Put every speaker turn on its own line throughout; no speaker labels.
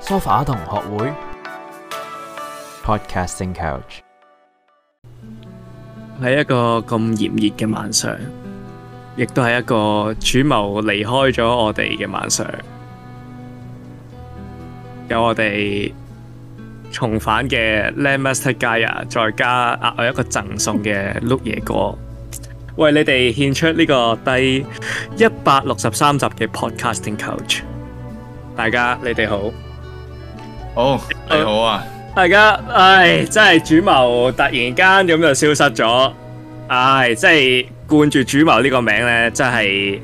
sofa 同學會 Podcasting Couch。
喺一個咁炎熱嘅晚上，亦都係一個主謀離開咗我哋嘅晚上，有我哋重返嘅 Landmaster Gaia，再加額外一個贈送嘅碌嘢哥，為你哋獻出呢個第一百六十三集嘅 Podcasting Couch。大家你哋好，
好，你好啊，
大家唉，真係主謀突然間咁就消失咗，唉，真係冠住主謀呢個名咧，真係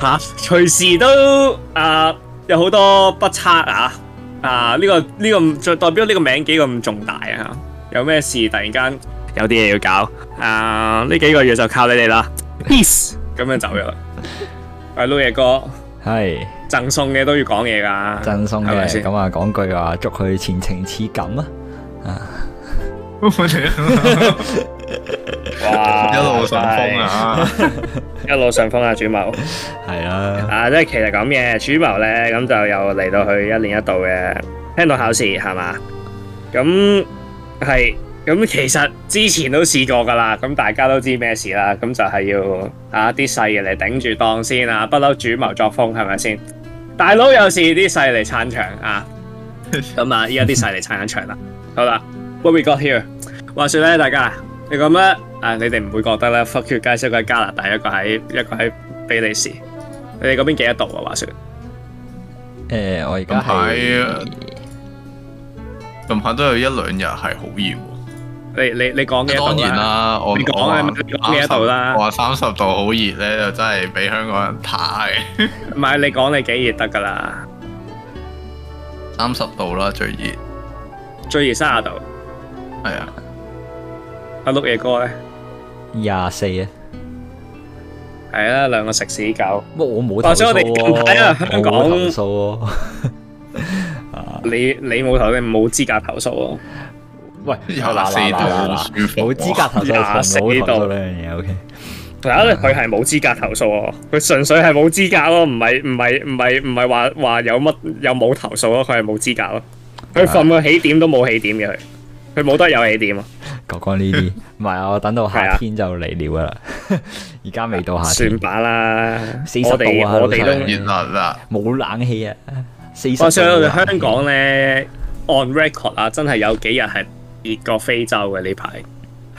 吓、啊隨時都啊有好多不測啊啊呢、個呢、個唔代表呢個名幾咁重大啊，有咩事突然間有啲嘢要搞啊，呢幾個月就靠你哋啦，peace 咁樣走咗啦，阿 Lu 嘢哥
系
贈送嘅都要講嘢噶，
赠送
係咪
嘅，
先
咁啊講句話，祝佢前程似錦啊！
我哋
哇
一路順風！啊，
一路順風啊，主謀
係啦，
啊，即係其實咁嘅主謀咧，咁就又嚟到去一年一度嘅聽到考試係嘛？咁係咁，其實之前都試過㗎啦，咁大家都知咩事啦，咁就係要啊啲細嘅嚟頂住檔先啊，不嬲主謀作風係咪先？大佬有時啲細嚟撐場啊，咁啊依家啲細嚟撐緊場啦。好啦，what we got here？話說咧，大家你咁咧啊，你哋唔會覺得咧？fuck you 介紹個喺加拿大，一個喺一個喺比利時。你哋嗰邊幾多度啊？話說
诶，我而
近
家
排
係
近啊排都有一兩日係好熱喎。
你你你講幾多
當
度
然
啊？
啦，我
你講
我話
你講呢一度啦
30我話三十度好熱咧，就真係俾香港人太
唔係你講你幾熱得㗎啦，
三十度啦，最熱
最熱三十度。
係啊，
阿碌嘢哥咧，
廿四啊！
係啦，兩個食屎狗。
不過我冇投
或者
訴
我哋近排啊
喎，
香
我
港
冇投訴喎。
你你冇頭，你冇資格投訴咯。
喂，
廿
嗱
四
嗱
度
嗱
好
嗱
舒服喎，
冇資格投訴，
廿四
冇投
度
訴呢樣嘢。O K，
嗱，佢係冇資格投訴喎，佢純粹係冇資格咯，唔係唔係唔係唔係話話有乜有冇投訴咯，佢係冇資格咯。佢瞓個起點都冇起點嘅佢，佢冇得有起點啊。
講講呢啲，唔係啊，我等到
係
夏
啊
天就嚟了啦。而家未到夏
算
天，
吧啦，
40
我哋
度啊
我哋
老
都
細。
熱辣辣，
冇冷氣啊，四十。啊
我想我哋香港咧，on record 啊，真係有幾日係熱過非洲嘅呢排，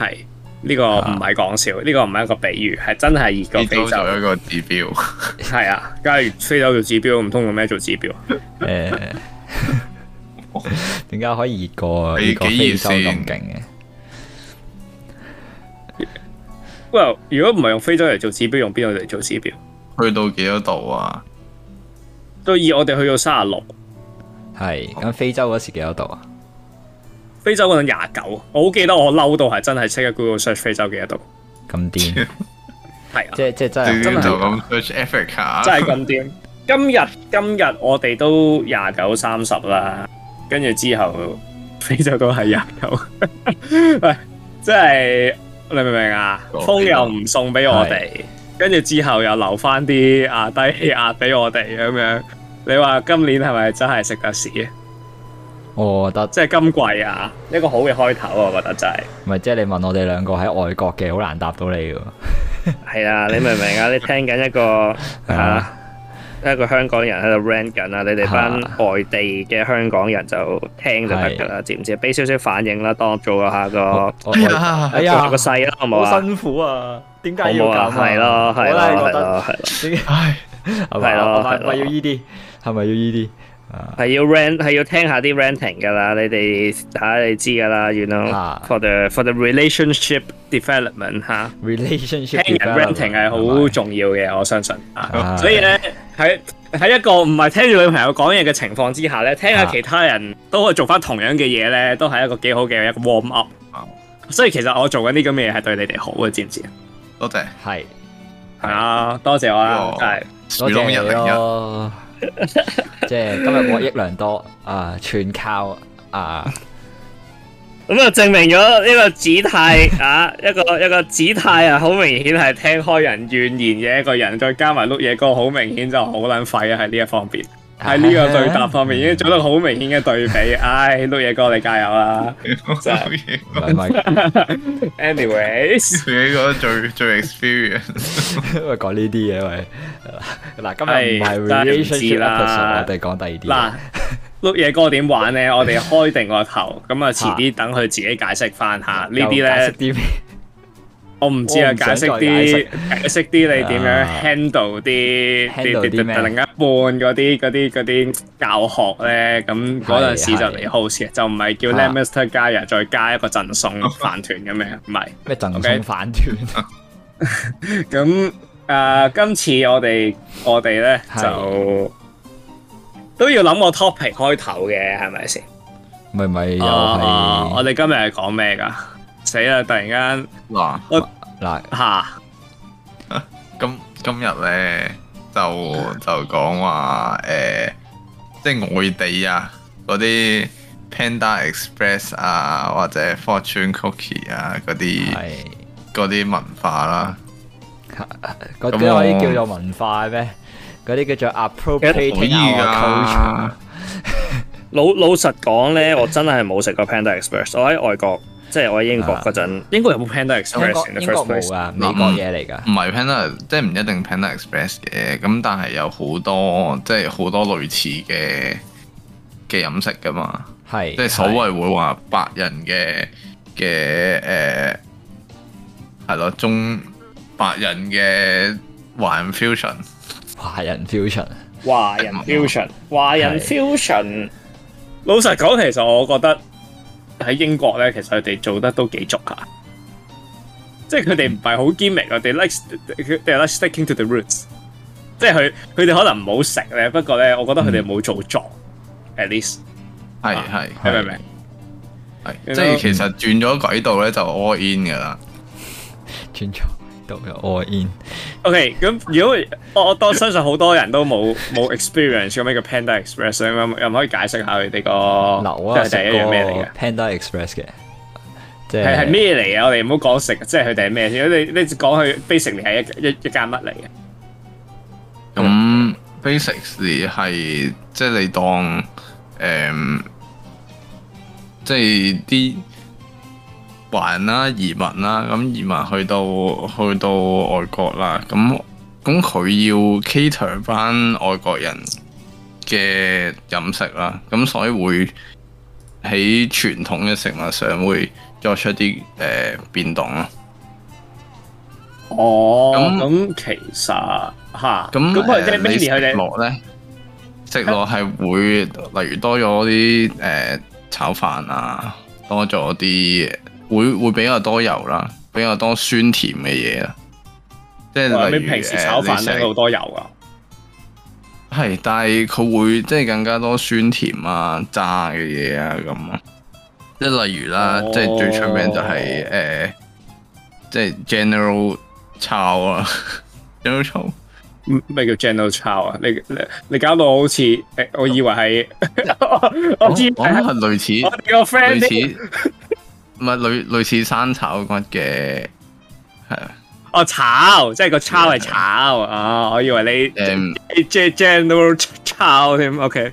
係呢、個唔係講笑，呢、個唔係一個比喻，係真係熱過
呢
非
周就
洲。
一個指 標，
係啊，梗係非洲做指標，唔通用咩做指標？
诶，點解可以熱過
你
熱過
幾
非
熱
洲咁勁
先
嘅？
喂，如果唔係用非洲嚟做指標，用邊度嚟做指標？
去到幾多度啊？
都以我哋去到三十六，
係咁非洲嗰時幾多度啊？
非洲嗰陣廿九，我好記得我嬲到係真係即刻 Google search 非洲幾多度，
咁癲。
係啊，
即即真係
直接就
真係
咁 search Africa，
真係咁癲。今日今日我哋都廿九三十啦，跟住之後非洲都係廿九， 喂，即係你明唔明啊？
講
風又唔送俾我哋，跟住之後又留翻啲啊低 氣壓俾我哋咁樣。你話今年係咪真係食得屎？
我覺得，
即係今季啊，一個好嘅開頭啊，我覺得真係。
唔係即係你問我哋兩個喺外國嘅，好難答到你㗎。
係啊，你明唔明啊？你聽緊一個
係
啊
啊
一個香港人喺度 rant 緊啊！你哋班外地嘅香港人就聽就得㗎啦，知唔知？俾少少反應啦，當做下個
我我
啊
哎呀
做下個勢啦，好冇啊？
辛苦啊！點
好冇啊？係咯，係咯，係咯，係咯，
唉，
係
係咯係咯
依啲，係咪要依啲？
係要 rant，係要聽下啲 ranting 㗎啦。你哋嚇你知㗎啦，you know
啊
for the for the relationship development 嚇。
relationship
聽人 ranting 係好重要嘅，我相信啊。
係
所以咧喺喺一個唔係聽住女朋友講嘢嘅情況之下咧，聽下
啊
其他人都可以做翻同樣嘅嘢咧，都係一個幾好嘅一個 warm up
啊。
所以其實我做緊啲咁嘅嘢係對你哋好嘅，知唔知啊？
多謝
係
係啊，多謝我啦，
哇
係
樹
多
窿一
謝你
零一，
咯。即係今日獲益良多啊！全靠啊
咁啊，證明咗呢個子泰啊，一個一個子泰啊，好明顯係聽開人怨言嘅一個人，再加埋碌嘢哥，好明顯就好撚廢啊喺呢一方面。喺呢個對 答方面已經做到好明顯嘅對比。唉，碌嘢哥你加油啊啦真係
嘢，
唔係
！Anyways，
自己覺得最最 experience。
因為講呢啲嘢喂，嗱今日唔係
係真係唔
relationship
知啦
episode，我哋講第二啲
嗱，碌嘢哥點玩咧？我哋開定個頭，咁啊遲啲等佢自己解釋翻下呢
嘢，
啲
又解
咧
釋。啲 咩？
我唔知啊，
我唔想再
解釋啲
解
解釋啲你點樣
啊
handle 啲
handle
啲
啲咩
另一半嗰啲嗰啲嗰啲教學咧，咁嗰陣時就
係
嚟 host 嘅，就唔係叫
啊
Lemester 加入再加一個贈 送飯團咁樣，唔係。
咩贈
OK
送反團？
咁啊，今次我哋我哋咧
係
就都要諗個 topic 開頭嘅，係咪先？
咪咪又
Ờ, 啊我
係
哋今日係講咩㗎？死啦！突然間
嗱，
嗱，
嚇，
今今日咧就就講話誒，即係外地啊嗰啲 Panda Express 啊，或者 Fortune Cookie 啊嗰啲
係
嗰啲文化啦，
嗰啲
咁
可以
我
叫做文化咩？嗰啲叫做
可以
appropriating our culture
㗎。。
老老實講咧，我真係冇食過 Panda Express。我喺外國，即係我喺英國嗰陣，英國有冇 Panda
英
Express
國
in the
啊英國
first
冇
place？
啊，美國嘢嚟㗎。
唔係 Panda，即係唔一定 Panda Express 嘅，咁但係有好多即係好多類似嘅嘅飲食噶嘛，
係
即係所謂會話白人嘅嘅誒係咯，中白人嘅華人 fusion
華人 fusion，
華人 fusion，華人
係
fusion。老實講，其實我覺得喺英國咧，其實佢哋做得都幾足下，即係佢哋唔係好 gimmick，佢哋 like 佢哋 like sticking to the roots，即係佢佢哋可能唔好食咧，不過咧，我覺得佢哋冇做作，at least
係
啊
係
你明唔明？
係，即係其實轉咗軌道咧就 all in 噶啦，
轉錯到嘅 all in。
OK，咁如果我我當相信好多人都冇 冇 experience 咁樣嘅 Panda Express，咁樣又唔可以解釋下佢哋個
嗱，我係
哦即係第
食
一樣
過
咩嚟嘅？
Panda Express 嘅，即
係係
係
咩嚟嘅？我哋唔好講食，即係佢哋係咩先？你你講佢 basically 係一一一間乜嚟嘅？
咁 basics 係即係你當誒、嗯即係啲華人啦、移民啦，咁移民去到去到外國啦，咁咁佢要 cater 翻外國人嘅飲食啦，咁所以會喺傳統嘅食物上會作出啲誒、呃、變動咯。
哦，
咁
咁其實嚇，咁
咁
咁佢哋
誒你
mini 佢
食
哋
落咧，食落係會例如多咗啲誒炒飯啊，多咗啲會會比較多油啦，比較多酸甜嘅嘢啦。即係
話
例
咩
如呃
平時炒
誒你
飯咧
食
好多油啊？
係，但係佢會即係更加多酸甜啊、炸嘅嘢啊咁咯。即係例如啦，
哦
即係最出名就係、誒、即係 General 炒啊 ，General 炒。
嗯咩叫 General Chow 啊？你你你搞到我好似誒，我以為係
我
我
我
知
諗哦係類似。
我哋個 friend
類
啲
似唔係類類似生炒骨嘅，係啊
哦，炒，即係個炒係炒啊！我以為你
誒唔
J general 炒添，OK。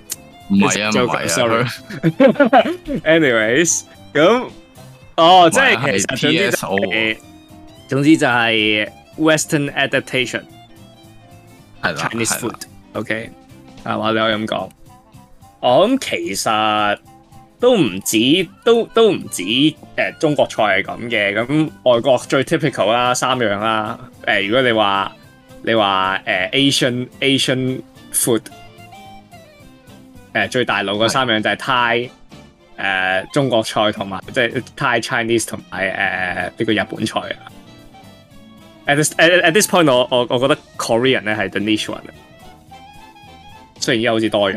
唔係啊唔
就
係啊
sorry，Anyways，咁哦，即
唔係啊
係
係
其實總之就
PSO
係總之就係 Western adaptation
佢係啦
Chinese
啊
啊
係啦
food，OK 係嘛？你可以咁講。我諗其實都唔止，都都唔止誒、中國菜係咁嘅。咁外國最 typical 啦，三樣啦。誒、如果你話你話誒、Asian Asian food，誒、最呃大路嗰三樣就係 Thai。誒、呃中國菜同埋即係 Thai Chinese 同埋誒呃呢個日本菜啊。At this at, at this point，我我我覺得 Korean 咧係 the niche one，雖然而家好似多咗。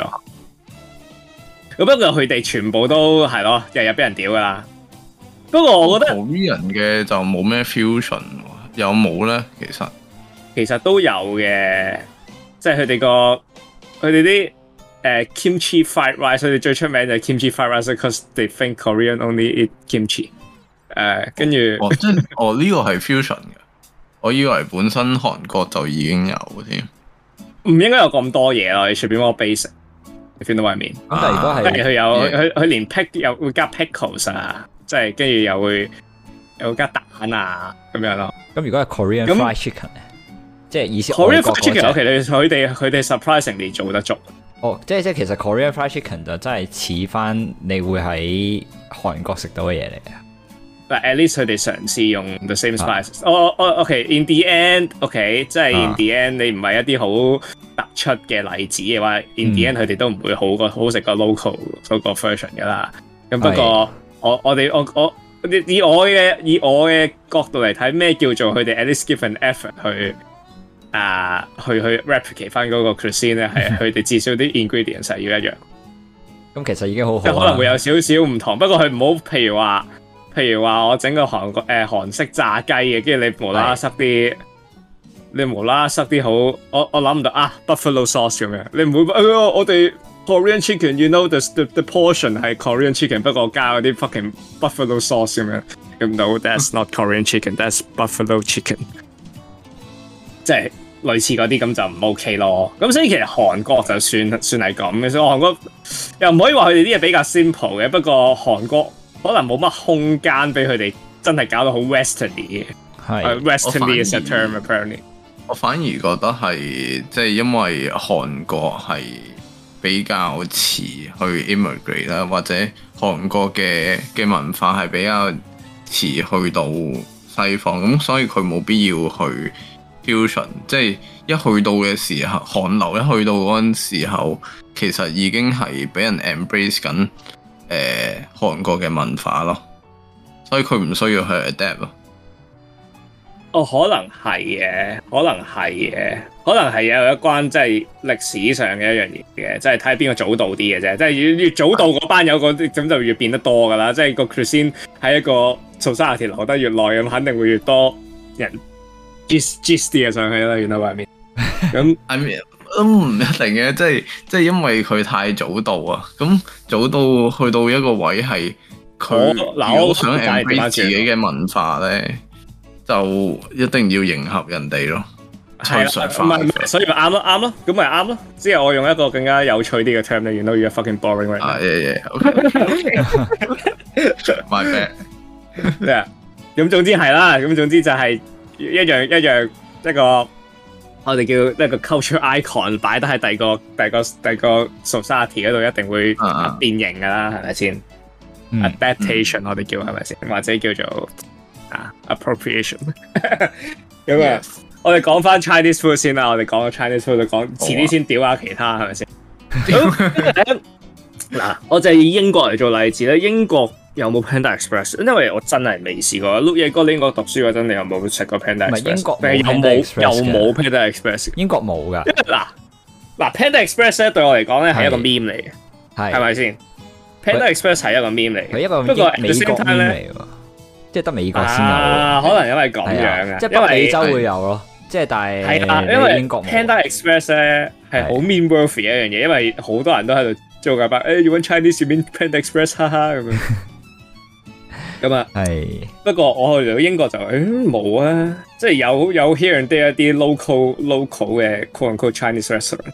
咁不過佢哋全部都係咯，日日俾人屌噶啦。不過我覺 得
Korean 嘅就冇咩 fusion，喎有冇咧？其實
其實都有嘅，即係佢哋個佢哋啲誒 kimchi fried rice，佢哋最出名就係 kimchi fried rice，because they think Korean only eat kimchi、誒，跟住
哦，即係哦呢個係 fusion 嘅，我以為本身韓國就已經有添，
唔應該有咁多嘢咯，你隨便幫我 basic。你 feel 到我係面？
咁但係如果
即係
係
佢有
嗯
佢佢連 pick 有會加 pickles 啊，即係跟住又會又會加蛋啊咁樣咯。
咁如果係 Korean
咁
fried chicken 咧，即係意思外
Korean
國
fried chicken
嗰只。
佢哋佢哋 surprisingly 做得足，
哦，即係即係其實 Korean fried chicken 就真係似翻你會喺韓國食到嘅嘢嚟嘅。
但 at least 佢哋嘗試用 the same spices。哦哦，OK，in the end，OK，即係
啊
in the end 你唔係一啲好突出嘅例子嘅話，in the end
嗯
佢哋都唔會好過好食過 local 嗰個 version 噶啦。咁不過
係
我我哋我我以以我嘅以我嘅角度嚟睇，咩叫做佢哋 at least give an effort 去啊去去 replicate 翻嗰個 cuisine 咧？係 佢哋至少啲 ingredients 係要一樣。
咁其實已經好啊
即
好啦
係可能會有少少唔同，不過佢唔好，譬如話，譬如話我整個韓國誒、呃、韓式炸雞嘅，跟住你無啦啦塞啲，你無啦啦塞啲好，我我諗唔到啊，buffalo sauce 咁樣，你唔會、哎呀我哋 Korean chicken，you know the the, the portion 係 Korean chicken，不過我加嗰啲 fucking buffalo sauce 咁樣，咁 no，that's not Korean chicken，that's buffalo chicken，即係。類似嗰啲咁就唔 OK 咯，咁所以其實韓國就算算係咁嘅，所以韓國又唔可以話佢哋啲嘢比較 simple 嘅，不過韓國可能冇乜空間俾佢哋真係搞到好 westerly 嘅
係
，westerly is a
我反而
term apparently。
我反而覺得係即係因為韓國係比較遲去 immigrate 啦，或者韓國嘅嘅文化係比較遲去到西方，咁所以佢冇必要去 fusion。即係一去到嘅時候，韓流一去到嗰陣時候，其實已經係俾人 embrace 緊誒、呃、韓國嘅文化咯，所以佢唔需要去 adapt 咯。
哦，可能係嘅，可能係嘅，可能係有一關即係歷史上嘅一樣嘢嘅，即係睇邊個早到啲嘅啫。即係越越早到嗰班有個咁就越變得多噶啦。即係個 cuisine 喺一個 society 留得越耐咁，肯定會越多人 gist gist 啲嘢上去啦。原來外面咁。
I mean，都唔一定嘅，即係即係因為佢太早到啊，咁早到去到一個位係佢
我嗱
如
我
果想
我解你點
embrace
解
自己嘅文化咧，就一定要迎合人哋咯。
係啦，
吹水
唔係唔係，所以咪啱咯，啱咯，咁咪啱咯。之後我用一個更加有趣啲嘅 term 咧，原來 you're fucking boring right
啊
now，
耶耶，OK，my
即係
bad，
咁總之係啦，咁總之就係一樣一樣一個我哋叫一個 culture icon 擺得喺第二個第二個第二個 society 嗰度，一定會
啊啊
變形噶啦，係咪先
嗯
？adaptation 我哋叫係咪先？或者叫做啊 appropriation 咁啊。我哋講翻 Chinese food 先
啊
啦，我哋講咗 Chinese food，就講遲啲先屌下其他係 咪先？咁嗱，我就以英國嚟做例子咧。英國有冇 Panda Express？因為我真係未試過。碌嘢哥，你英國讀書嗰陣，你有冇食過 Panda
唔
Express？
係英國冇
定係有
Panda
冇
Express
有
嘅
冇 Panda Express？
英國冇 㗎，
嗱嗱，Panda Express 咧對我嚟講咧係一個
係
meme 嚟嘅，係
係
咪先？Panda Express 係一個 meme
佢
嚟嘅，
一個
不過
美
at the
國煙
same time 呢
嚟喎，即係得美國先有喎，
啊，可能因為咁
係
樣
啊，
啊，
即係
因
北美
為
洲會有咯，即係但
係啦，因
係你
為
英國冇。
Panda Express 咧係好
係
mean worthy 一樣嘢，因為好多人都喺度做架巴，誒要揾 Chinese 要 mean Panda Express，哈哈咁 樣。咁啊，
係
不過我去到英國就誒冇、啊，即係有有 here and there 一啲 local local 嘅 quote unquote Chinese restaurant，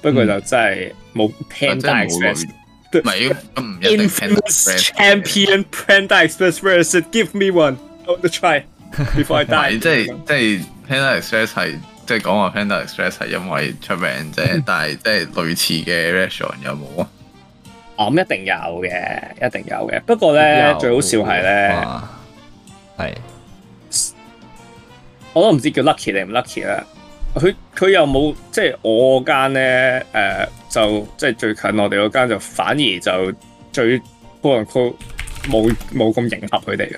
不
嗯
過就真係冇
或者
Panda
啊冇
Express。
唔係咁唔一定 Panda
Infamous
Express 嘅
champion Panda Express, where is it? Give me one. I want to try before I
唔係
die。
即係即係 Panda Express 係即係講話 Panda Express 係因為出名
嗯
啫，但係即係類似嘅 restaurant 有冇啊？
我哦諗一定有嘅，一定有嘅。不過咧，最好笑係咧。
哇係
我都唔知叫 lucky 定唔 lucky 啦。佢佢又冇即係我間咧誒，就即係最近我哋嗰間就反而就最 quote unquote 冇冇咁迎合佢哋嘅。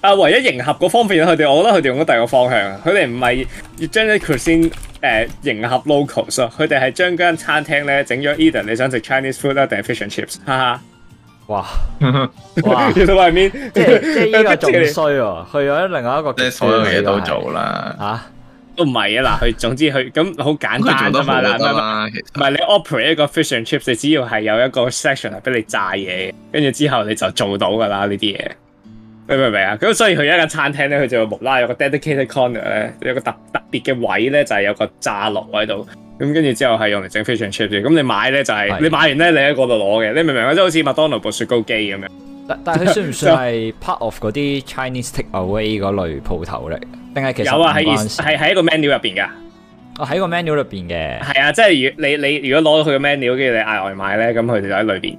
啊，唯一迎合嗰方面，佢哋我覺得佢哋用咗第二個方向啊。佢哋唔係要將啲 cuisine 誒迎合 locals 啊，佢哋係將間餐廳咧整咗 either 你想食 Chinese food 啊啦，定係 fish and chips，哈
哇
哈
哇！
，you know what I mean？
即係即係呢個仲
即係
衰 喎，去咗另外一
嗯
個極端喎，
即係所有嘢都
呢
做啦
個係。啊！
都唔係啊，嗱，佢總之佢咁好簡
佢
單
做
啫
得好啊
嘛，嗱，唔
得
係唔係
啦，其實
唔係你 operate 一個 fish and chips，你只要係有一個 section 係俾你炸嘢，跟住之後你就做到噶啦呢啲嘢，你明唔明啊？咁所以佢有一間餐廳咧，佢就會無啦啦有個 dedicated corner 咧，有個特特別嘅位咧，就係、有個炸爐喺度，咁跟住之後係用嚟整 fish and chip 嘅。咁你買咧就係、
係
你買完咧，你喺嗰度攞嘅，你明唔明啊？即係好似麥當勞部雪糕機咁樣。
但但係佢算唔算係 part of 嗰啲 Chinese takeaway 嗰類鋪頭嚟？定係其實
有啊，喺
唔關
is-
事
係喺一個 menu 入邊㗎。
我喺個 menu 裏邊嘅。
係啊，即係如你你如果攞到佢嘅 menu，跟住你嗌外賣咧，咁佢哋就喺裏邊。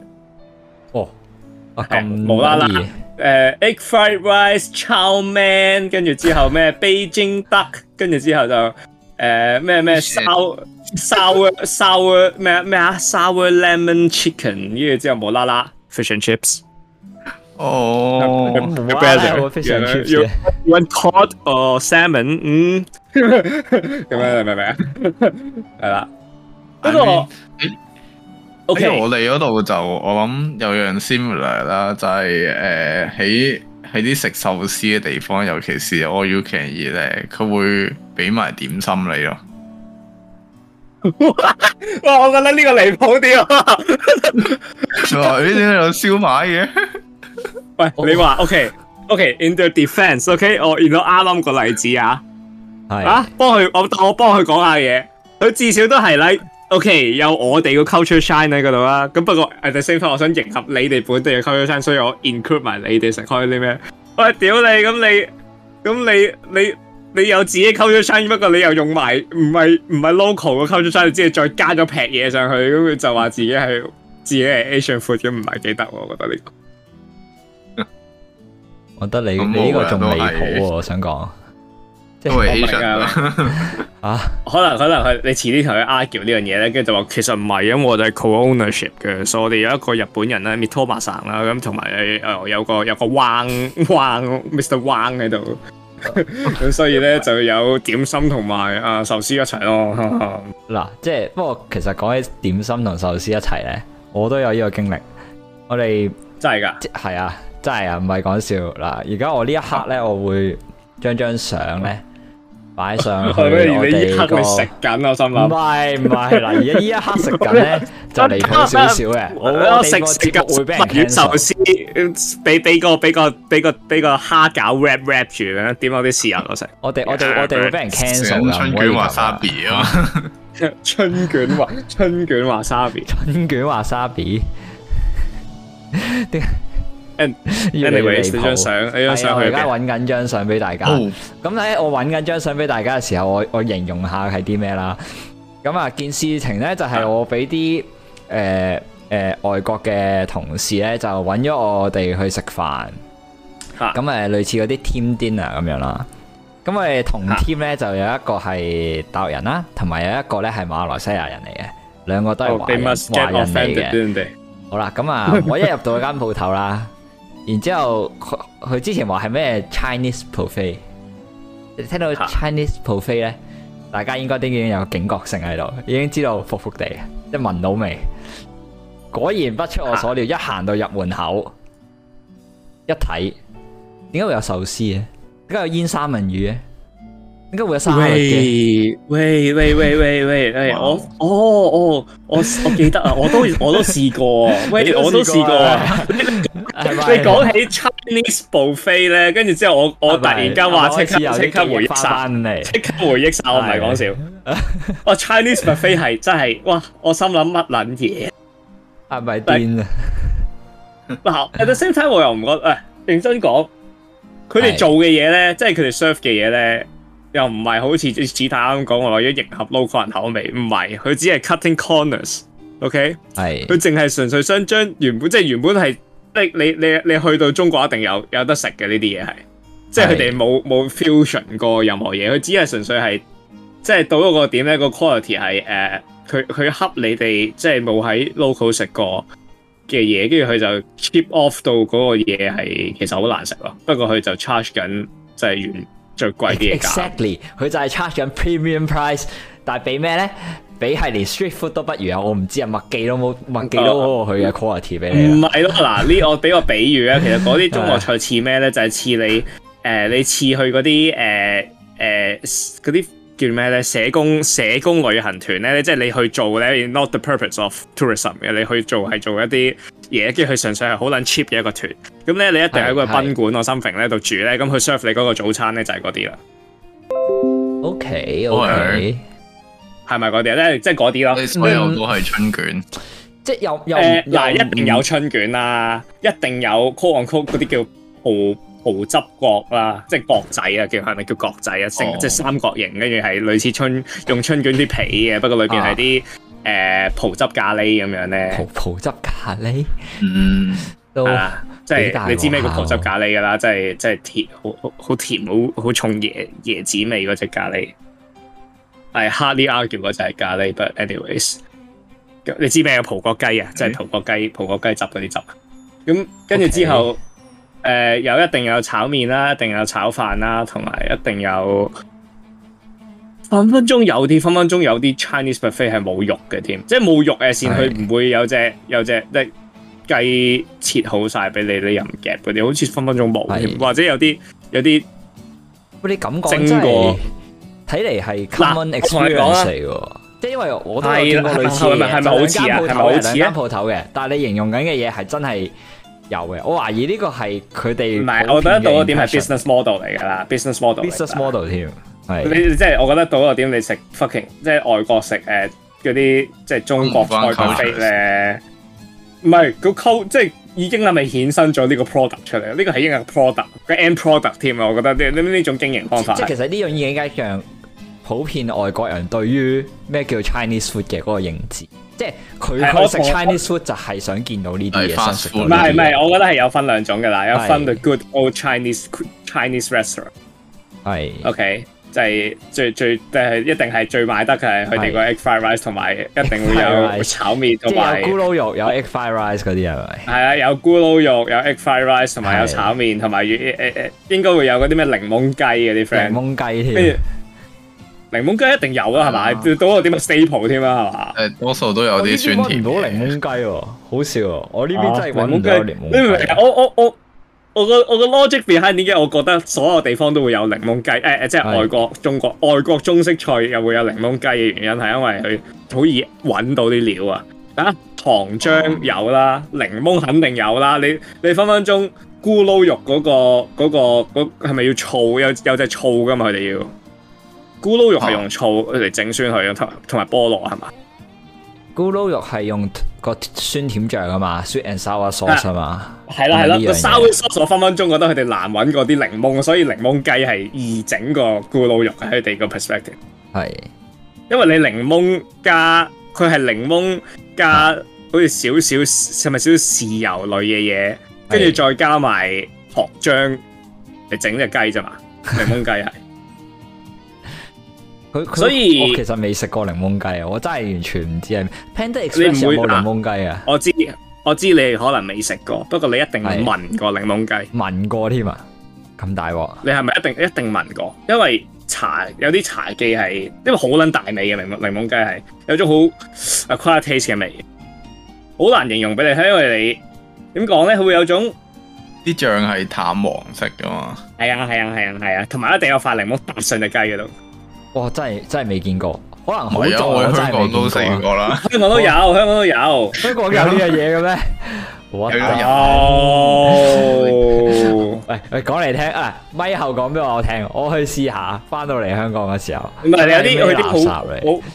哦，啊
係
咁
無啦啦
得意
誒、egg Ờ, fried rice、chow mein，跟住之後咩 Beijing duck，跟住之後就誒咩咩 Ờ, sour sour sour 咩咩啊 sour lemon chicken，跟住之後無啦啦 fish and chips。
哦，
無啦啦有個 fish and chips 嘅
You want cod or salmon？嗯，Hmm. 咁樣你明唔明啊？係啦，不過 O
喺
K
我哋嗰度就我諗有樣 similar 啦，就係誒喺喺啲食壽司嘅地方，尤其是 all you can eat 咧，佢會俾埋點心 你咯。
哇，我覺得呢個離譜啲啊！
佢話：咦，點解有燒賣嘅？
喂，你話 à, OK OK，in the defense，OK，我見到啱啱個例子啊。
係
啊，幫佢，我我幫佢講下嘢，佢至少都係 like OK，有我哋個 culture shine 喺嗰度啦。咁不過 at the same time，我想迎合你哋本地嘅 culture shine，所以我 include 埋你哋食開啲咩。喂，屌你，咁你咁你你你有自己 culture shine，不過你又用埋唔係唔係 local 嘅 culture shine，你只係再加咗劈嘢上去，咁佢就話自己係自己係 Asian food，咁唔係幾得喎，我覺得呢、個。
我覺得你
咁
你呢個仲離
無啦都
譜
係
喎，我想講即
都
Oh
係
係
Asian 啦
啊，
可能可能佢你遲啲同佢 argue 呢樣嘢咧，跟住就話其實唔係，因為我哋係 co-ownership 嘅，所以我哋有一個日本人啦 Mitoma 神啦，咁同埋誒有個有個 Wang Wang Mr Wang 喺度，咁所以咧就有點心同埋啊壽司一齊咯。
嗱，即係不過其實講起點心同壽司一齊咧，我都有呢個經歷。我哋
真係㗎，
即係啊，真係啊，唔係講笑嗱。而家我呢一刻咧，我會將張相咧擺上去
係
我
咩？而 你
哋
依刻
個
你食緊，我心
唔
諗
係唔係嗱，而家呢一刻食緊咧就離譜少少嘅。我
我
我
食
哋個
食
節目會俾人
緊壽
cancel。
司，俾俾個俾個俾個俾個蝦餃 wrap wrap 住咧，點我啲豉油我食。
我哋我哋我哋會俾人
食
cancel
緊
㗎
春
唔可以
卷
咁
華
啊
沙比啊嘛！
春卷話春卷話沙比。
春卷華沙 比。
And-
越嚟越離
anyway，你
譜
張相，你張
係啊，
相
我
去
而
Oh 邊
家揾緊張相俾大家。
哦
咁咧，我揾緊張相俾大家嘅時候，我我形容下係啲咩啦。咁啊，件事情咧就係、
啊
我俾啲誒誒外國嘅同事咧，就揾咗我哋去食飯。咁
嚇
誒，類似嗰啲 team dinner 咁樣啦。咁我哋同
嚇
team 咧就有一個係大陸人啦，同埋有一個咧係馬來西亞人嚟嘅，兩個都係
哦
華
，they
人、
must
華人
get
嚟嘅
offended，。didn't they？
好啦，咁啊，我一入到間鋪頭啦，然之後佢佢之前話係咩 Chinese buffet，你聽到
嚇
Chinese buffet 咧，大家應該都已經有警覺性喺度，已經知道服服地，即係聞到味。果然不出我所料，一行到入門口，一睇，點解會有壽司嘅？點解有煙三文魚嘅？點解會有沙律嘅？
喂喂喂喂喂喂喂，我哦哦，我我記得啊，我都我都試過，
你
喂，
都
我都
試
試
過
過
啊
啊。
係咪
你講起 Chinese buffet 咧，跟住之後我
Dạ,
我突然間話即刻
係咪
即刻回憶晒，
翻嚟。
即刻回憶晒，我唔係講笑。我 Ờ, Chinese buffet 係真係，哇！我心諗乜撚嘢？
係咪癲啊？
嗱，at the same time 我又唔覺得，誒、哎認真講，佢哋
係
做嘅嘢咧，即係佢哋 serve 嘅嘢咧，又唔係好似似太啱講，我為咗迎合 local 人口味，唔係，佢只係 cutting corners，OK，、
係
佢淨係純粹想將原本即係原本係，即你你你去到中國一定有有得食嘅呢啲嘢係，即係佢哋冇冇 fusion 過任何嘢，佢只係純粹係，即係到一個點咧，個 quality 係誒，呃佢佢恰你哋即係冇喺 local 食過嘅嘢，跟住佢就 cheap off 到嗰個嘢係其實好難食咯，不過佢就 charge 緊就係原最貴啲嘅價。
Exactly，佢就係 charge 緊 premium price，但係俾咩咧？俾係連 street food 都不如啊！我唔知啊，麥記都冇麥記都
哦
好過佢嘅 quality 俾
唔
你啊。
係咯，嗱呢我俾個比喻咧，啊其實嗰啲中國菜似咩咧？就係、似你 誒、呃你似去嗰啲誒誒嗰啲叫咩咧？社工社工旅行團咧，即係你去做咧，not the purpose of tourism 嘅，你去做係做一啲嘢，跟住佢純粹係好撚 cheap 嘅一個團。咁咧，你一定喺個
係係
賓館或 something 咧度住咧，咁佢 serve 哦你嗰個早餐咧就係嗰啲啦。
OK OK，
係咪嗰啲咧？即係嗰啲咯。
你所有都係春卷，
即係又又
誒呃嗱，
又
一定有春卷啦，一定有 call on call 嗰啲叫葡葡汁角啦，即係角仔啊，叫係咪叫角仔啊？成、
哦
即係三角形，跟住係類似春用春卷啲皮嘅，不過裏邊係啲誒葡汁咖喱咁樣咧
葡。葡汁咖喱
嗯，
都
係啦，即
幾大
係你知咩叫
鑊啊
葡汁
下喎
咖喱㗎啦，即係即係甜，好好好甜，好好重椰椰子味嗰只咖喱，係 hardly argue 嗰只咖喱，but anyways，咁你知咩叫葡國雞啊？
嗯
即係葡國雞、葡國雞汁嗰啲汁。咁跟住之後，誒呃
OK
有一定有炒麵啦，一定有炒飯啦，同埋一定有分分鐘有啲分分鐘有啲 Chinese buffet 係冇肉嘅添，即係冇肉嘅線，佢
係
唔會有隻有隻即係雞切好晒俾你，你又唔夾嗰啲，好似分分鐘冇添，
係
或者有啲有啲
喂你咁
蒸
講真係
過
睇嚟係
嗱
common
我同你講
experience
啊
嚟喎。即係因為我都有見過類似
係啦
嘅，
係咪係咪
就
好
兩間鋪頭嘅，
似啊係咪好似啊
兩間鋪頭嘅，但係你形容緊嘅嘢係真係有嘅。我懷疑呢個係佢哋
唔係，我覺得到嗰點係
business
business model 嚟㗎啦，business model 嚟㗎
business model 添，係
你即係我覺得到嗰點你食 fucking 即係外國食誒嗰啲即係中國菜嘅飛咧，唔係個溝即係已經係咪衍生咗呢個 product 出嚟？呢個係應該 product 個 end product 添啊！我覺得呢呢呢種經營方法
即係其實呢樣嘢應該一樣普遍外國人對於咩叫 Chinese food 嘅嗰個認知，即係佢
係
佢
我
食
同
Chinese food 就係想見到呢啲嘢，
係
想
fast
食
food
到
唔
呢
係
啲
唔
嘢
係，我覺得係有分兩種㗎啦，有分
啊係
the good old Chinese Chinese restaurant。
係
OK，就係最最即係一定係最買得嘅係佢哋個 egg fried rice，同埋一定會
Fried
有
rice
炒麵
即
同
係
埋
有。咕嚕肉，有 egg fried rice 嗰啲係咪？
係啊，有咕嚕肉，有 egg fried rice，同埋有
係
炒麵，同埋誒誒誒，呃應該會有嗰啲咩檸檬雞嗰
檸
啲 friend，
檬雞
跟住
添，
檸檬雞一定有啦，係咪？
啊
到到我點嘅 staple 添啦，係嘛？
誒呃多數都有
我呢邊
啲酸
揾
甜
唔到檸
嘅。
檬雞喎，好笑喎！我呢邊真係揾唔到
啊
有檸
檸檬雞你明唔
檬
明
雞
啊。我我我我個我個 logic behind 點解我覺得所有地方都會有檸檬雞？誒、誒，即係
係
外國、中國、外國中式菜又會有檸檬雞嘅原因係因為佢好易揾到啲料啊！啊，糖
哦
漿有啦，檸檬肯定有啦，你你分分鐘咕嚕肉嗰、個嗰、個嗰係咪要醋？有有隻醋噶嘛？佢哋要咕嚕肉係用醋嚟整酸佢，同同埋菠蘿係嘛？
咕嚕肉係用個酸甜醬啊嘛，sweet and sour sauce 啊嘛，
係啦係啦，
呢樣嘢
個 sour sauce 我分分鐘覺得佢哋難揾過啲檸檬，所以檸檬雞係易整過咕嚕肉喺佢哋個 perspective。
係
因為你檸檬加佢係檸檬加好似少少係咪少少豉油類嘅嘢，跟住再加埋糖漿嚟整只雞啫嘛，檸檬雞係。
佢佢
所以
我其實未食過檸檬雞啊，我真係完全唔知係 Panda
你
Express
唔
有
會
冇
嗱
檸檬雞啊？
我知我知你可能未食過，不過你一定
係
聞過檸檬雞。
聞過添啊，咁大鑊！
你係咪一定一定聞過？因為茶有啲茶記係，因為好撚大味嘅檸檬檸檬雞係有種好 acquired taste 嘅味，好難形容俾你聽，因為你點講咧，佢會有種
啲醬係淡黃色噶嘛，
係啊係啊係啊係啊，同埋一定有塊檸檬搭上只雞嗰度。
哇，真係真係未見過，可能
唔
好
係啊，
在
我
我
喺
真係
香
未
港都食
見過啊。
過啦，
香港都有，香港都有。
啊香港有呢樣嘢嘅咩？我
有有
哦，
喂喂，講嚟聽啊，咪後講俾我聽，我去試下。翻到嚟香港嘅時候，
唔係你有啲
真係
佢啲
咩
好
垃圾嚟，
好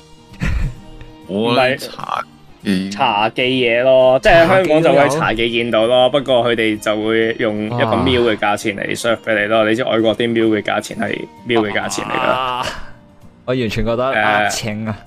我
唔係
茶已
茶記嘢咯，即係香港就
茶
會
記
喺
都有
茶記見到咯。不過佢哋就會用一個
啊
meal 嘅價錢嚟 serve 俾你咯。你知外國啲 meal 嘅價錢係 meal 嘅價錢嚟㗎啦。
啊我完全覺得呃青啊，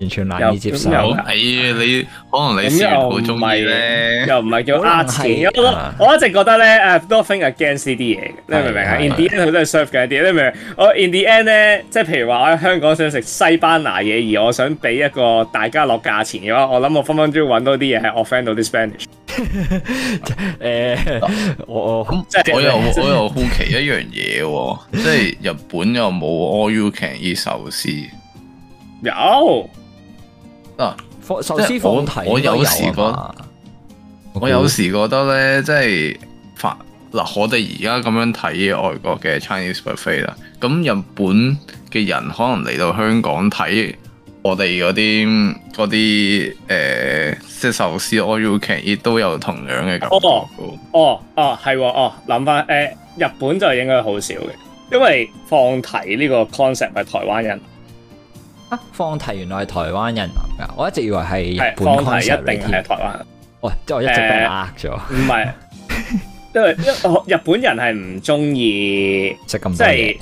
完全難以接受。
有
好睇啊！你可能你
咁
試完
又
好
唔
中意
係
咧，
又唔係叫
可能
呃
係
錢，我
啊
我一直覺得咧誒 nothing against 呢啲嘢嘅，你明唔明啊
係係
？In the end 佢都係 serve 緊一啲，你明唔明？我 in the end 咧，即係譬如話我喺香港想食西班牙嘢，而我想俾一個大家樂價錢嘅話，我諗我分分鐘揾到啲嘢係 offend 到啲 Spanish。
誒，我我
即係
我又我又好奇一樣嘢喎，即係日本又冇 all you can eat 壽司
有
嗱，
放壽司放題，
我我有
時
試過我有時覺得咧，即係法嗱，我哋而家咁樣睇外國嘅 Chinese buffet 啦，咁日本嘅人可能嚟到香港睇我哋嗰啲嗰啲誒，即係壽司 all you can eat 都有同樣嘅感覺
哦
喎。
哦哦係喎哦，諗翻誒日本就應該好少嘅，因為放題呢個 concept 係台灣人。
啊，放題原來係台灣人諗㗎，我一直以為係日
係
本
放題
concept
一
嚟
定係
添。
台灣，
喂，即係我一直俾人呃咗，
唔係，因為因為日本人係唔中意
食咁
即
多嘢
係。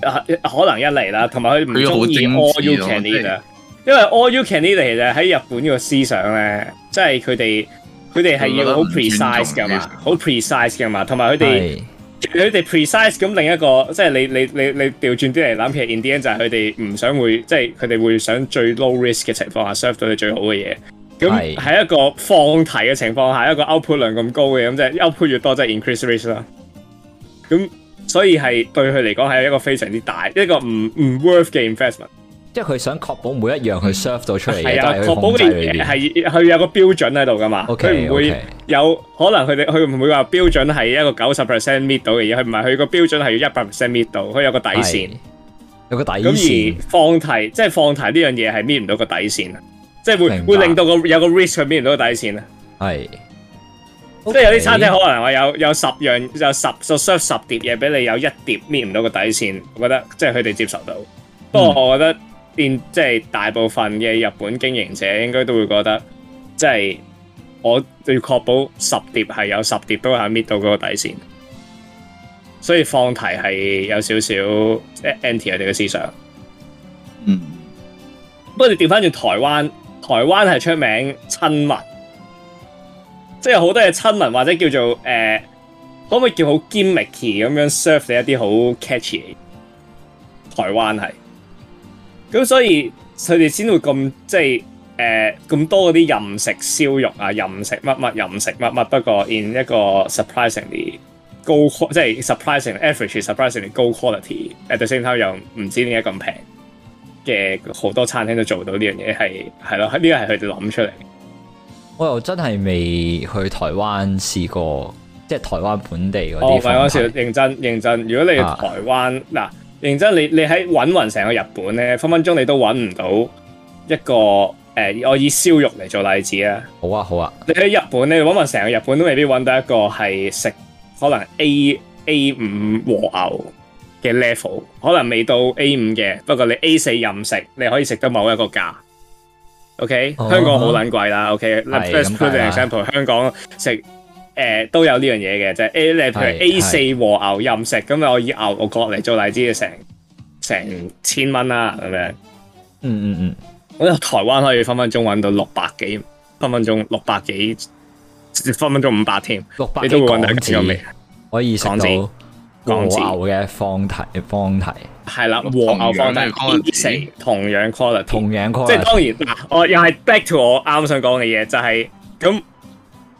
啊可能一嚟啦，同埋佢唔
佢好
中意
精
all you
緻咯
can
即
eat
係
啊，因為 all you can eat 其實喺日本個思想咧，即係佢哋佢哋係要好
佢覺得唔
precise
尊重
噶
呢
嘛
種，
好 precise 噶嘛，同埋佢哋。
係
佢哋 precise 咁另一個，即係你你你你調轉啲嚟諗，其實 in the end 就係佢哋唔想會，即係佢哋會想最 low risk 嘅情況下 serve 到你最好嘅嘢。
係
咁喺一個放題嘅情況下，一個 output 量咁高嘅，咁即係 output 越多，即係 increase risk 啦。咁所以係對佢嚟講係一個非常之大，一個唔唔 worth 嘅 investment。
即係佢想確保每一樣佢 serve 到出嚟嘅
係
都
啊，
係佢
確保
控
嘅
制裏
嘢
邊。
係佢有個標準喺度噶嘛，佢
OK，
唔會
OK
有可能佢哋佢唔會話標準係一個九十 percent meet 到嘅嘢，佢唔係佢個標準係要一百 percent meet 到，佢有個底線。
係有個底
咁
線
而，放題即係放題呢樣嘢係 meet 唔到個底線啊，即係會
明白
會令到個有個 risk 佢 meet 唔到個底線啊。
係
即係有啲餐廳可能話有有十樣有十就 serve 十碟嘢俾你，有一碟 meet 唔到個底線，我覺得即係佢哋接受到。不過我覺得 in- 即係大部分嘅日本經營者應該都會覺得，即係我要確保十碟係有十碟都係 meet 到嗰個底線，所以放題係有少少 anti 佢哋嘅思想。
嗯，
不過你調翻轉台灣，台灣係出名親民，即係好多嘢親民或者叫做誒、呃可唔可以叫好 gimmicky 咁樣 serve 你一啲好 catchy 嘅嘢台灣係，咁所以佢哋先會咁即係誒咁多嗰啲任食燒肉啊、任食乜乜、任食乜乜，不過 in 一個 surprisingly 高 qua- 即係 surprising average surprisingly 高 quality，at the same time 又唔知點解咁平。嘅好多餐廳都做到呢樣嘢，係係咯，呢個係佢哋諗出嚟。
我又真係未去台灣試過，即係台灣本地嗰
哦我
啲
唔係講
放題
笑，。認真認真。如果你去
啊
台灣嗱、認真你你喺揾勻成個日本咧，分分鐘你都揾唔到一個誒、呃我以燒肉嚟做例子啊。
好啊好啊，
你喺日本，你揾勻成個日本都未必揾到一個係食可能 A A 五和牛嘅 level，可能未到 A 五嘅，不過你 A 四任食，你可以食到某一個價。OK，、
哦
香港好撚貴啦。OK，
係
let's
咁梗
put
係
an
啦
example，香港食誒、呃都有呢樣嘢嘅，就係 A 你譬如
係
A 四和牛任食，咁我以牛角嚟做例子，成成千蚊啦咁樣。
嗯嗯嗯，
我覺得台灣可以分分鐘揾到六百幾，分分鐘六百幾，分分鐘五百添，
六百
你
幾
都會
港
揾到一嚿
紙
味。
可以食到
港紙
和
港紙
牛嘅放題放題，
係啦，和
同樣
牛放
嘅
大
quality
四同樣 quality，
同樣
即
quality
係當然嗱，我又係 back to 我啱想講嘅嘢，就係咁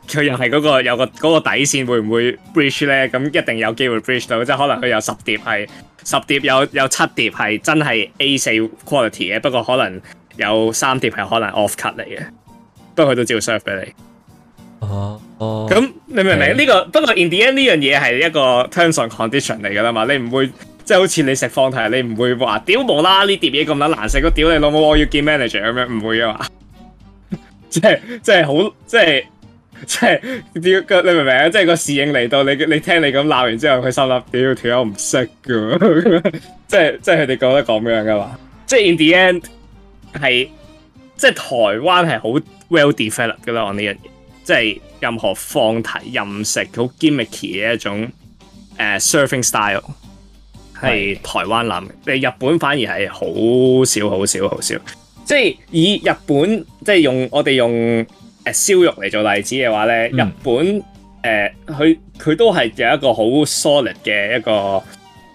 佢又係嗰個有個嗰、個底線會唔會 breach 咧？咁一定有機會 breach 到，即係可能佢有十碟係十碟有有七碟係真係 A 四 quality 嘅，不過可能有三碟係可能 off cut 嚟嘅，不過佢都照 serve 俾你。
哦哦，
咁你明唔明？
嗯
呢、個不過 in the end 呢樣嘢係一個 terms on condition 嚟㗎啦嘛，你唔會即係好似你食放題，你唔會話屌無啦啦呢碟嘢咁撚難食，我屌你老母，我要見 manager 咁樣，唔會啊嘛。 即係即係好即係即係屌個你明唔明啊？即係個侍應嚟到你你聽你咁鬧完之後，佢心諗屌條友唔識㗎， 即係即係佢哋覺得咁樣㗎嘛。即係 in the end 係即係台灣係好 well developed 㗎啦，我呢樣嘢。即係任何放題、任食好 gimmicky 嘅一種誒、呃 surfing style 係台灣諗嘅，你日本反而係好少、好少、好少。即係以日本即係用我哋用誒、呃、燒肉嚟做例子嘅話咧，
嗯
日本誒佢佢都係有一個好 solid 嘅一個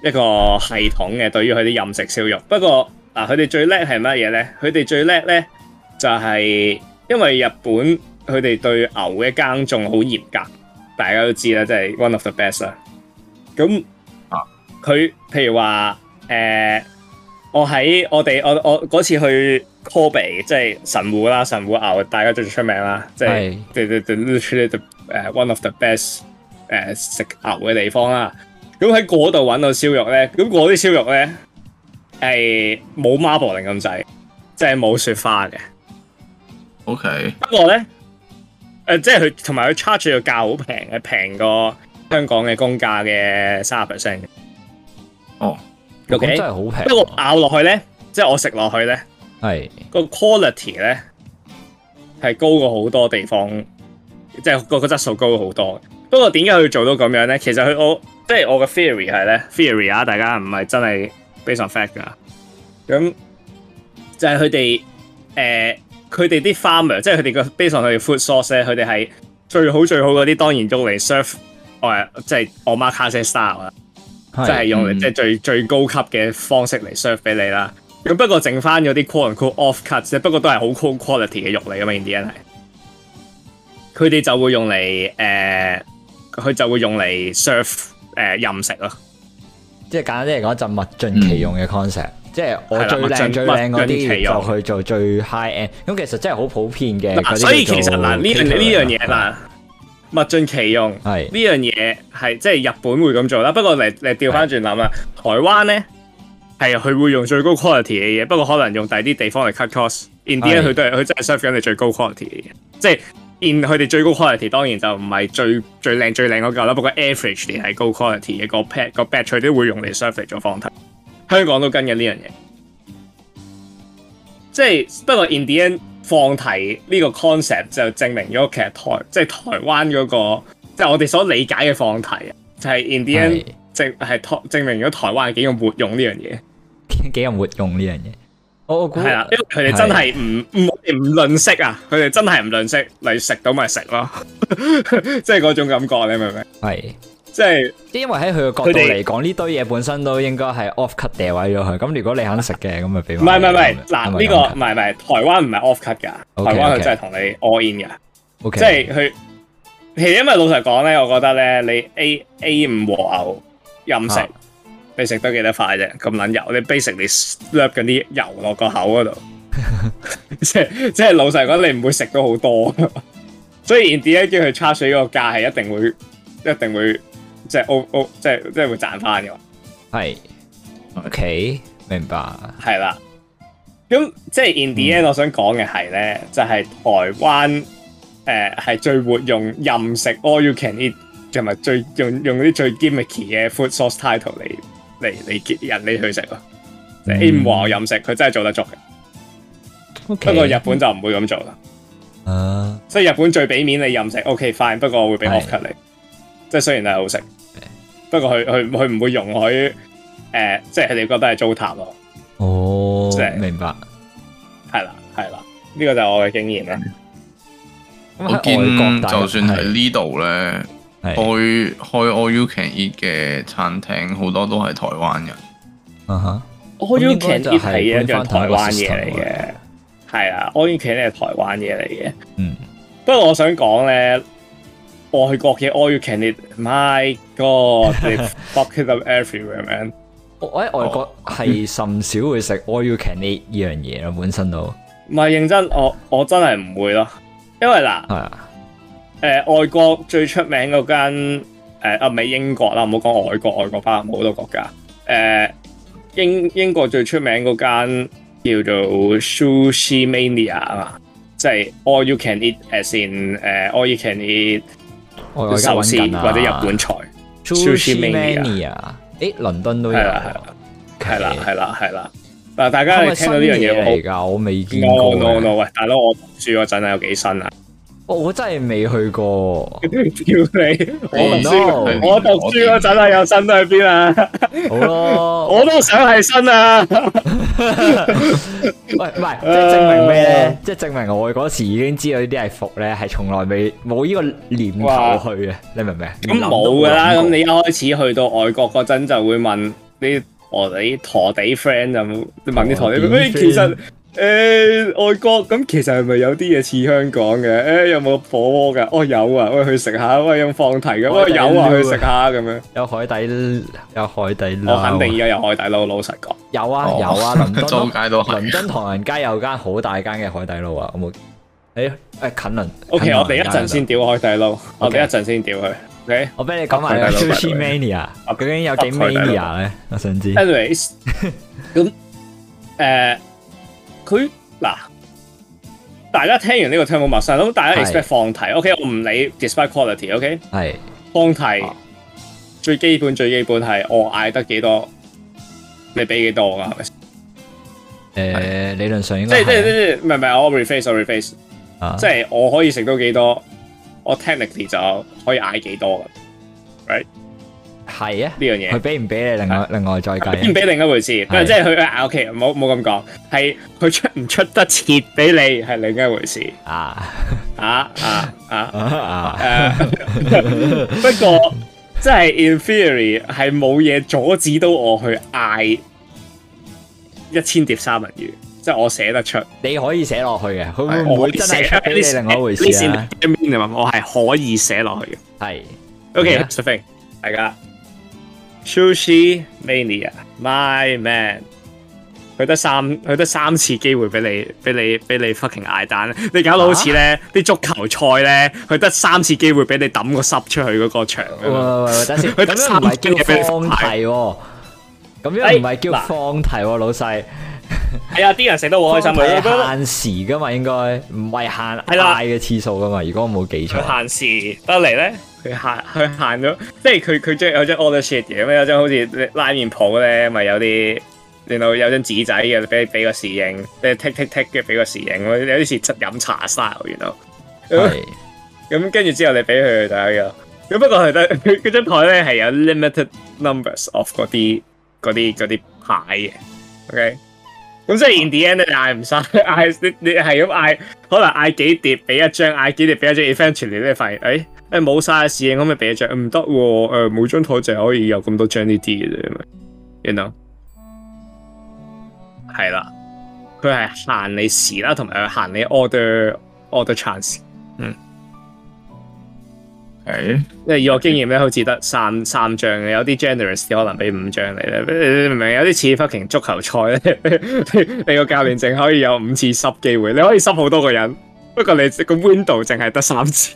一個系統嘅，對於佢啲任食燒肉。不過啊嗱，佢哋最叻係乜嘢咧？佢哋最叻咧就係、因為日本佢哋對牛嘅耕種好嚴格，大家都知啦，即係 one of the best 啦。咁
啊
佢譬如話誒、呃我喺我哋我我嗰次去 Kobe，即係神戶啦，神戶牛大家最出名啦，即係
係
the the the literally the 誒 one of the best 誒、食牛嘅地方啦。咁喺嗰度揾到燒肉咧，咁嗰啲燒肉咧係冇 marbling 咁滯，即係冇雪花嘅。
，OK，
不過咧，誒、即係佢同埋佢 charge 嘅價好平嘅，平過香港嘅公價嘅三十 percent。
哦，
咁
OK
真係好平
不過
喎。
咬落去咧，即係我食落去咧，
係
個 quality 咧係高過好多地方，即係個個質素高好多嘅。不過點解佢做到咁樣咧？其實佢我即係我嘅 theory 係咧，theory 啊，大家唔係真係 based on fact 噶。咁就係佢哋誒，佢哋啲 farmer，即係佢哋個 based on 佢哋 food source 咧，佢哋係最好最好嗰啲，當然用嚟 serve 誒，即係 omakase style 啊啦。即係用嚟
嗯
即係最最高級嘅方式嚟 serve 俾你啦。咁不過剩翻嗰啲 quote unquote off cut 啫，不過都係好 cool quality 嘅肉嚟噶嘛，Indian 係。佢哋就會用嚟誒，呃佢、就會用嚟 serve 誒、呃、任食咯。
即係簡單啲嚟講，就物盡其用嘅 concept。即係我最
嗯係啦物盡
靚最靚嗰
物盡其
啲
用
就去做最 high end。咁其實真係好普遍嘅。
嗱，
嗰啲
所以其
叫
實
做
嗱呢樣
caterer
呢樣嘢嗱，物盡其用呢
啊係
樣嘢係即係日本會咁做啦。不過嚟嚟調翻轉諗啦，台灣咧係佢會用最高 quality 嘅嘢，不過可能用第啲地方嚟 cut cost。in the end
係
佢都係佢真係 serve 緊你最高 quality 嘅嘢，即係 in 佢哋最高 quality 當然就唔係最最靚最靚嗰嚿啦，不過 average 啲係高 quality 嘅個 pat 個 batch 佢都會用嚟 serve 嚟做放題。香港都跟緊呢樣嘢。即係不過 in the end 放題呢個 concept 就證明咗其實台即係台灣嗰、個即係我哋所理解嘅放題啊，就係、in the end
係
證係台證明咗台灣係幾咁活用呢樣嘢，
幾幾咁活用呢樣嘢。我我估
係啦，因為佢哋真係唔唔我哋唔論識啊，佢哋真係唔論識，你食到咪食咯， 即係嗰種感覺，你明唔明？
係。
即係
即係因為喺佢嘅角度
佢哋
嚟講，呢堆嘢本身都應該係 off cut 掉位咗佢。咁如果你肯食嘅，咁咪俾
唔
埋
係唔
你
係
咁
唔係
樣係
嗱
咪
呢個
咁
唔係唔係台灣唔係 off cut 㗎，台
啊 OK，
灣佢
OK
真係同你 all in 㗎。
OK
即係佢，其實因為老實講咧，我覺得咧，你 A A 五和牛任食
啊，
你食得幾多塊啫？咁撚油，你 basic 你 slurp 緊啲油落個口嗰 度，即係即係老實講，你唔會食到好多。所以 in the end，叫佢叉水個價係一定會，一定會即係 O O，即係即係會賺翻嘅。
係 OK，明白。
係啦。咁即係 in the
嗯
end，、我想講嘅係咧，就係、台灣誒係、最活用任食 all you can eat，同埋最用用啲最 gimmicky 嘅 food source title 嚟嚟嚟結人哋去食咯。即
嗯
係 A 五和任食，佢真係做得足嘅。
OK，
不過日本就唔會咁做啦。
啊，
所以日本最俾面你任食，OK fine，不過我會俾
係
off cut 你。即係雖然係好食，不過佢佢佢唔會容許誒、呃即係佢哋覺得係糟蹋咯。
哦
即，係
明白。
係啦，係啦，呢、個就係我嘅經驗啦。
咁
我
喺外
見
國大陸
就算喺
係
呢度咧，
係
開開 All You Can Eat 嘅餐廳好多都係台灣人。
啊哈
All
咁
You
應該
Can
就
Eat
係
係一樣
搬返
台
同一個
灣嘢
system
嚟嘅，係啊，All You Can Eat 係台灣嘢嚟嘅。
嗯，
不過我想講咧，外國嘅 All You Can Eat，My God，they fuck it up everywhere man。
我我喺外國哦係甚少會食 all you can eat 呢樣嘢咯，本身都
唔係認真，我我真係唔會咯，因為嗱，誒、
係啊，
呃外國最出名嗰間誒啊，唔係英國啦，唔好講外國，外國包含好多國家。誒、呃英英國最出名嗰間叫做 Sushi Mania 啊嘛，即係 All You Can Eat as in 誒、All You Can Eat
我而家
壽
揾
司
緊啊
或者日本菜，
sushi
Sushi Mania
mania，誒，倫敦都有，
係啦係啦係啦係啦係啦。嗱，大
係
家你
咪
聽
新
到呢樣
嘢嚟
嘢
㗎？我未見
好
過
，no no
嘅
no，喂，大佬我讀書嗰陣有幾新啊？
我我真係未去過。
屌你！我讀
no
哦
書我讀書嗰陣啊，有新都去邊啊？
好咯，
我都想係新啊！
喂，唔係，即係證明咩
啊
咧？即係證明我嗰時已經知道呢啲係服咧，係從來未冇呢個念
哇
頭去嘅，你明唔明？
咁
諗都
冇噶啦，
諗過
咁你一開始去到外國嗰陣就會問啲陀地陀地 friend 就冇問啲陀地
哦陀地
friend，喂
friend
其實誒、呃外國咁其實係咪有啲嘢似香港嘅？誒、呃有冇火鍋㗎？哦有啊，喂去食下，喂有冇放題嘅，
我
喂有
頂
啊去
你
食下咁樣。
有海底有海底撈，啊
我肯定而家有海底撈，老實講，
有啊
哦
有啊，倫 敦
周
咯
街都係
倫敦唐人街有間好大間嘅海底撈啊，我冇誒誒近鄰。
OK，
近
我
唐
哋
人
一
街
陣先
嗰度，
屌海底撈，我哋一陣先屌佢。OK。
我俾你講埋
海底撈
sushi
海
mania 究竟有幾
北海底撈
mania 咧？我想知。
anyways，咁誒佢嗱，大家聽完呢個 term 好陌生，咁大家
係
expect 放題，OK，我唔理 display quality，OK，、
係
放題、
啊
最基本最基本係我嗌得幾多，你俾幾多㗎，係咪先？
诶，理論上應
即
該
係即係即
啊係
係唔係唔係，我 reface 我 reface，
啊
即係我可以食到幾多，我 technically 就可以嗌幾多㗎
係啊，
呢樣嘢
佢。俾唔俾你另外另外再
唔
計啊？
俾另一回事，不過即係佢啊，OK，唔好唔好咁講，係佢出唔出得切俾你係另一回事
啊
啊啊啊！
啊！
誒，不過即係 in theory 係冇嘢阻止到我去嗌一千碟三文魚，即係我寫得出，
你可以寫落去嘅，佢會
係
唔
我
會真係出俾你另外一回事啊？
啊呢線 minimum 我係可以寫落去嘅。
係
OK，
係啊
s t h i n g 大家 Sushi Mania，My Man，佢得三佢得三次機會俾你俾你俾你 fucking 嗌單，你搞到好似咧啲足球賽咧，佢得三次機會俾你抌個濕出去嗰個場啊咁
喂
樣。
喂喂，等先，
佢
咁樣唔係
三隻嘢俾你
叫放題喎，咁樣唔係叫
哎嗱
放題喎，老細。
係啊，啲人食得好開心嘅，
係限時噶嘛，應該唔係限
係啦
嗌嘅次數噶嘛。如果我冇記錯，
佢限時得嚟咧，佢限佢限咗，即係佢佢將有張 order sheet 嘅，咁有張好似拉麵鋪咧，咪有啲。然後有張紙仔嘅，俾俾個侍應，即係 tick tick tick 嘅俾個侍應，有啲似飲茶 style，然後
係
咁跟住之後你俾佢就係咁。咁不過佢得 佢佢張台咧係有 limited numbers of 嗰啲嗰啲嗰啲牌嘅，OK。咁即係 in the end 你嗌唔晒， 嗌你你係咁嗌，可能嗌幾碟俾一張，嗌幾碟俾一張，eventually 咧發現誒誒冇晒侍應可唔可以俾一張？唔得喎，誒每張台就係可以有咁多張呢啲嘅啫，you know。係啦，佢係限你時啦，同埋佢限你 order order chance。
係
因為以我經驗咧，好似得三三張嘅，有啲 generous 啲可能俾五張你咧。你明唔明？有啲似 fucking 足球賽咧，你 你個教練淨可以有五次濕機會，你可以濕好多個人，不過你個 window 淨係得三次。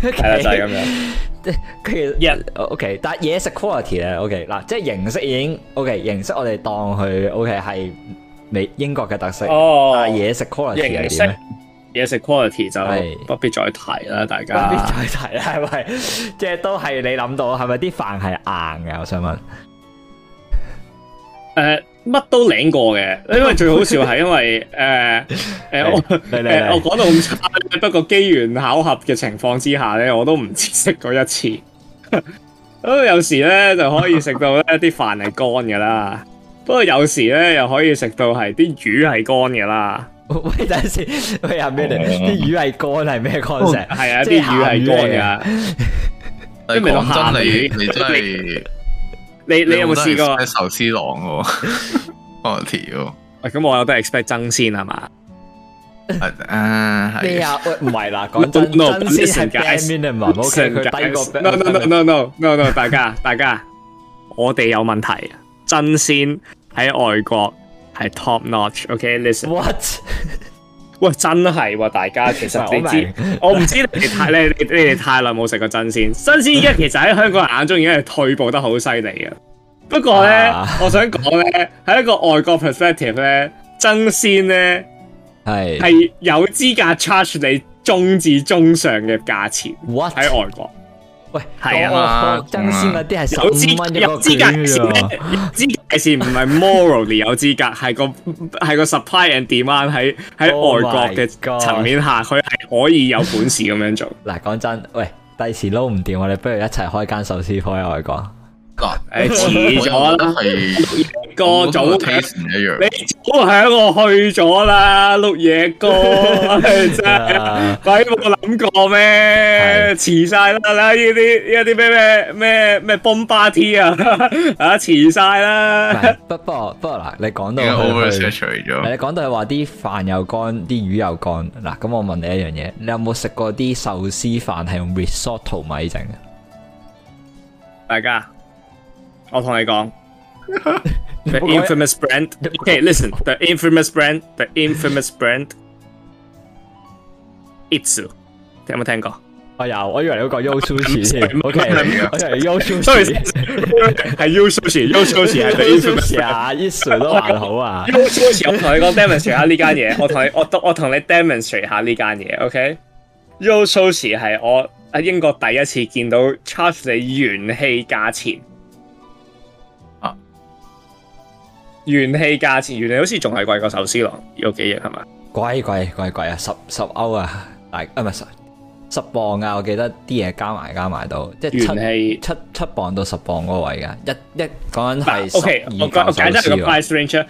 係啦，就係咁樣。
其實
Yeah
OK，但係嘢食 quality 咧，OK 嗱，即係形式已經 OK，形式我哋當佢 OK 係美英國嘅特色，但係
哦，
嘢食 quality 係
形
點咧
式？嘢食
係
quality 就不必再提啦，大
不 必
家。
再提啦，係咪？即係都係你諗到，係咪啲飯係硬嘅？我想問，
誒呃乜都領過嘅， 因為最好笑係因為誒誒我。
嚟
誒、我
嚟
講到咁差咧，不過機緣巧合嘅情況之下咧，我都唔止食過一次。 咁有時咧就可以食到咧啲飯係乾嘅啦，不過有時咧又可以食到係啲魚係乾嘅啦，
嚟，喂等陣先， 喂阿 m i l 啲魚係乾係咩 concept？
係啊，
即
啲
係
魚係
鹹魚嚟
乾嘅。
但
因為
係
落
講真，你
鹹魚
你真係
你你有冇試過？
真係壽司郎喎？ 哦我條
喂咁我有得 expect 爭先係嘛？
啊
咩
係
啊？喂，唔係啦，講真，
No, no,
真先係
listen, guys.
bare minimum，OK，佢低過 bare-
no no no no no no no，大家大家，我哋有問題。啊真鮮喺外國係 top notch，OK，listen、
What？
喂，真係喎，大家其實你
我
知， 我唔知你哋太咧，你你哋太耐冇食過真鮮，真鮮而家其實喺香港人眼中已經係退步得好犀利嘅。不過咧，
啊
我想講咧，喺一個外國 perspective 咧，真鮮咧
係
係有資格 charge 你中至中上嘅價錢
what？
喺外國。
喂，
係啊
嘛
我我爭先嗰啊啲係
有
十
資
五蚊一個
有資格界
卷㗎
線咧，有資格界線唔係 morally 有資格，係個係個 supply and demand 喺喺
Oh
外
my
國嘅層面下，佢係可以有本事咁樣做。
嗱，講真，喂，第時撈唔掂，我哋不如一齊開間壽司鋪喺外 國。
嗱，
誒遲咗啦，
係
個早響
taste 唔一樣。
你早響我去咗啦，碌嘢 哥真係
啊，
鬼冇諗過咩？遲晒啦啦！呢啲呢啲咩咩咩咩 b o m b a t 啊， 啊遲晒
唔係
啦！
不不過不過嗱，你講到
已
哦
經
佢去
oversaturate
唔係
咗，
你講到係話啲飯又乾，啲魚又乾。嗱，咁我問你一樣嘢，你有冇食過啲壽司飯係用 risotto 米整嘅？
大家，我同你講。
唔
The
好講
infamous brand. Okay, listen. The infamous brand. The infamous brand. Itsu，有冇聽過？
我有，哎我以為你講 Yo Sushi
添
添。
OK，
我以為 Yo
sorry，係 U Sushi，U Sushi 係 The infamous brand。
啊 i s 都還好啊。
U Sushi，我同你講 demonstrate 下呢間嘢，我同你我我同你 demonstrate 下呢間嘢，OK？U Sushi 係我喺英國第一次見到 charge 你元氣價錢。
啊
元氣價錢，元氣好似仲係貴過壽司郎要幾億係嘛？
貴貴貴貴啊！十十歐啊，大啊唔係十十磅啊！我記得啲嘢加埋加埋到，即係
元
七
氣
七七磅到十磅嗰個位噶，一一講緊係
嗱
十
，OK，我
二
我
嚿
簡
壽
單
司
個
喎。
price range 啊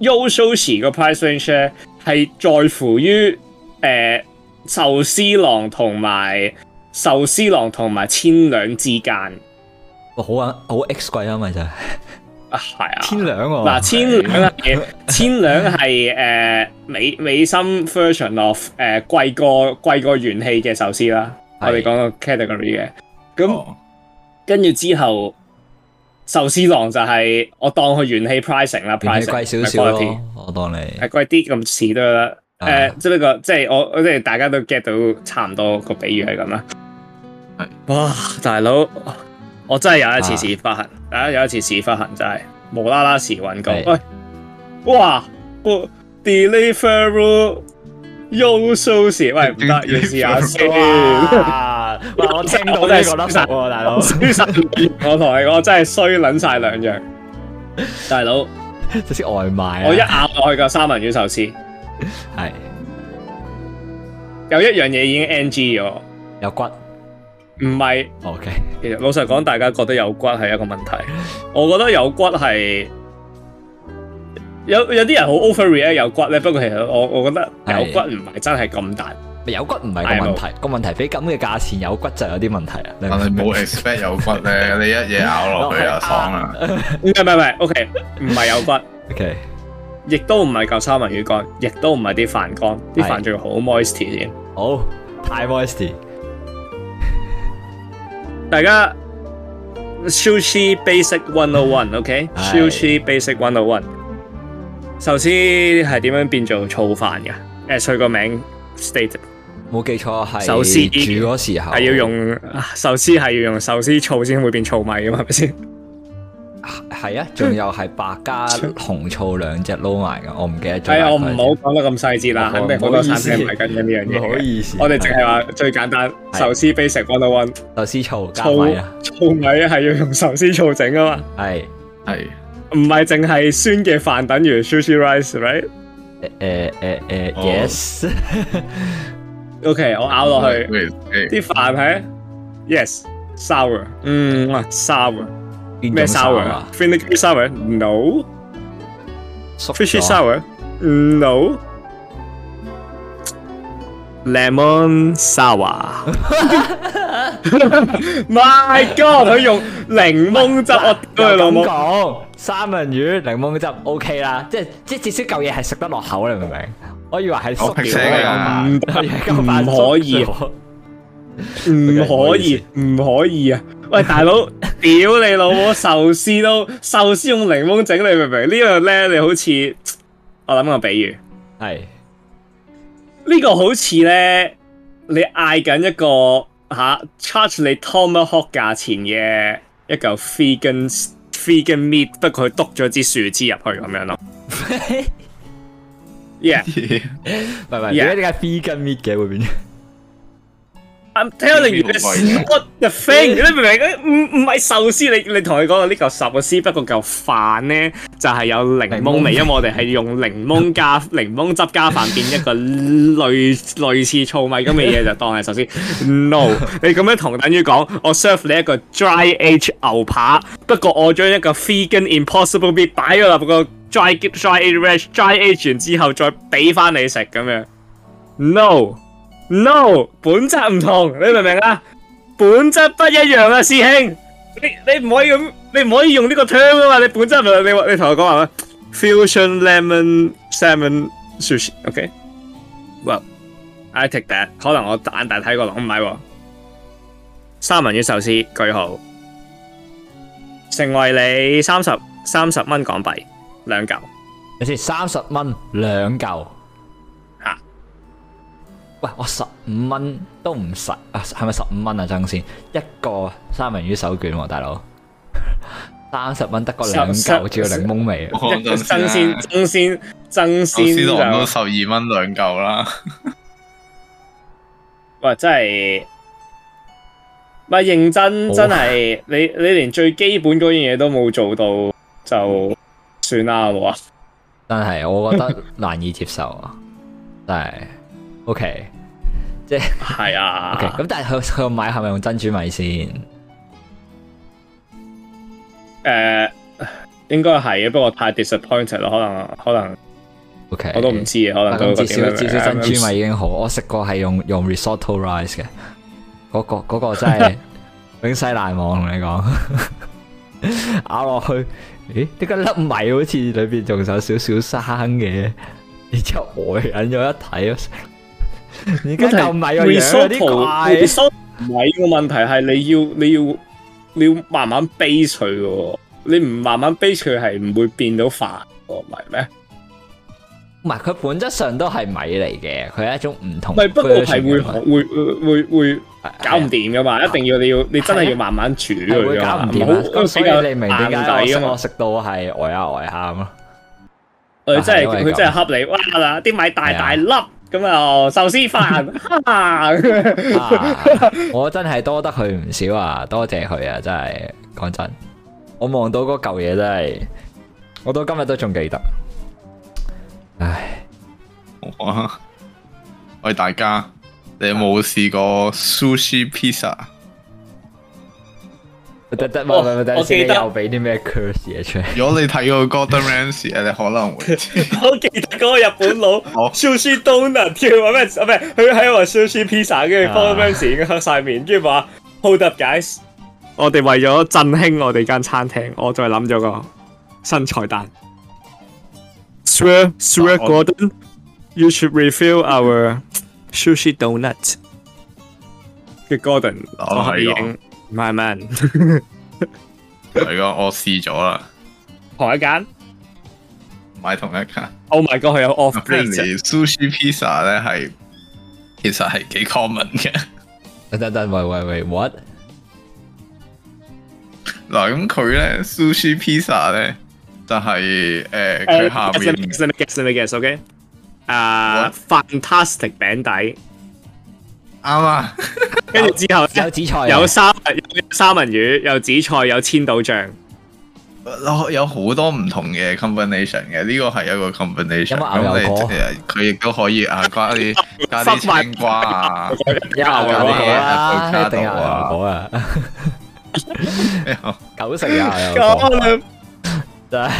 ，Yo Sushi 個 price range 咧係在乎於誒壽司郎同埋壽司郎同埋千兩之間
哇好啊，好 X 貴啊，咪就係
啊，係啊。
千兩哦喎。
嗱，千兩係 千兩係誒美美心 version of 誒貴過貴過元氣嘅壽司啦，我
係
哋講個 category 嘅。咁
哦
跟住之後，壽司郎就係我當佢元氣 pricing 啦
元氣
，pricing
貴少少
quality
咯，我當你
係貴啲咁似都得啦。誒、
啊
只不過即係我我哋大家都 get 到差唔多個比喻係咁啦。
係
哇，大佬，我真係有
啊
一次屎忽痕，大家有一次屎忽痕真係無啦啦時運過，
係
喂，哇我，delivery。Yo sushi，喂唔 得，要試下先。
哇！哇我聽到
我
都係
真
覺得
係
服喎，大 佬，
輸晒兩樣，我同你講，真係衰撚晒兩樣。大佬，
即係外賣啊。
我一咬落去個三文魚壽司，
係
有一樣嘢已經 NG 咗，
有骨
唔係
，OK，
其實老實講，大家覺得有骨係一個問題。我覺得有骨係有有啲人好 overreact 有骨咧，不過其實我我覺得有骨唔係真係咁大。
有骨唔係個問題，個問題俾咁嘅價錢有骨就有啲問題啦。你明
但
唔
係
明
冇 expect 有骨咧， 你一嘢咬落
哦
去啊，爽啊！
唔係唔係唔係，OK，唔係有骨，
？OK，
亦都唔係嚿三文魚乾，亦都唔係啲飯乾，啲飯仲要好 moisty 先。
好，太 moisty，
大家 sushi basic one o one，OK，sushi、basic one o one。壽司係點樣變做醋飯嘅？誒、佢個名 stated。
冇記錯係
壽司
煮嗰時候
係要用啊壽司，係要用壽司醋先會變醋米噶嘛？係咪先？
係啊，仲有係白加紅醋兩隻撈埋㗎，我唔記得咗。
係啊，我唔好講得咁細節
唔
啦，
好
肯定好多餐廳買緊緊呢樣嘢
唔好
嘅。
意思，
我哋淨係話最簡單，壽司 basic one o one，
壽司醋加米啊，
醋醋米係要用壽司醋整噶嘛？
係
係
唔係淨係酸嘅飯等於 sushi rice，right？OK，、
誒誒誒
哦
yes，
我咬落去
喂喂
啲飯係 yes sour，嗯哇 sour
邊
咩
種
sour
啊
啊？vinegar sour？No。
啊縮
Fishy
咗
sour? No. Lemon sour. My God！佢用檸檬汁，我屌佢老母
又咁！講三文魚檸檬汁 OK 啦，即係即係至少嚿嘢係食得落口，你明唔明？我以為係縮
好
咗
食啊
嗰 嚿飯，我以為嚿飯縮咗
唔可以唔
OK，唔好
可
意
以，唔可以啊！喂，大佬，屌你老母！壽司都壽司用檸檬整，你明唔明？呢樣咧，你好似我諗個比喻，
係
呢個好似咧，你嗌緊一個吓、charge 你 tomahawk 價錢嘅一嚿 vegan vegan meat，不過佢篤咗支樹枝入去咁樣咯。yeah，
唔係唔係？
Yeah
點解點解 vegan meat 嘅會變咗？
I'm telling you this what the thing，你明唔明？唔唔係壽司，你你同佢講話呢嚿壽司，不過嚿飯咧就係、有檸檬
檸檬
味，因為我哋係用檸檬加檸檬汁加飯變一個類類似糙米咁嘅嘢，就當係 壽司。No，你咁樣同等於講我 serve 你一個 dry age 牛扒，不過我將一個 vegan impossible meat 擺咗入個 dry dry age rash dry age 完之後再俾翻你食咁樣。No。No，本質唔同，你明唔明啊？本質不一樣啊，師兄，你你唔可以咁，你唔可以用呢個 term 啊嘛，你本質唔同，你話你同我講話咩？Fusion lemon salmon sushi，OK？Well，I、take that，可能我眼大睇過龍，唔係喎。三文魚壽司句號，成為你三十三十蚊港幣兩嚿，
你先三十蚊兩嚿
嚇
喂，我十五蚊都唔實啊，係咪十五蚊啊？爭先一個三文魚手卷喎、大佬， 三十蚊得個兩
十
嚿，
十
仲有檸檬味，
我
一個
陣
爭
先
鮮
啊
啊
啦
爭鮮爭
壽
鮮
司郎都
就。
十二蚊兩嚿啦，
哇！真係，咪認真
好
真係，你你連最基本嗰樣嘢都冇做到，就算啦，好冇啊。
真係我覺得難以接受啊，真係 OK
係
OK，
啊
咁、，但係佢佢買係咪用珍珠米先？
誒應該係嘅，不過太 disappointed 啦，可能可能
O K，
我都唔知嘅，可
啊
能
咁
都
至少至少珍珠米已經好，我食過係用用 risotto rice 嘅，嗰、個嗰、個真係永世難忘，同你講 咬落去，咦？點解粒米好似裏邊仲有少少生嘅？然之後呆忍咗一睇，而家嚿米個樣有啲怪。
risotto 米個問題係你要你要你要慢慢悲佢嘅喎，你唔慢慢悲佢係唔會變到飯喎，唔係咩？
唔係，佢本質上都係米嚟嘅，佢係一種唔同
咪
version 嘅米。
不過係會會會會會搞唔掂噶
啊
嘛，一定要你要你真係要慢慢煮
係啊，係
佢
會
噶
搞
嘛，
唔掂
好
啊！咁所
比較
以你明點
硬
解我
底
食
啊嘛
我。食到係呆下呆下咁咯？
佢真係
啊因為
佢
咁
真係恰你，哇嗱啲米大
係啊
大粒，咁啊壽司 飯，哈哈咁樣
啊！ 我真係多得佢唔少啊！多謝佢啊！真係講真，我望到嗰嚿嘢真係，我到今日都仲記得。唉，
哇！喂，大家，你有冇試過 sushi pizza？
得得，
哦
唔係唔係等陣
我記
先，你
得
又俾啲咩 curse 嘢出嚟？
如果你睇過 Gordon Ramsay 你可能會知。
我記得嗰個日本佬
好
sushi donut 叫話咩？唔係佢喺度話 sushi pizza，跟住
啊
f o r m a n 已經黑晒面，跟住話 hold up guys，我哋為咗振興我哋間餐廳，我再諗咗個新菜單。Sir Sir
啊我
Gordon, you should refill our sushi donut。嘅 Gordon
我係
已
講
經唔係 man，
係噶，我試咗啦，
同一間。
買同一間。
Oh my god，佢有 off plate。
Apparently sushi pizza 咧係其實係幾 common 嘅。
等等等，喂喂喂，what？
嗱，咁佢咧 sushi pizza 咧就係誒佢下
啊 guess, let
面
me guess, let me guess, let me guess, okay? 啊、fantastic 餅底，
啱啊，
跟住之後
有
呢
紫菜，啊
有三文有三文魚，有紫菜，有千島醬。
有哦有好多唔同嘅 combination 嘅，呢個係一個
有
combination。
冇牛油果
咁你誒佢亦都可以啊加啲加
塞埋
啲青瓜 啊。
有牛油
啊
果啦，一定有牛油果啊，
啊
九 成有牛油果，真係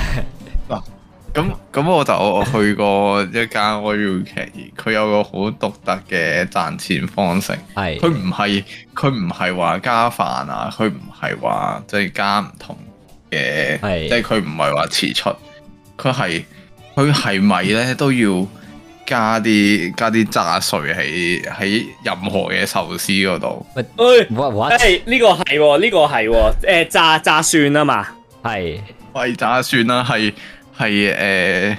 咁咁我就我去過一間 o u k 佢有個好獨特嘅賺錢方式。
係
佢唔係佢唔係話加飯啊，佢唔係話即係加唔同嘅，
係
即係佢唔係話遲出，佢係佢係咪咧都要加啲加啲炸碎喺喺任何嘅壽司嗰度。
誒，
what what
誒哎呢個係喎，呢個係喎，誒炸炸蒜啊嘛，
係
喂，炸算啦，係係誒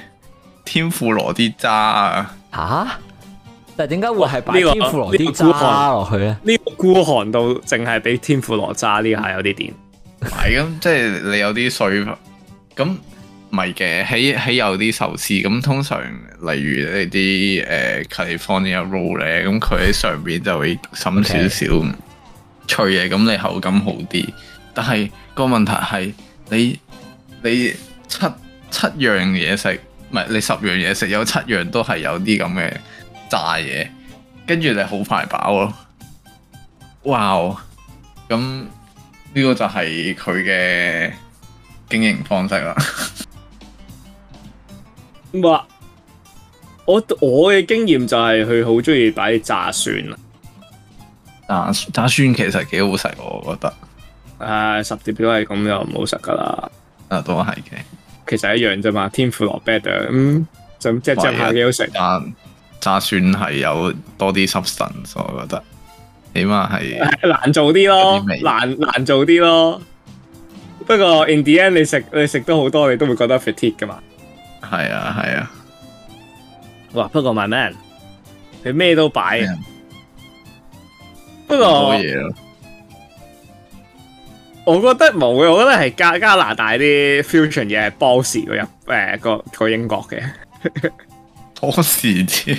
天婦羅啲渣啊！
吓？但係點解會係擺
呢個
天婦羅啲
呢個孤
渣
寒
落去咧？
呢個孤寒到淨係俾天婦羅炸呢下有啲電。
係咁，即係你有啲水咁唔係嘅，喺喺有啲壽司咁，通常例如呢啲誒 California roll 咧，咁佢喺上邊就會滲少
OK
少脆嘅，咁你口感好啲。但係個問題係你你七七樣嘢食，唔係你十樣嘢食，有七樣都係有啲咁嘅炸嘢，跟住你好快飽咯。哇！咁呢個就係佢嘅經營方式啦。
哇！我我嘅經驗就係佢好中意擺啲炸蒜啊。
炸炸酸其實幾好食喎，我覺得
唉、啊十碟都係咁又唔好食噶啦。
啊都係嘅。
其實一樣啫嘛，天婦羅 better，嗯，就即
啊
係即下幾好食。
炸炸酸係有多啲 substance，我覺得起 碼係
難做啲
有
咯
啲味，
難難做啲咯。不過 in the end 你食你食得好多，你都會覺得 fatigue 噶嘛。
係啊係啊。
哇！不過 my man，你咩都擺
咩啊。
不
好多
過
嘢咯，
我覺得冇嘅，我覺得係加加拿大啲 fusion 嘢係 boss 嘅入誒個個英國嘅，
多時啲。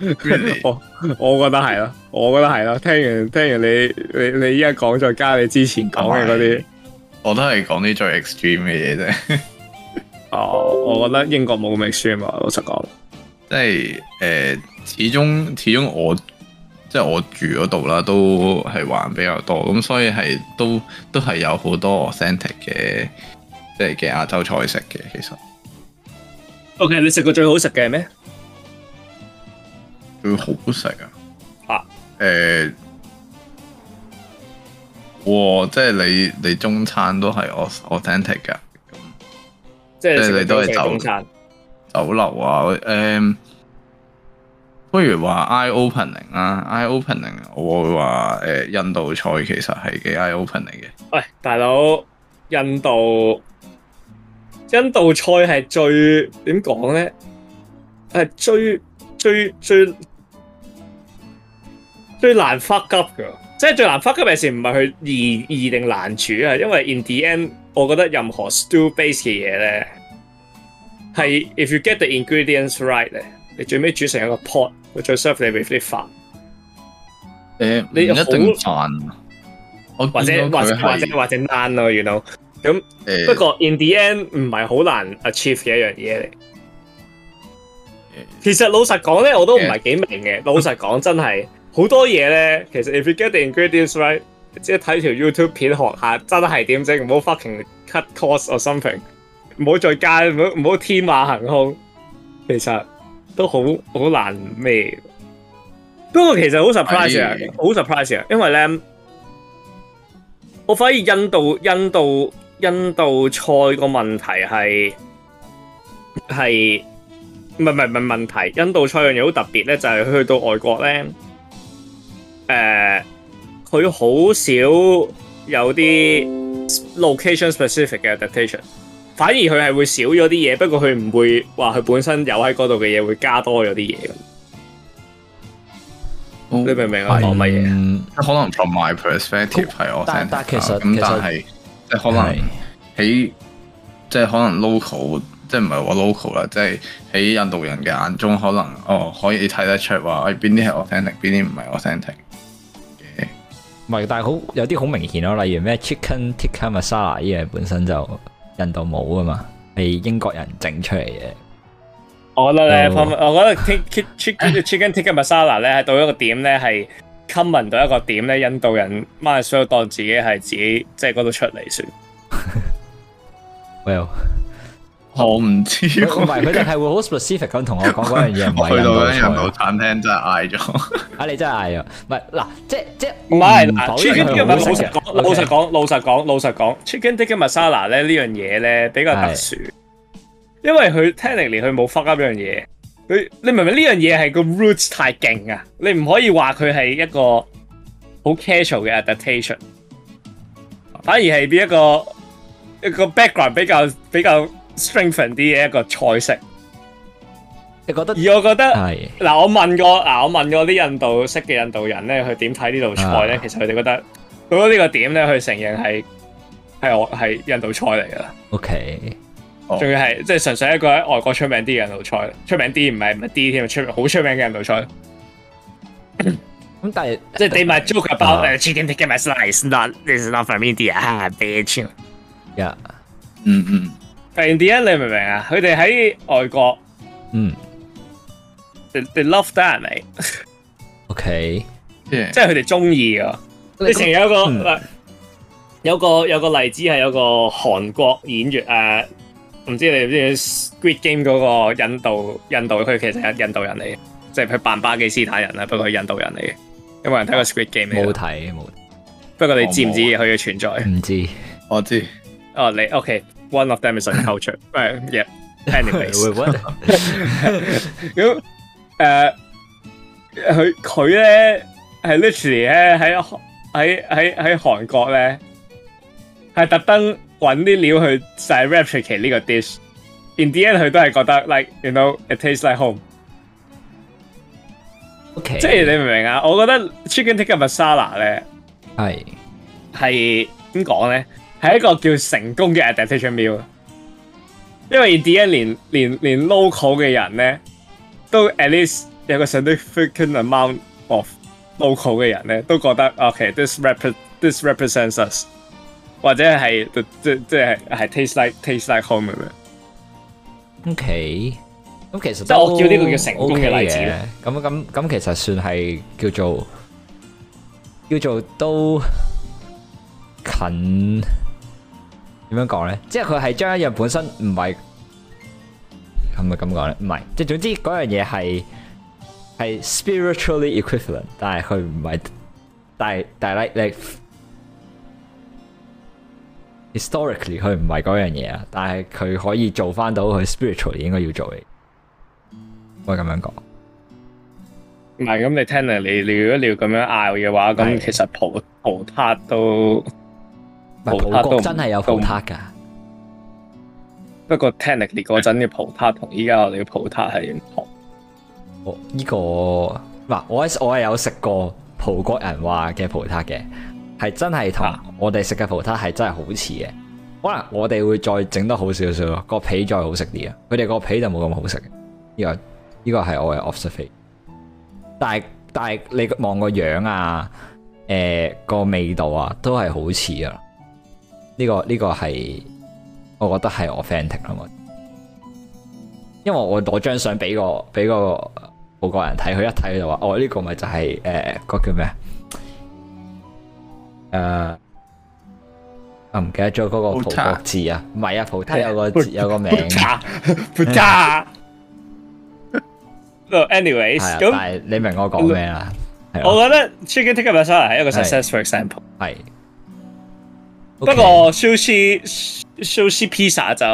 Really？
我我覺得係咯，我覺得係咯。聽完聽完你你你依家講再加你之前講嘅嗰啲。
我都係講啲最 extreme 嘅嘢啫。
哦，我覺得英國冇咁 extreme 啊，老實講。
即係诶、呃始終始終我即係我住嗰度啦，都係玩比較多，咁所以係都都係有好多 authentic 嘅，即係嘅亞洲菜式嘅，其實
OK，你食過最好食嘅係咩？
佢好食啊！
啊，
诶、哇！即係你你中餐都係 au- authentic 噶，
即係
即係
食過
你都
最好
係
食嘅
走
中餐。
酒樓啊，诶、不如話 eye opening 啦，eye opening，我會話诶、誒印度菜其實係幾 eye opening 嘅。
喂，大佬，印度印度菜係最點講咧？係最最最最難 fuck up 㗎，即係最難 fuck up 嘅事唔係佢易易定難處啊，因為 in the end，我覺得任何 stew base 嘅嘢咧，係 if you get the ingredients right 咧，你最尾煮成一個 pot，佢再 serve 你 with 啲飯，
诶，唔
呃你
一
好
定飯，我
或者
見到
或者
佢
或者
係呃
或者 naan 咯，you know。
誒
不過 in the end 唔係好難 achieve 嘅一樣嘢嚟。其實老實講咧，我都唔係幾明嘅。老實講，真係好多嘢咧，其實 if you get the ingredients right，即係睇條 YouTube 片學下，真係點整，唔好 fucking cut cost or something，唔好再加，唔好唔好天馬行空。其實都好好難咩。不過其實好 surprise 啊
係，
好 surprise 啊，因為咧，我反而印度印度印度菜個問題係係唔係唔係唔係問題，印度菜樣嘢好特別咧，就係、佢去到外國咧，誒佢好少有啲 location specific 嘅 adaptation。反而佢係會少咗啲嘢，不過佢唔會話佢本身有喺嗰度嘅嘢會加多咗啲嘢咁。
你
你明唔明我講乜嘢？
嗯
可能 from my perspective 係我
但
authentic
但其實
咁
其實
但係即係可能
係
喺即係可能 local，即係唔係話 local 啦，即係喺印度人嘅眼中，可能哦可以睇得出話，誒哎邊啲係 authentic，邊啲唔係 authentic 嘅。
唔係，但係好有啲好明顯啊咯，例如咩 chicken tikka masala 呢樣本身就印度冇噶嘛，係英國人整出嚟嘅。
我覺得咧，
哦
方我覺得 chicken chicken chicken tikka masala 咧，係到一個點咧係 common 到一個點咧，印度人 m a s h 當自己係自己即係嗰度出嚟算。
Well，
我唔知喎，
唔 係佢哋係會好 specific 咁同我講嗰樣嘢唔
我
係
去
印
到
度
咧印
菜
度。餐廳真係嗌咗，
啊！你真係嗌啊！唔係嗱，即即
唔係
否
嗱
認
，chicken
佢
tikka
好
masala 老
食
實
嘅
講，老實
OK
講，老實講，老實講，chicken tikka masala 咧呢樣嘢咧比較特殊，因為佢 technically 佢冇 fuck up 樣嘢，佢你明唔明呢樣嘢係個 roots 太勁啊？你唔可以話佢係一個好 casual 嘅 adaptation，反而係變一個一個 background 比較比較 strengthen 啲嘅一個菜式，
你覺得
而我覺得。
係
嗱，我問過，嗱，我問過啲印度識嘅印度人咧，佢點睇呢道菜咧？
啊
其實佢哋覺得到咗呢個點咧，佢承認係係我係印度菜嚟噶啦，
OK？
哦
仲要係即係純粹一個喺外國出名啲嘅印度菜，出名啲唔係唔係啲添，出名好出名嘅印度菜，
咁但係
即係 they might joke about
啊
uh, chicken tikka masala is not is not from India, ah, bitch.
呀，
嗯嗯，
但 in the end，你明唔明啊？佢哋喺外國
嗯
，they they love that 係咪？
OK，
即係
即係佢哋中意㗎。之前有一個、
嗯
呃有個有個例子係有個韓國演員誒，呃唔、知你知唔知 Squid Game 嗰個印度印度佢其實係印度人嚟嘅，即係佢扮巴基斯坦人啦，啊不過佢印度人嚟嘅。有冇人睇過 Squid
啊
Game
冇
冇？
睇啊冇
不過你知唔知佢嘅存在？
唔知，
我知，
哦，你 OK，one、of them is a culture，誒、y e a n y w a y s
會 what？
咁誒，佢佢咧係 literally 咧喺喺喺喺韓國咧係特登揾啲料去就係 replicate 呢個 dish。In the end，佢都係覺得 like you know it tastes like home。
OK，
即係你明唔明啊？我覺得 chicken tikka masala 咧
係
係點講咧？係一個叫成功嘅 adaptation meal。因為 in the end 連連連 local 嘅人咧，都 at least 有個 significant amount of local 嘅人咧，都覺得 OK，this、rep this represents us，或者係即即係係 taste like taste like home 咁樣。
OK，咁其實
即係我
都
叫呢個叫成功嘅
OK
例子啦
咁咁咁其實算係叫做叫做都近點樣講咧？即係佢係將一樣本身唔係係咪咁講咧？唔係，即係總之嗰樣嘢係係 spiritually equivalent，但係佢唔係，但係但係你。你 historically 佢唔係嗰樣嘢啊，但係佢可以做翻到佢 spiritually 應該要做嘅嘢，可以咁樣講。
唔係咁，你聽嚟你你如果你要咁樣拗嘅話，
係
咁其實葡葡撻都
唔係
葡撻
葡國
啊都唔
真係有葡撻㗎，
不過 technically 嗰陣嘅葡撻同依家我哋嘅葡撻係唔同。
我呢、個嗱我喺我係有食過葡國人話嘅葡撻嘅，係真係同
啊
我哋食嘅葡撻係真係好似嘅。可能我哋會再整得好少少咯，個皮再好食啲啊。佢哋個皮就冇咁好食嘅。呢、個呢、個係我嘅 observation。但係但係你望個樣啊，誒、個味道啊，都係好似啊。呢、個呢、個係我覺得係 authentic 啦，我因為我攞張相俾個俾個葡國人睇，佢一睇佢就話：哦，呢、個咪就係、誒、個叫咩啊？誒、啊我唔記得咗嗰個葡國字啊，唔係啊，葡萄有個字有個名。
加不加。No, anyways，
係啊，
咁
但係你明我講咩啦？係咯
我覺得 chicken tikka ah, masala 係一個
係
successful example。
係。
不過 sushi sushi pizza 就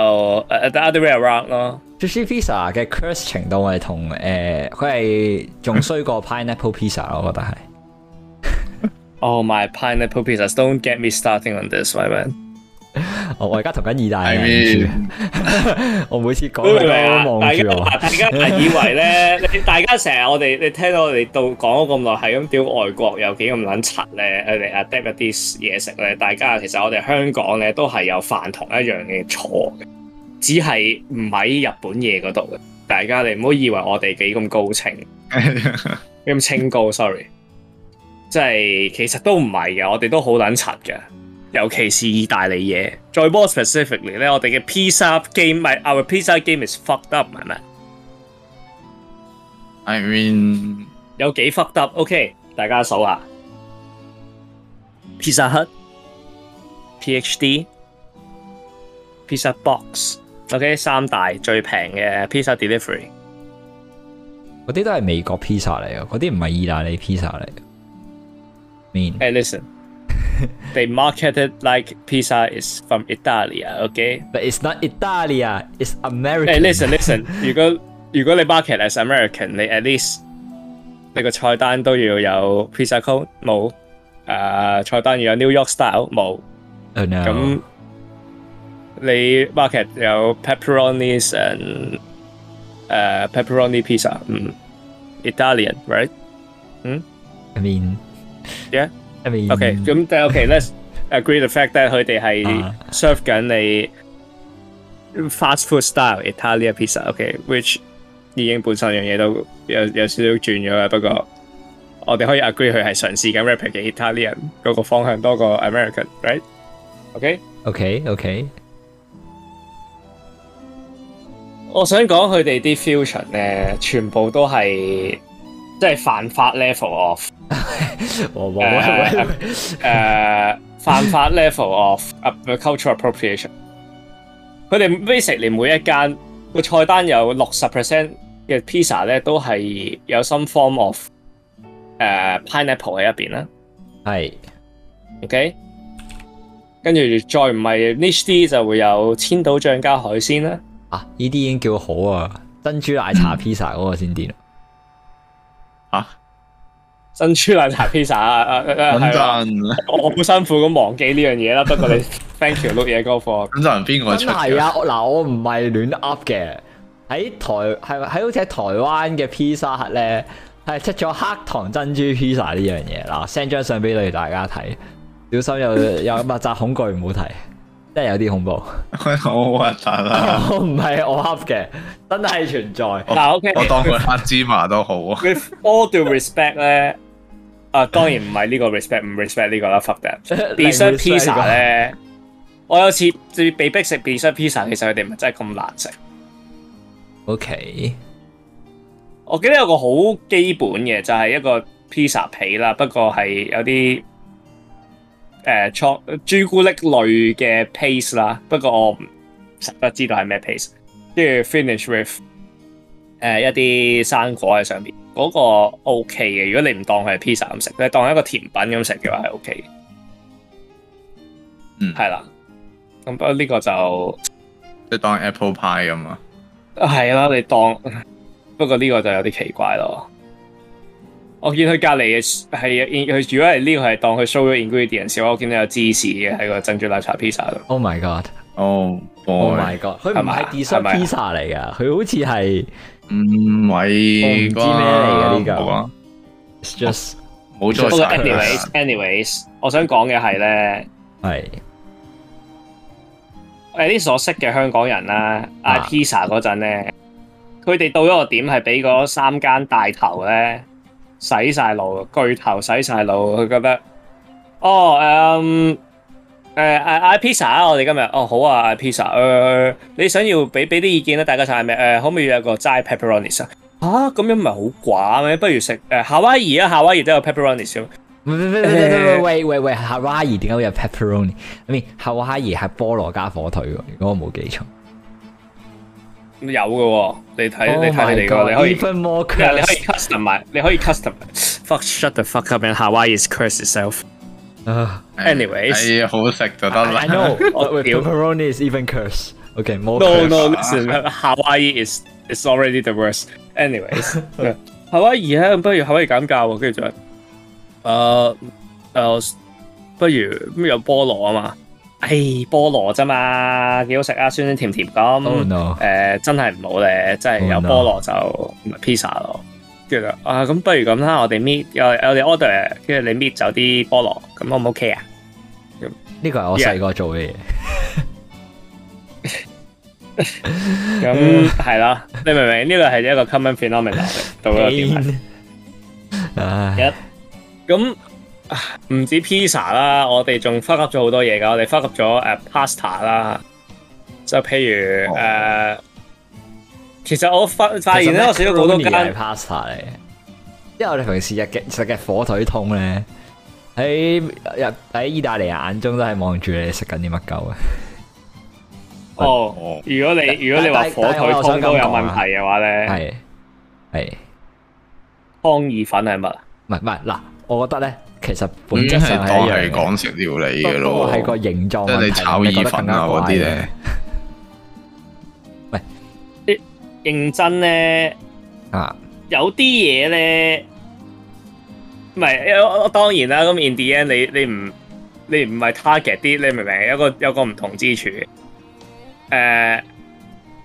誒 the other way around 咯。
sushi pizza 嘅 curse 程度係同誒，佢係仲衰過 pineapple pizza 咯，我覺得係。
Oh my pineapple pizzas! Don't get me starting on this, my man.
我我而家同緊意大利
I
人 住，我每次講
你明唔
都
明啊
望
大家
住我。
大家 係以為咧，你大家成日我哋你聽到我哋到講咗咁耐，係咁屌外國有幾咁撚柒咧，佢哋 adapt 一啲嘢食咧，大家其實我哋香港咧都係有犯同一樣嘅錯嘅，只係唔喺日本嘢嗰度嘅。大家你唔好以為我哋幾咁高清。咁清高，sorry，即係其實都唔係嘅，我哋都好撚柒嘅，尤其是意大利嘢。再 more specifically 咧，我哋嘅 pizza game 咪 our pizza game is fucked up 係咪？
I mean，
有幾 fucked up？OK，、大家數下，Pizza Hut、PhD、Pizza Box，OK、三大最平嘅 pizza delivery。
嗰啲都係美國 pizza à? 嚟嘅，嗰啲唔係意大利 pizza 嚟嘅。面
Hey, listen. They marketed like pizza is from Italy，OK？、
，but it's not Italia, it's America。
誒，listen listen，如果如果你 market as American，你 at least 你個菜單都要有 pizza cone 冇，誒、菜單要有 New York style 冇，
Oh no，
咁、你 market 有 pepperonis and 誒、pepperoni pizza，嗯，Italian，right？Yeah，OK，、
I mean，I mean，
咁但係 OK，let's、agree the fact that 佢哋係
啊
serve 緊你 fast food style Italia pizza，OK，which、已經本身樣嘢都有有少少轉咗啦。不過我哋可以 agree 佢係嘗試緊 rapid 嘅 Italian 嗰個方向多過 American，right？OK，、
OK，OK，
我想講佢哋啲 fusion 咧，全部都係即係犯法 level of
我我
誒
我
誒、呃犯法 level of 呃 cultural appropriation。佢哋 basically 每一間個菜單有六十 percent 嘅 pizza 咧，都係有 some form of 誒、pineapple 喺入邊啦。
係
OK，跟住再唔係 niche 啲就會有千島醬加海鮮啦。
啊，呢啲已經叫好啊，珍珠奶茶 pizza 嗰個先掂。
吓
珍珠奶茶 pizza 啊啊啊啊，
咁
係啊！
陣
我好辛苦咁忘記呢樣嘢啦。不過你 thank you 碌嘢哥貨，
咁陣邊個出
真係
嘅？
啊！ 我嗱，我唔係亂噏嘅，喺台係咪喺好似喺台灣嘅 pizza Hut 咧，係出咗黑糖珍珠 pizza 呢樣嘢。嗱，send 張相俾你大家睇，小心有 有密集恐懼唔好睇，真係有啲恐怖。
我 好核突啊！
我唔係我噏嘅，真係存在。
嗱 OK，
我當佢黑芝麻 都好啊！
with all due respect 咧，啊當然唔係呢個 respect，唔 respect 呢個啦，fuck that。dessert
零 respect 呢
pizza
個
咧，我有次最被逼食 dessert pizza，其實佢哋唔係真係咁難食，
OK，
我記得有個好基本嘅，就係、一個披薩皮啦，不過係有啲誒錯朱古力類嘅 paste 啦，不過我唔實不知道係咩 paste，跟住 finish with 誒、一啲生果喺上邊，嗰、個 OK 嘅。如果你唔當佢係披薩咁食，你當係一個甜品咁食嘅話係 OK 嘅。
嗯
係啦。咁不過呢個就〜
即係當 Apple Pie 咁啊。
系啦，你當不過呢個就有啲奇怪咯。我見佢隔離嘅係佢如果係呢個係當佢 show 咗 ingredients 嘅話，我見到有芝士嘅喺個珍珠奶茶 pizza 度。
Oh my God，Oh
哦
Oh my
boy，
God，佢
係
唔
咪啊
係 dessert
係咪啊
pizza 嚟㗎，佢好似係
唔
我唔
係
知咩嚟嘅呢個
冇啊
it's just
冇再啊
不過
查啦
anyways，anyways，我想講嘅係咧，
係
誒啲所識嘅香港人啦，嗌
啊
pizza 嗰陣咧，佢哋到咗個點係俾嗰三間大頭咧洗晒腦，巨頭洗晒腦，佢覺得哦誒誒嗌嗌 pizza 啊！我哋今日哦好啊，嗌 pizza 誒、你想要俾俾啲意見咧，大家想係咩誒？可唔可以有個齋 pepperonis 啊？嚇咁樣唔係好寡咩？不如食誒、夏威夷啊！夏威夷都有 pepperonis 咁。
喂喂喂喂喂喂，Hawaii 點解會有 pepperoni？I mean Hawaii 係菠蘿加火腿喎，如果我冇記錯。
有嘅喎、你睇、
Oh
你睇
my
你哋個，你可以
God，even more
你可以
cursed
custom 埋，你可以 custom。Fuck shut the fuck up and Hawaii is curse itself。
啊
anyways
係好食就得啦
I。know，
我
but
屌
pepperoni is even cursed。Okay，more
No no
cursed。
listen, Hawaii is is already the worst. Anyways，夏威夷咧，不如夏威夷減價喎，跟住就誒誒，呃不如咁有菠蘿啊嘛。唉，菠蘿啫嘛，幾好食啊，酸酸甜甜咁。
Oh no，
誒、真係唔好咧，真係有
Oh
菠
no
蘿就唔係 pizza 咯。跟住就啊，咁不如咁啦，我哋 meet 我我哋 order，跟住你 meet 走啲菠蘿，咁 O 唔 OK 啊？
呢個係我
Yeah
細個做嘅嘢。
咁係啦，你明唔明？呢個係一個 common phenomenon 嚟到咗點 係
Pain 唉，
咁啊唔止 pizza 啦，我哋仲 fuck up 咗好多嘢㗎，我哋 fuck up 咗誒 pasta 啦，就譬如誒、呃
哦
其實我發發現咧，我少咗好多間
pasta 嚟，因為我哋平時日嘅食嘅火腿痛咧，喺日喺意大利人眼中都係望住你食緊啲乜鳩啊！
哦。
哦，
如果你如果你話
但
火腿湯都有問題嘅話咧，
係係
湯意粉係乜啊？
唔係唔係嗱？我覺得咧，其實本
本
質
質係
上
當
係一
係
樣嘅，
港式料理嘅
不過
咯，
係個形狀
即係
問
你
題
炒
令你
意
覺得
粉
更加
啊嗰
怪
啲咧，
認真咧，
啊！
有啲嘢咧，唔係我我當然啦。咁 in the end，你你唔你唔係 target 啲，你明唔明？有個有個唔同之處嘅。誒、i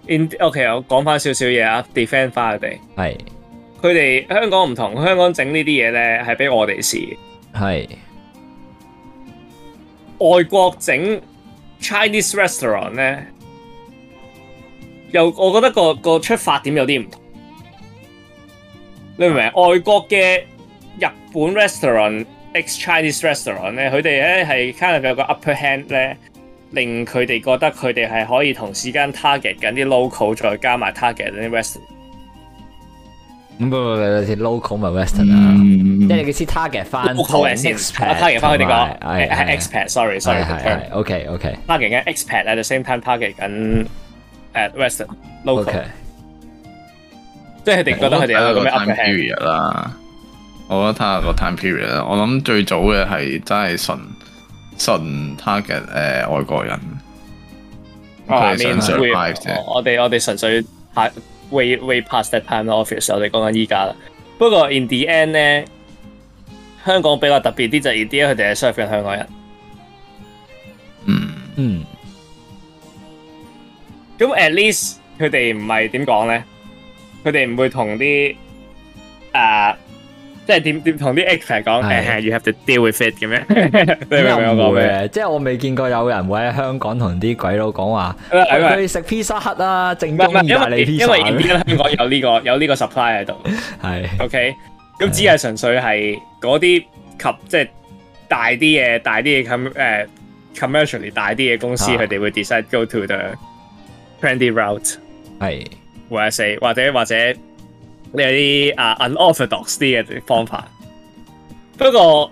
n OK，我講翻少少嘢啊，defend 翻佢哋。
係
佢哋香港唔同，香港整呢啲嘢咧係俾我哋試嘅。
係
外國整 Chinese restaurant 咧，又我覺得個個出發點有啲唔同。你明唔明？外國嘅日本 restaurant、ex Chinese restaurant 咧，佢哋咧係 kind of 有個 upper hand 咧，令佢哋覺得佢哋係可以同時間 target 緊啲 local，再加埋 target 緊啲 western。
咁不不不，local 咪 western 啊？
嗯
即係你嘅先 target 翻
local 係先 target 翻佢哋
講
個係係 expat，sorry
係
sorry
係
the term
係 OK OK
target 緊 expat at the same time target 緊 at western local。
OK。
即係佢哋覺得佢哋有個啊咁嘅
我覺得睇下個
upper
time
hand。
period 啦，我覺得睇下個 time period 啦。我諗最早嘅係真係純純 target 誒外國人，
哦
佢
I
哋想
mean，
survive 啫。
我我哋我哋純粹 pa- way way past that time 啦，office 我哋講緊依家啦。不過 in the end 咧，香港比較特別啲就係 in the end 佢哋係 serve 緊香港人。
嗯，
嗯，
咁 at least 佢哋唔係點講咧？佢哋唔會同啲誒，即係點點同啲 expert 講
係
誒，you have to deal with it 咁 樣。你明唔明我講咩？
嘅，即係我未見過有人會喺香港同啲鬼佬講話，
係咪
喂去食 pizza hut 啊，正
唔係唔
宗意大
係，因為
利
因為 in the
pizza 啊
end 香港有呢個有呢個 supply 喺度。
係
OK，咁只係純粹係嗰啲及即係大啲嘅大啲嘅 com 誒 commercially 大啲嘅公司，
啊
佢哋會 decide go to the trendy route。
係
或者四，或者或者你有啲啊 unorthodox 啲嘅方法。不過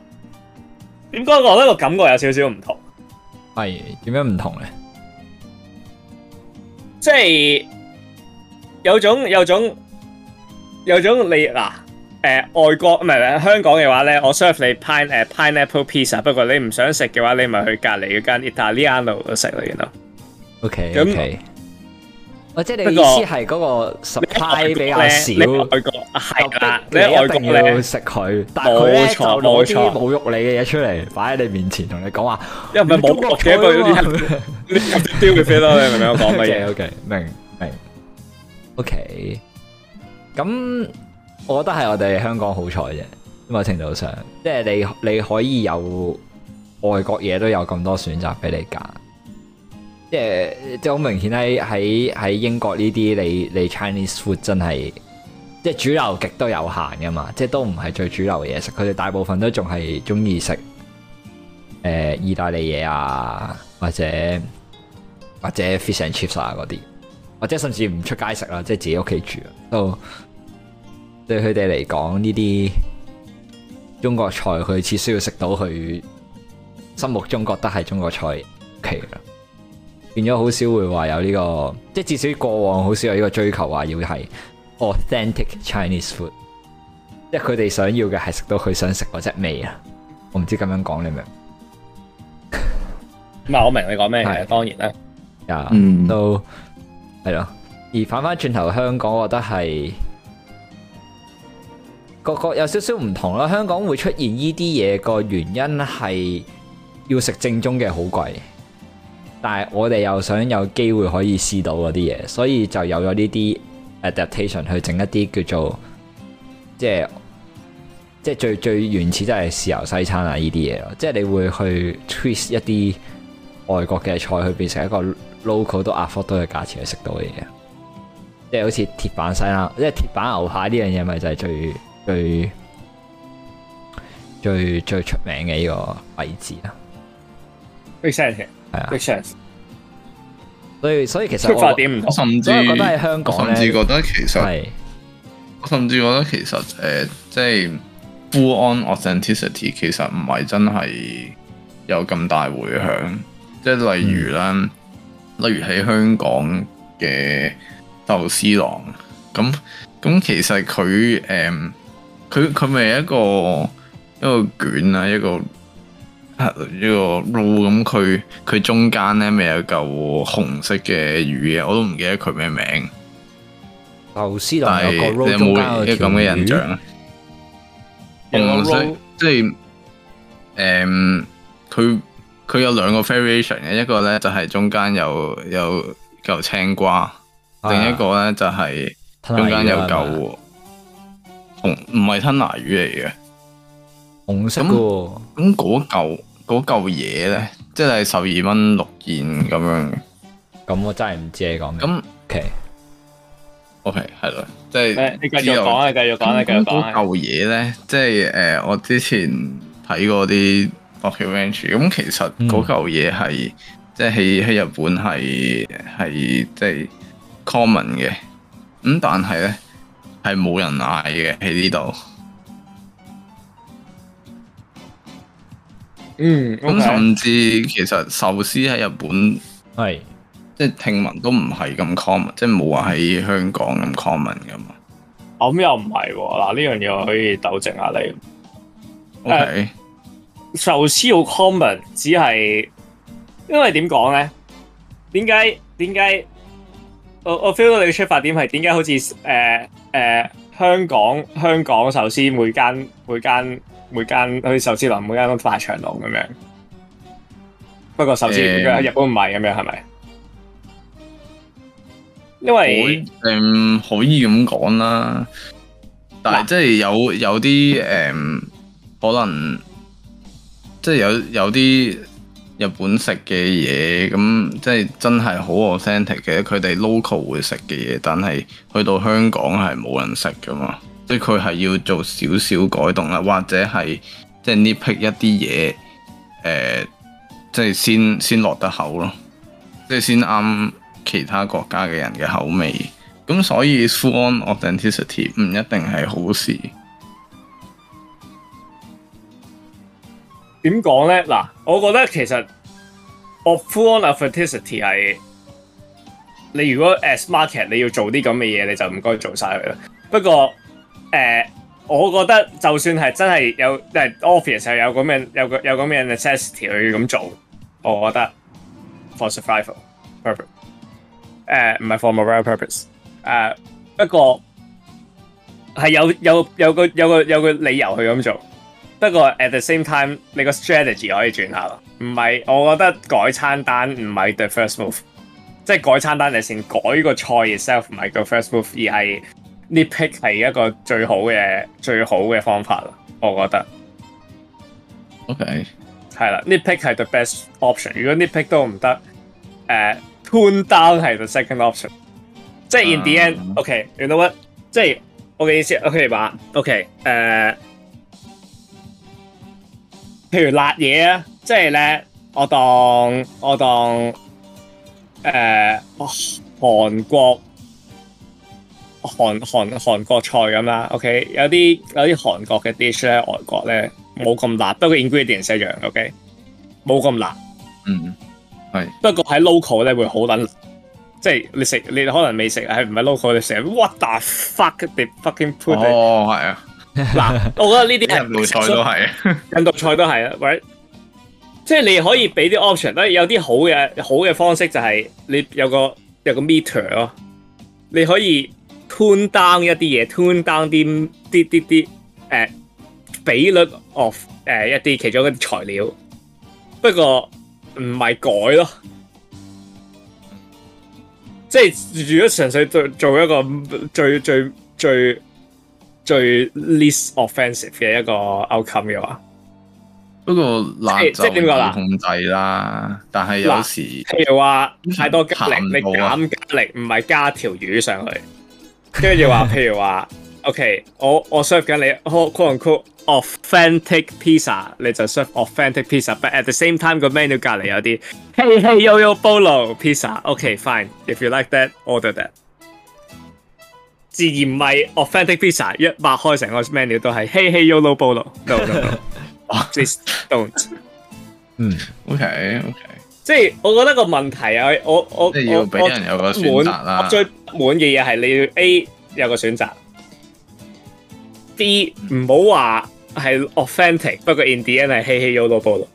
點講？我覺得個感覺有少少唔同，
系点样唔同咧？
即係有種有種有種你嗱誒、外國唔係唔係香港嘅話咧，我 serve 你 pine 誒、pineapple pizza，不過你唔想食嘅話，你咪去隔離嗰間 Italiano 度食啦，原來。
OK
咁
OK，哦，即系你
不
意
過
思系嗰個
喺
supply 比較少，
外國係啦，
就
你
逼
喺外
你一定
國咧
要，食佢，但係佢咧就
冇錯
攞啲
冇錯
侮辱你嘅嘢出嚟擺喺你面前，同你講話，
因為唔係冇國
啊
嘅，不過有啲
啲
你咁丟嘅 feel 咯，你明唔 明我講乜嘢？
？O K，明明，O K，咁我覺得係我哋香港好彩啫，某程度上，即係你你可以有外國嘢都有咁多選擇俾你揀。即係即係好明顯喺喺喺英國呢啲你你 Chinese food 真係即係主流極都有限噶嘛，即係都唔係最主流嘅嘢食，佢哋大部分都仲係中意食誒意大利嘢啊，或者或者 fish and chips 啊嗰啲，或者甚至唔出街食啦，即係自己屋企煮啊。都對佢哋嚟講呢啲中國菜，佢只需要食到佢心目中覺得係中國菜 OK 啦。變咗好少會話有呢、個，即係至少過往好少有呢個追求話要係 authentic Chinese food，即係佢哋想要嘅係食到佢想食嗰只味啊！我唔知咁樣講你明唔明
唔係我明你講咩
係
嘅，當然啦。
啊？
嗯
都係咯。而反翻轉頭香港，我覺得係個個有少少唔同啦。香港會出現呢啲嘢個原因係要食正宗嘅好貴，但係我哋又想有機會可以試到嗰啲嘢，所以就有咗呢啲 adaptation 去整一啲叫做即係。即係最最原始就係豉油西餐啊！呢啲嘢咯，即係你會去 twist 一啲外國嘅菜去變成一個 local 都 afford 到嘅價錢去食到嘅嘢，即係好似鐵板西啦，即係鐵板牛排呢樣嘢咪就係最最最最出名嘅呢個位置啦，
make sense，
係啊
make，sense。
所以所以其實
出發
我
點唔同
我，甚至
所以我覺得喺香
我
港
甚至
咧
覺得其實，
係
我甚至覺得其實誒、呃即係 full on authenticity 其實唔係真係有咁大迴響。即係例如啦，
嗯
例如喺香港嘅豆絲郎，咁咁其實佢誒佢佢咪一個一個卷啊，一個一個 roll 咁，佢佢中間咧咪有嚿紅色嘅魚嘅，我都唔記得佢咩名。
豆絲
但
檔
係
有個
你
roll
有
中
冇
間有
一個
條
咁嘅印象
魚，
啊？
有個
紅
roll
色嗯即係誒，佢佢有兩個 variation 嘅，一個咧就係中間有有嚿青瓜，
啊
另一個咧就係
吞拿魚
中
啊
間有
係咪
嚿紅，唔係吞拿魚嚟嘅。
紅色嘅
咁
喎，
咁嗰嚿嗰嚿嘢咧，即係十二蚊六件咁樣嘅。
咁我真係唔知你講咩。
咁
OK，
OK 係咯，即係
你繼續講啊，繼續講啊，繼續講
嗰
啊。
嚿嘢咧，即係誒、呃我之前睇過啲 documentary，咁其實
嗯
嗰嚿嘢係即係喺喺日本係係即係 common 嘅，咁但係咧係冇人嗌嘅喺呢度，
嗯，
咁甚至其實壽司喺日本
係
即係聽聞都唔係咁 common，即係冇話喺香港咁 common 噶嘛。
哦咁又唔係喎。嗱，呢樣嘢我可以糾正下你。
OK，、
壽司好 common，只係因為點講咧？點解點解？我我 feel 到你嘅出發點係點解好似誒誒香港香港壽司每間每間每間好似壽司郎每間都大長龍咁樣。不過壽司
誒
日本唔係咁樣係咪？因為
可嗯可以咁講啦，但係即係有有啲誒、嗯可能即係有有啲日本食嘅嘢，咁即係真係好 authentic 嘅，佢哋 local 會食嘅嘢，但係去到香港係冇人食噶嘛，即係佢係要做少少改動啦，或者係即係 nitpick 一啲嘢，誒、即係先先落得口咯。即係先啱其他國家嘅人嘅口味。咁所以 full on authenticity 唔一定係好事。
點講咧？嗱，我覺得其實 of full on authenticity 係你如果 as market 你要做啲咁嘅嘢，你就唔該做晒佢啦。不過誒、呃我覺得就算係真係有即係 office 係有咁嘅有個有咁嘅 necessity 去咁做，我覺得 for survival purpose 誒唔係 for moral purpose 誒、不過係有有有個有個有個理由去咁做。不過 at the same time，你個 strategy 可以轉下咯。唔係，我覺得改餐單唔係 the first move，即係改餐單你先改個菜 itself 唔係個 first move，而係呢 pick 係一個最好嘅最好嘅方法咯。我覺得
OK，
係啦，呢 pick 係 the best option。如果呢 pick 都唔得，誒、turn down 係 the second option。即係 in the
嗯
end，OK，you、know what？即係我嘅意思，OK 吧？OK，誒、譬如辣嘢啊，即係咧，我當我當誒、呃、韓國韓韓韓國菜咁啦，OK，有啲有啲韓國嘅 dish 咧，外國咧冇咁辣，不過 ingredients 一樣，OK，冇咁辣，
嗯，
不過喺 local 咧會好撚辣，即係你食你可能未食係唔係 local 你食，what the fuck they fucking put it？
哦，係啊，
嗱、我覺得呢啲係
印度菜 都係，
印度菜都係啊，或者即係你可以俾啲 option 啦。有啲好嘅好嘅方式就係你有個有個 meter 咯，你可以 tune down 一啲嘢，tune down 啲啲啲啲誒比率 of 誒、一啲其中一啲材料，不過唔係改咯。即係如果純粹做做一個最最最最 least offensive 嘅一個 outcome 嘅話，
不過辣
即係即係
就
點講啊辣
要控制啦，但係有時
譬如話太多咖力，
鹹
你
到啊
減咖力唔係加條魚上去，跟住話譬如話，OK，我我 serve 緊你 quote n quote authentic pizza，你就 serve authentic pizza，but at the same time 個 menu 隔離有啲 hey hey yo yo bolo pizza，OK、fine，if you like that order that。自然唔係 authentic pizza，一擘開成個 menu 都係 hey hey yo yo bolo，no no no，please don't。
嗯，
OK OK，
即係我覺得個問題係我我
即係要
我
俾
我
人有個
不
選
滿
擇啦
我。最不滿嘅嘢係你要 A 有個選擇，B 唔
嗯
好話係 authentic，不過 in the end 係稀稀 y o l o b o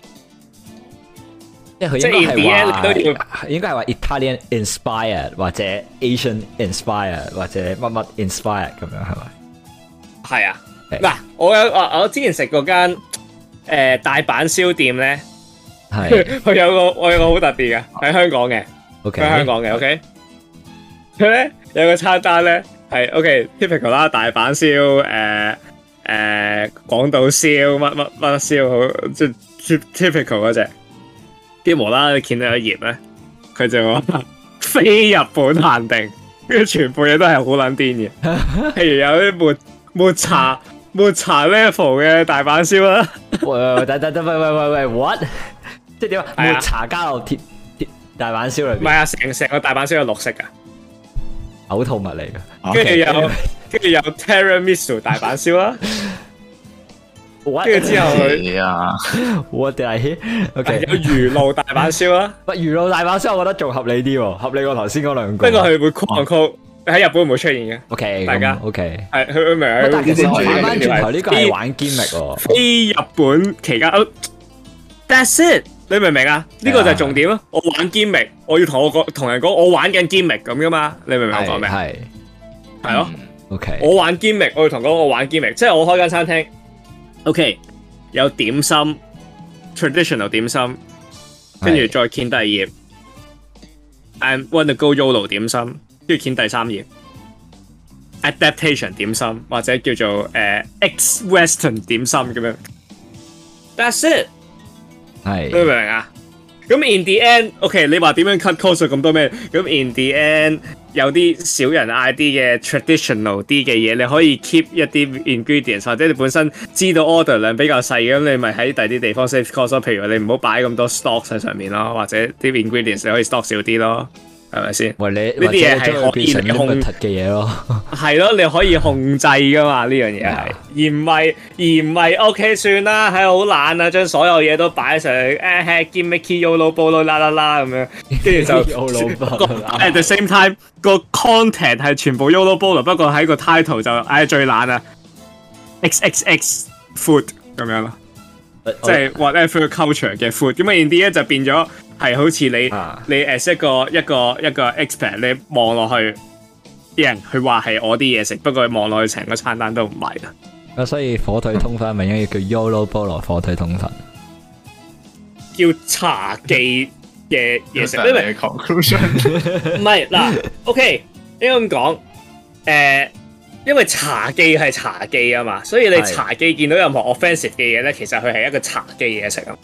即係佢
即係
應該係
in the end 都
話，應該係話 Italian inspired 或者 Asian inspired 或者乜乜 inspired 咁樣係咪？
係啊，
係
嗱，我有我我之前食嗰間誒大阪燒店咧，
係
佢有個我有個好特別嘅喺香港嘅。
，OK，
喺香港嘅，OK。佢咧有個餐單咧係 OK，typical 啦，大阪燒，誒誒廣島燒，乜乜乜燒，好即係 typical 嗰只。啲無啦啦見到有一頁咧，佢就話非日本限定，跟住全部嘢都係好撚 癲嘅，譬如有啲抹抹茶抹茶 level 嘅大阪燒啦。
喂喂呃喂，等等等，喂喂喂喂，what？即係點啊？
係啊
抹茶加落鐵鐵大阪燒裏
唔係
邊，
啊，成成個大阪燒係綠色㗎。
嘔吐物嚟嘅。
跟住有
OK，
跟住有 Terramisu 大阪燒啦，
what？
跟住之後佢。
你啊，
what did I hear？OK，
有魚露大阪燒啊啦，
喂魚露大阪燒，我覺得仲合理啲喎，合理過頭先嗰兩個。
不過佢會 quote unquote 喺日本唔會出現嘅，
OK，
大家
OK。
係佢佢明
喂啊但係其實
我
反翻轉頭呢個係
非
玩 gimmick 喎，
非日本期間哦，that's it，你明唔明啊？呢個就係重點咯，我玩 gimmick，我要同我講同人講我玩緊 gimmick 咁噶嘛，你明唔明我講咩？
係
係咯。
OK。
我玩 gimmick，我要同佢講我玩 gimmick，即係我開間餐廳，OK，有點心，traditional 點心，跟住
係
再見第二頁，I want to go yolo 點心，跟住見第三頁，adaptation 點心或者叫做誒、呃 ex western 點心咁樣，that's it。
係
你明唔明啊？咁 in the end，OK，、你話點樣 cut cost 咁多咩？咁 in the end 有啲少人嗌啲嘅 traditional 啲嘅嘢，你可以 keep 一啲 ingredients，或者你本身知道 order 量比較細咁，你咪喺第啲地方 save cost 咯。譬如你唔好擺咁多 stock 喺上面咯，或者啲 ingredients 你可以 stock 少啲咯。係咪先？
喂，你
呢啲嘢係
係
可以
變成
你控
limit 嘅嘢咯，
係咯，你可以控制噶嘛呢樣嘢
啊
係，而唔係而唔係 OK 算啦，係好懶啊，將所有嘢都擺上去，誒誒 g i m i c k y yolo bolo 啦啦啦咁樣，跟住
Yolo
就
bolo
個 at the same time 個 content 係全部 yolo bolo，不過喺個 title 就唉最懶啊，xxx food 咁樣
哦
咯。即係 whatever culture 嘅 food，咁啊然啲咧就變咗係好似你、
啊
你 as 一個一個一個 expert，你望落去啲人佢話係我啲嘢食，不過望落去成個餐單都唔係啦。
啊所以火腿通粉咪應該叫 Yolo 菠蘿火腿通粉。
叫茶記 嘅嘢食，
呢
因為
個 conclusion
唔係嗱 ，OK 應該咁講，誒、因為茶記係茶記啊嘛，所以你
係
茶記見到任何 offensive 嘅嘢咧，其實佢係一個茶記嘢食啊。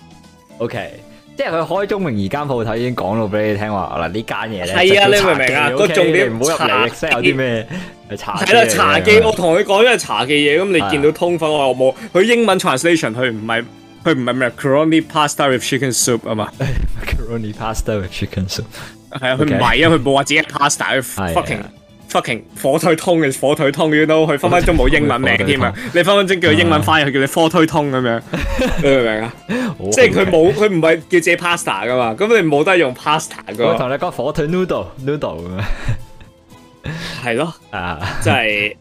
OK，即係佢開中明而間鋪頭已經講到俾你聽話嗱，呢間嘢咧
係啊
就叫
你明唔
茶記你
明啊個重點
唔好入
茶
嚟
記
e 有啲咩 啊係茶
係啦，茶記我
屋
同佢講咗係茶記嘢，咁
係啊
你見到通粉我冇，佢英文 translation 佢唔係佢唔係 macaroni pasta with chicken soup 啊嘛，
macaroni pasta with chicken soup。
係啊，佢唔
Okay
係啊，佢冇話自己係
係
pasta，佢
啊
fucking fucking 火腿通嘅火腿通，you know，佢分分鐘冇英文名添 啊
火，
你分分鐘叫佢英文翻譯，佢叫你火腿通咁 樣，你明唔明啊？即係佢冇佢唔係叫自己 pasta 噶嘛，咁你冇得用 pasta
我
噶，
同你講火腿 noodle noodle 咁樣
係咯，
啊。
即係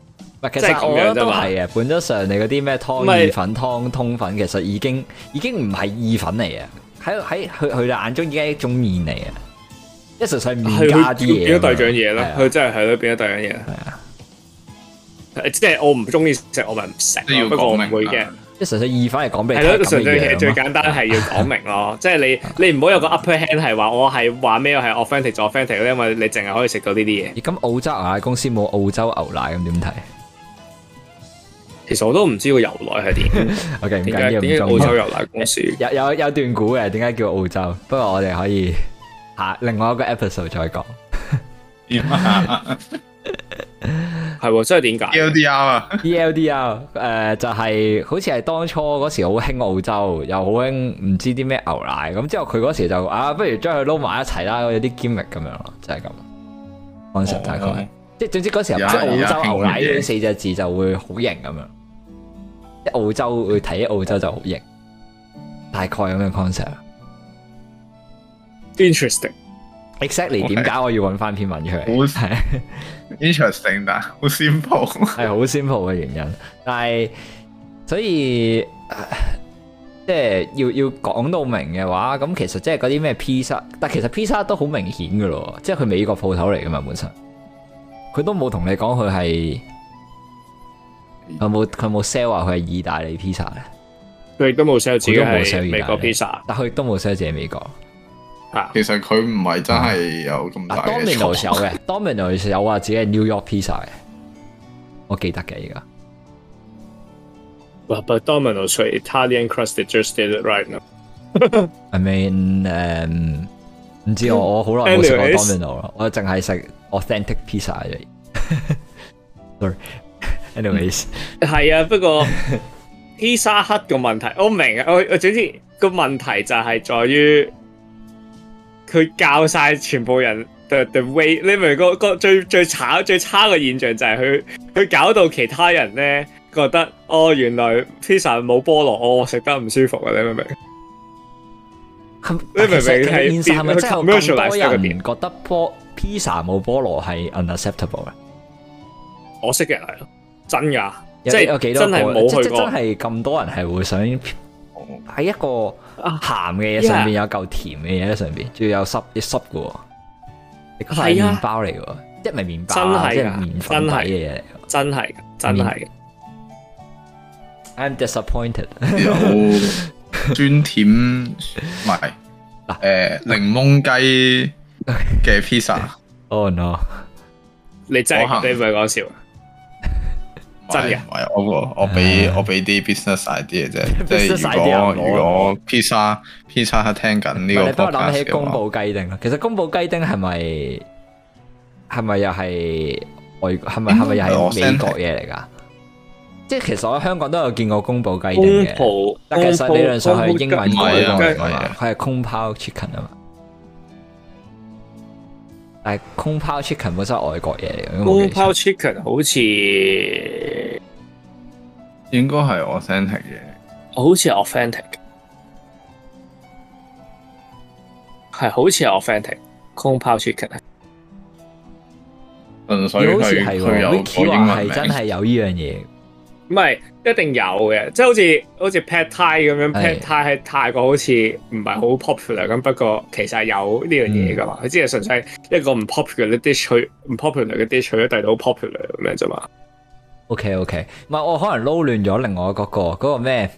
唔係，其
即係
實
咁
我覺得
樣啫
都
嘛
係嘅。本質上，你嗰啲咩湯意粉、湯通粉，其實已經已經唔係意粉嚟嘅。喺喺佢佢哋眼中已經係一種麵嚟嘅，一純粹係麵
係
加啲嘢咁
佢
樣。
變咗第二樣嘢啦
係，啊
佢真係係咯變咗第二樣嘢。
係啊，
誒即係我唔中意食，我咪唔食
都要
咯。 不過我
講
唔
明
會
啦
嘅，
即係純粹意粉係講俾你
係
聽
咯，
啊咁
純
嘅
粹嘢
嘢啊
最
咯
簡單係要講明 咯。即係你你唔好有個 upper hand 係話我係話咩我係 authentic 就 authentic 咧，因為你淨係可以食到呢啲嘢。
咦咁澳洲牛奶公司冇澳洲牛奶咁點睇
其實我都唔知個由來係 點，
？OK，唔
點解
緊
點解
要，
澳
唔重
洲
要。
由來 公司？
有有有段估嘅，點解叫澳洲？不過我哋可以下另外一個 episode 再講。
點啊
係喎，真係點解？
？LDR 啊，
E ELDR 誒、呃就係、好似係當初嗰時好興澳洲，又好興唔知啲咩牛奶，咁之後佢嗰時就啊，不如將佢撈埋一齊啦，有啲 gimmick 咁樣咯，就係、咁。concept 大概，
哦
即係總之嗰時候
有
即係
有
澳洲牛奶
興嘅嘢
呢四隻字就會好型咁樣，即係澳洲會睇澳洲就好型，大概咁嘅 concept。
Interesting。
exactly 點解我要揾翻篇文出嚟？
好 interesting，但係好 simple。
哎係好 simple 嘅原因，但係所以唉即係要要講到明嘅話，咁其實即係嗰啲咩 pizza，但其實 pizza 都好明顯嘅咯，即係佢美國鋪頭嚟嘅嘛本身，佢都冇同你講佢係佢冇佢冇 sell 話佢係意大利 pizza 咧，
佢亦都冇 sell 自己
佢都冇 sell
係美
意大
國
利
pizza
但佢亦都冇 sell 自己美國。
嚇，
其實佢唔係真係有咁
嗱
大嘅
，Domino's 有
錯，
嘅，Domino's 有話自己係 New York pizza 嘅，我記得嘅而家。
哇！But Domino's 除 Italian crust it just did it right now。
I mean，誒、唔知我我好耐冇食過
嗯 Anyways
Domino 啦，我淨係食 authentic pizza 啫。Sorry，anyways，
係啊，不過 Pizza Hut 個問題，我明啊，我我總之個問題就係在於佢教晒全部人 the the way，你明唔明個個最最差最差嘅現象就係佢佢搞到其他人咧覺得哦原來 pizza 冇菠蘿，哦我食得唔舒服啊，你明唔明？
咁
你明唔明
其實其實
嗯係
件事係咪真
變
係有咁
commercialize
多
咗個
人
點
覺得菠 pizza 冇菠蘿係 unacceptable 咧？
我識嘅人係咯，真㗎，
有
即
有
係
幾多
真
個
係冇
即
去
即真
過。
係咁多人係會想喺一個
啊
鹹嘅嘢上
yeah
邊有嚿甜嘅嘢喺上邊，仲要有濕啲濕嘅喎，你嗰塊係
係啊
麵包嚟嘅喎，即係咪麵包
真
啊？
係
即係
㗎
麵粉
真
底
係
嘅嘢嚟㗎。
真係嘅，真係
I'm
嘅。
嗯
disappointed。
有酸甜唔係
嗱
誒檸呃檬雞嘅 pizza，
Oh no！
你真
我行
係你唔係講笑，真嘅
唔係我我俾我俾啲 business idea 啫，即
Business
係
idea
如果
攞
如果 pizza pizza 係聽緊
你
呢
不
個
我諗
podcast
起
嘅
宮
話，
保雞丁啦。其實宮保雞丁係咪係咪又係外係咪係咪又係美國嘢嚟㗎？即係其實我喺香港都有見過宮保雞丁
公
嘅，
婆
但其實理論上係英文
公
改
婆
過
雞
嚟
丁
㗎嘛，佢係 compound chicken 啊嘛。但係空拋 À, chicken 本身係外國嘢嚟嘅，如果冇
Moon
記錯
Power Chicken 好似
應該係 authentic 嘅。
好似係 authentic，係好似係 authentic。空拋 chicken
純粹
咦好似
佢
係
佢
喎
有個
，Vicky
英
話
文
係真
名，
係有呢樣嘢。
唔係一定有嘅，即係好似好似 pad thai 咁
係
樣，pad thai 喺泰國好似唔係好 popular 咁，不過其實係有呢樣嘢噶嘛，佢只係純粹一個唔 popular 嘅 dish 去唔 popular 嘅 dish 去咗第二度好 popular 咁樣啫嘛。
O K O K，唔係我可能撈亂咗另外嗰、個嗰、個咩，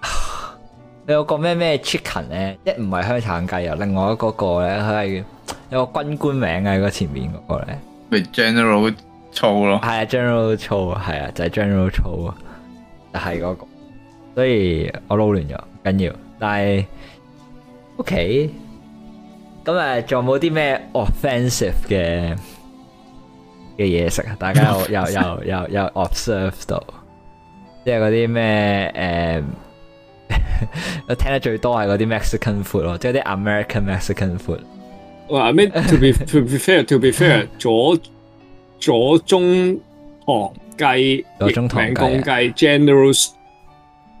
你有個咩咩 chicken 咧，一唔係香橙雞啊，另外嗰個咧佢係有個軍官名喺個前面嗰個咧，
咪 general 粗咯
係。啊 General Cho 啊係啊就係、General Cho 啊，就係嗰、個，所以我撈亂咗，唔緊要，但係 O K，咁誒仲有冇啲咩 offensive 嘅嘅嘢食啊？大家有有有有有 observe 到，即係嗰啲咩 誒？我聽得最多係嗰啲 Mexican food 咯，即係啲 American Mexican food。
話咩？To be to be fair, to be fair，左 左中堂雞、
左中啊堂雞
翼名公雞、General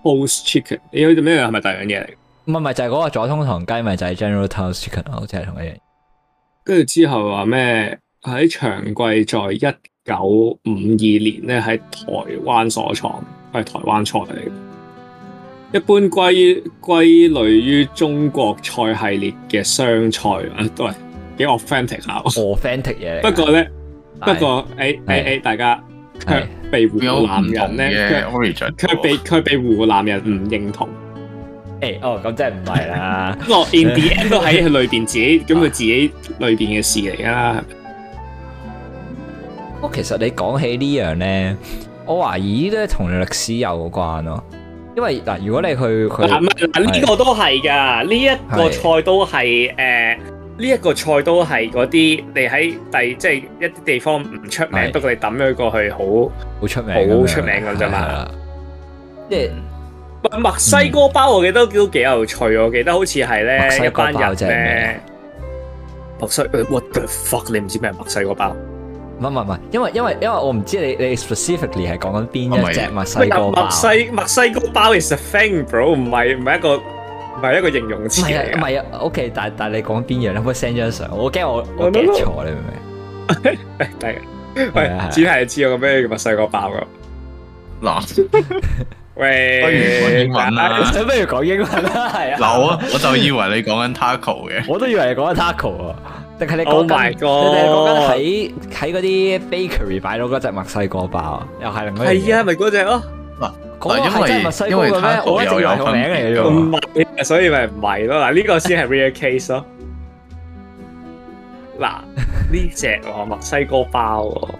Post Chicken，你好似咩？係咪第二樣嘢嚟？
唔係唔係就係嗰個左通堂雞，咪就係 General Tso's Chicken 咯，好似係同一樣。
跟住之後話咩？喺長貴在一九五二年咧，喺台灣所創，係台灣菜嚟嘅。一般歸歸類於中國菜系列嘅湘菜啊，都係幾 authentic 下。
authentic 嘢嚟
不
㗎。
過咧。不
但係
過，誒誒誒，大家
係
卻 被湖
有唔
南
同
人
嘅
咧，
origin，
卻卻被卻被湖南人唔認同。
誒哦，咁真係唔係啦。
落 in the end 都喺佢裏邊自己，咁佢自己裏邊嘅事嚟㗎啦。
不過其實你講起呢樣咧，我懷疑咧同歷史有關咯。因為嗱，如果你去
嗱，唔
佢
係嗱，呢個都係㗎，呢一個菜都係誒，呢一個菜都係嗰啲你喺第即係一啲地方唔出
係
名，不過你抌咗佢過去好。唔
好出名咁樣，
好出名咁啫嘛
係啦。即係
係墨西哥包我記得都幾有趣，我記得好似係
墨西
咧
哥
一班
包
人
即係咩
咧。墨西誒，what the fuck？你唔知咩係墨西哥包？
唔係唔係唔係，因為因為因為我唔知你你 specifically 係講緊邊一隻墨西
喂
哥包
墨。西墨西哥包 is a thing，bro，唔係唔係一個唔係一個形容
唔
詞
係啊，
嚟
唔
㗎。
係啊，OK，但但你講邊樣？你可唔可以 send 張相？我驚我我
No, no,
get
no.
錯，你明唔明？
係
係啊係啊
喂，只係知道個咩叫墨西哥包㗎。
嗱，不如講
喂，
英文啦
想不如講英文啦，係啊。
嗱我我就以為你講緊 taco 嘅，
我都以為你講緊 taco 啊，定係你講
Oh
緊
my
你哋係講緊
god！
喺喺嗰啲 bakery 擺到嗰只墨西哥包啊，又係另外一樣嘢
係啊，，咪嗰只咯，
嗰個
啊
嗱因
係
為
真係墨西哥
因為
嘅咩？
taco
我一直以為係個名嚟嘅
唔
啫
係，所以咪唔係咯。嗱，呢個先係 real case 咯。嗱，呢只喎墨西哥包喎，
喎。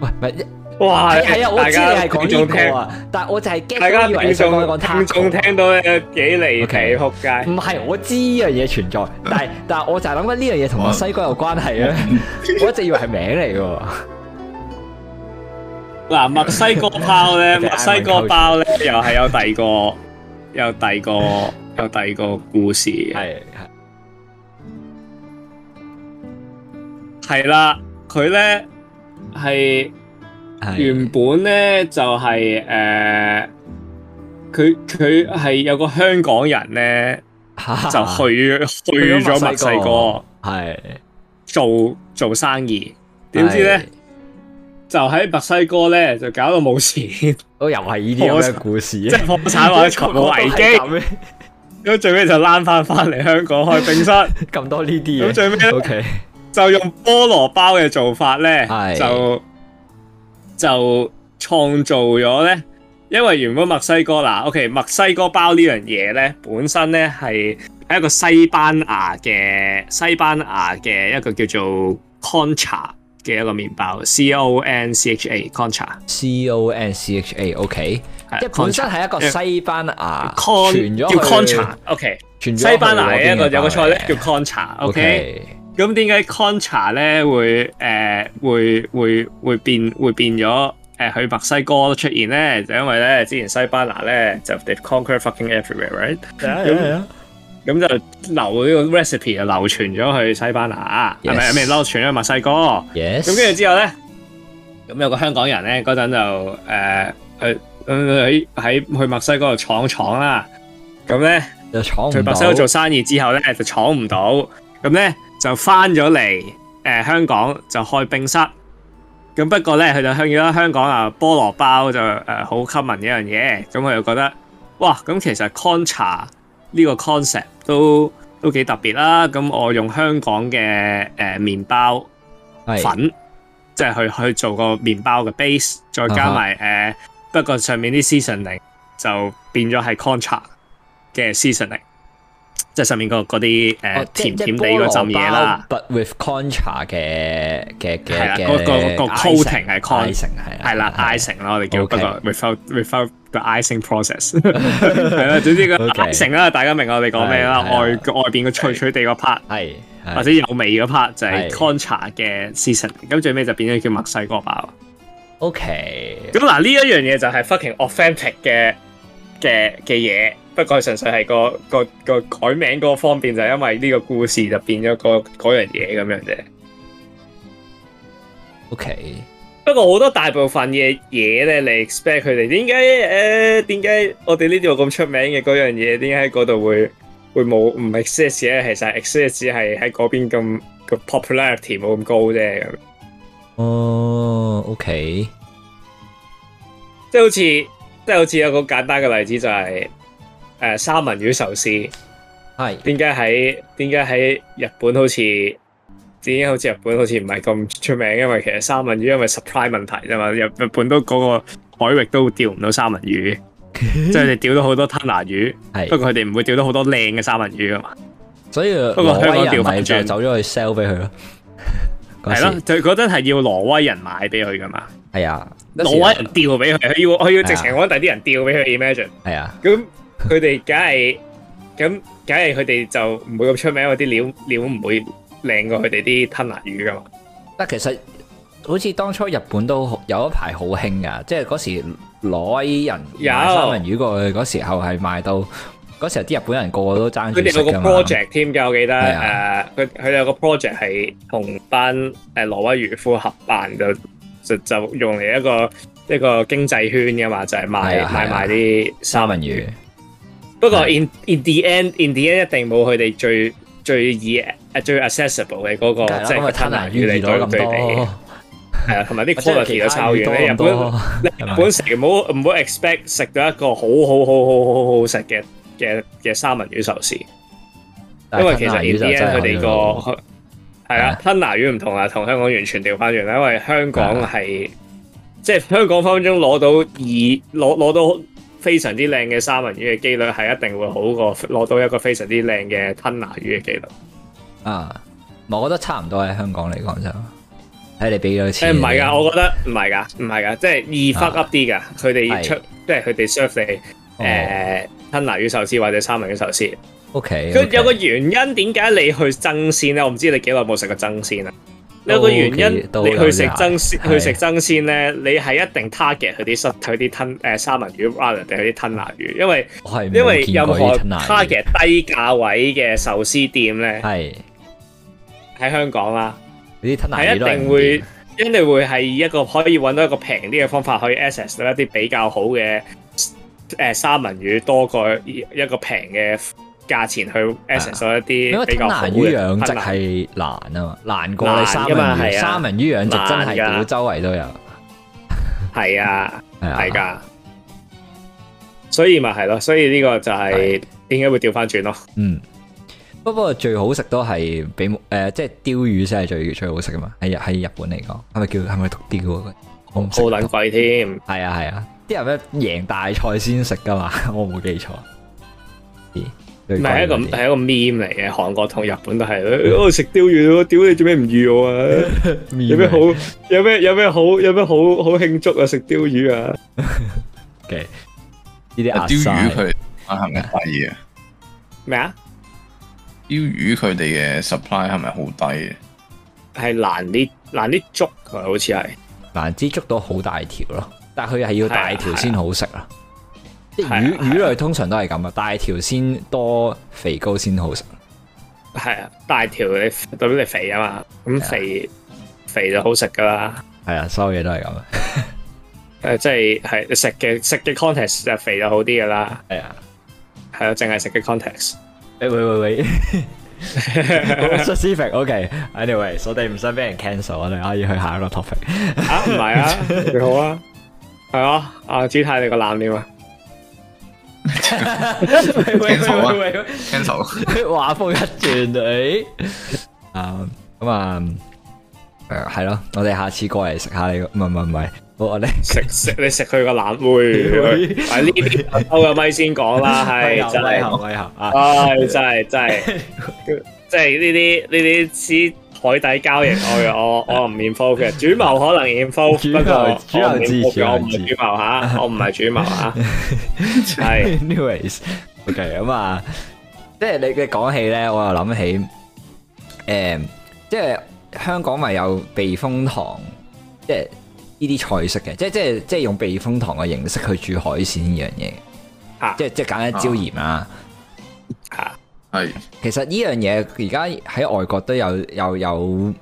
喂，唔係
哇！
係啊，我
大
知
家
你係講
聽眾
呢
聽
個啊，但係我就係
大
get
家
到以為你
聽
想講
眾
講
聽眾
taco。
聽到咧幾離地
Okay
仆街，
唔係，我知呢樣嘢存在，
嗯
但係但係我就係諗緊呢樣嘢同墨西哥有關係咧，我一直以為係名嚟嘅喎。
嗱墨西哥包咧，
Okay，
墨西哥包咧又係有第二個，有第二個，有第二個故事嘅，
係係
係啦，佢咧係
係
原本咧就係、誒，佢佢係有個香港人 咧就去去咗墨西哥
係
做做生意，點知咧
係
就喺墨西哥咧就搞到冇錢。
都哦又係呢啲咁嘅故事
即。係破產或者財務危 機，
機，
咁最尾就躝翻翻嚟香港開冰室，
咁多呢啲
咁
嘢。
最尾呢
O K，
就用菠蘿包嘅做法咧
係，
就就創造咗咧，因為原本墨西哥嗱，OK 墨西哥包呢樣嘢咧，本身咧係係一個西班牙嘅西班牙嘅一個叫做 Concha 嘅一個麵包，C O N C H A Concha
C O N C H A，O K，
係啊
即係本身係一個西班牙
Con
傳咗
叫
去
Concha，OK
傳咗去
西班牙嘅一個
嗰邊嘅
有個菜咧
包嚟
叫 Concha，OK。咁點解 Concha 咧會誒、呃、會會會變會變咗誒、呃、去墨西哥出現咧？就因為咧之前西班牙咧就 they conquer fucking everywhere，right？
係啊係啊
咁就流呢個 recipe 就流傳咗去西班牙，係咪
Yes
咪流傳咗去墨西哥？
Yes，
咁跟住之後咧，咁有個香港人咧嗰陣就誒去喺喺去墨西哥度闖闖啦。咁咧
就闖唔
去墨西
到
哥做生意之後咧就闖唔到，咁咧就翻咗嚟誒香港就開冰室。咁不過咧佢就香港香港啊菠蘿包就誒好 common 一樣嘢，咁佢就覺得哇咁其實 concha 呢個 concept 都都幾特別啦。咁我用香港嘅誒麵包。
係哦
粉，即係去去做個麵包嘅 base，再
啊
加埋誒、呃不過上面啲 seasoning 就變咗係 contra 嘅 seasoning，即係上面個嗰啲誒
哦即
呃甜
即
甜地嗰陣嘢啦。
菠蘿包，but with concha 嘅嘅嘅
係啦
嘅
嗰個個 coating 係 con-
係
係啦，icing 啦，我哋叫
啊 OK
不過 without without the icing process 係啦，總之個
OK
icing 啦，大家明我哋講咩啦，
係係啊
外外邊個脆脆地個 part
係係
或者有味嗰 part 就係
係
contra 嘅 season，咁最尾就變咗叫墨西哥包。
OK
咁嗱，呢一樣嘢就係 fucking authentic 嘅嘅嘅嘢，不過純粹係個個個改名嗰個方面，就係因為呢個故事就變咗個嗰樣嘢咁樣啫。
OK，
不過好多大部分嘅嘢咧，你 expect 佢哋點解誒點解我哋呢度咁出名嘅嗰樣嘢，點解喺嗰度會會冇唔 exist 咧？其實 exist 只係喺嗰邊咁個 popularity 冇咁高啫咁樣。
哦 OK，
即係好似，即係好似有個簡單嘅例子就係、呃三文魚壽司。
係
點解喺點解喺日本好似點解好似日本好似唔係咁出名？因為其實三文魚因為 supply 問題啫嘛，日日本都嗰個海域都釣唔到三文 魚，即係佢哋釣到好多吞拿魚，不
係，
過佢哋唔會釣到好多靚嘅三文魚啊嘛。
所以
過
挪
香
威
港調
人咪
翻
就
轉
走咗去 sell 俾 佢咯。嗰
係
時
咯，就嗰陣係要挪威人買俾佢噶嘛，
係啊，
挪威人釣俾佢，佢要佢要直情
係啊
揾第啲人釣俾佢，imagine。
係啊，
咁佢哋梗係咁，梗係佢哋就唔會咁出名，因為啲料料唔會靚過佢哋啲吞拿魚噶嘛。
但其實好似當初日本都好有一排好興噶，即係嗰時挪威人
有
賣三文魚過去嗰時候係賣到嗰時候啲日本人個個都爭住
佢哋
食
有個
㗎嘛。
project 添㗎，我記得
係啊
誒，佢佢哋有個 project 係同班誒挪威漁夫合辦，就就就用嚟一個一個經濟圈㗎嘛，就係賣
係啊係啊
賣賣啲三
三
文
文
魚
魚。
不過 in in the end in the end 一定冇佢哋最最易最 accessible 嘅嗰
梗
個
係啦
哦即係
咁
個
啊
吞
吞
拿
拿
魚
魚
嚟
遇到
對
咁
對比
多，，
係啊，同 埋啲
即係其
quality
他
都差好
魚
遠
多
咧。日
咁
本
多。
你日本食唔好唔好 expect 食到一個好好好好好好好食嘅嘅嘅三文魚壽司。
但係吞拿魚就真係
因為其實 in the end 佢哋
去到
個係啊，吞拿魚唔同啊，同香港完全調翻轉啦。因為香港
啊
係即係香港分分鐘攞到二攞攞到非常之靚嘅三文魚嘅機率係一定會好過攞到一個非常之靚嘅吞拿魚嘅機率。
啊，我覺得差唔多喺香港嚟講就睇你俾幾多
誒
錢。
唔係啊㗎，我覺得唔係㗎，唔係㗎，啊即係易 fuck up 啲㗎。佢哋
啊係
出即係佢哋 serve 你
哦
誒吞拿魚壽司或者三文魚壽司。
OK，
佢有個原因點解你去爭鮮咧？我唔知你幾耐冇食過爭鮮啦。你有個原因，
都
你去食爭鮮，
都
去
有啲難
食爭鮮咧，你係一定 target 佢啲佢啲吞誒三文魚 rather 定佢啲吞拿魚，因為
我係
因為
冇見
任
過
何
啲吞拿魚
target 低價位嘅壽司店咧，
係
喺香港啦，
嗰啲吞拿
係
魚
一
都係
定
唔
會
掂，
一定會係一個可以揾到一個平啲嘅方法，可以 access 到一啲比較好嘅誒三文魚，多過一個平嘅價錢去
啊
access 到一
因
啲
為
比
吞
較好
拿
嘅
魚養殖
吞拿魚
係難啊嘛，難過
難
你三
㗎
文
嘛係
魚。
啊
三文魚養殖真係
難㗎
屌周圍都有，
係啊，
係啊
係噶，所以咪係咯，所以呢個就係點解會調翻轉咯。
嗯。不過最好食都係比誒、呃即係鯛魚先係最最好食噶嘛，喺日喺日本嚟講，係咪叫係咪讀鯛嗰我唔識
好撚貴添，
係啊係啊，啲人咧贏大賽先食噶嘛， 我冇記錯。咦
唔係一個
最貴嗰啲
係一個 meme 嚟嘅，韓國同日本都係，欸我食鯛魚咯，屌你做咩唔預我啊？ 有咩好？有咩有咩好？有咩好好慶祝啊？食鯛魚啊！
嘅？呢啲
啊
壓
鯛魚
晒
佢啊係咪低嘅？
咩啊？
鯛魚佢哋嘅 supply 係咪好低嘅？
係難啲難啲捉佢，好似係
難知捉到好大條咯，但係佢係要大條先好食咯。即係
係啊
魚
係啊
魚類通常都係咁啊，大條先多，肥膏先好食。
系啊，大條你代表你肥啊嘛，咁肥肥就好食噶啦。
係啊，所有嘢都係咁啊。
诶、即係係你食嘅食嘅 context 就肥就好啲噶啦，
係啊，
係啊，淨係食嘅 context。
誒喂喂喂，specific，OK，anyway，我哋唔想俾人 cancel，我哋可以去下一個 topic。
啊，唔係啊， 幾好啊，係啊，阿朱太你個腩點啊？
喂喂喂喂
啊 cancel
喂，話風一轉你啊，咁啊，誒係咯，我哋下次過嚟食下你個，唔係唔係唔係，我我哋。
食食你食佢個腩會，喺呢邊收個咪先講啦，係真
威
係
下。威下啊！
唉，真係真係，即係呢啲呢啲私海底交易，我我我唔 info 嘅，主謀可能 info，
主
不過
謀主
我唔
謀知
info
主
嘅，
謀
我唔
知
係主 謀嚇，我唔係主謀嚇，係
anyways，OK 咁啊，即係你嘅講起咧，我又諗起诶、誒即係香港咪有避風塘，即係呢啲菜式嘅，即係即係即係用避風塘嘅形式去煮海鮮呢樣嘢，
嚇
即係即係簡單椒鹽啦、啊。
嚇
係
其實呢樣嘢而家喺外國都有有有，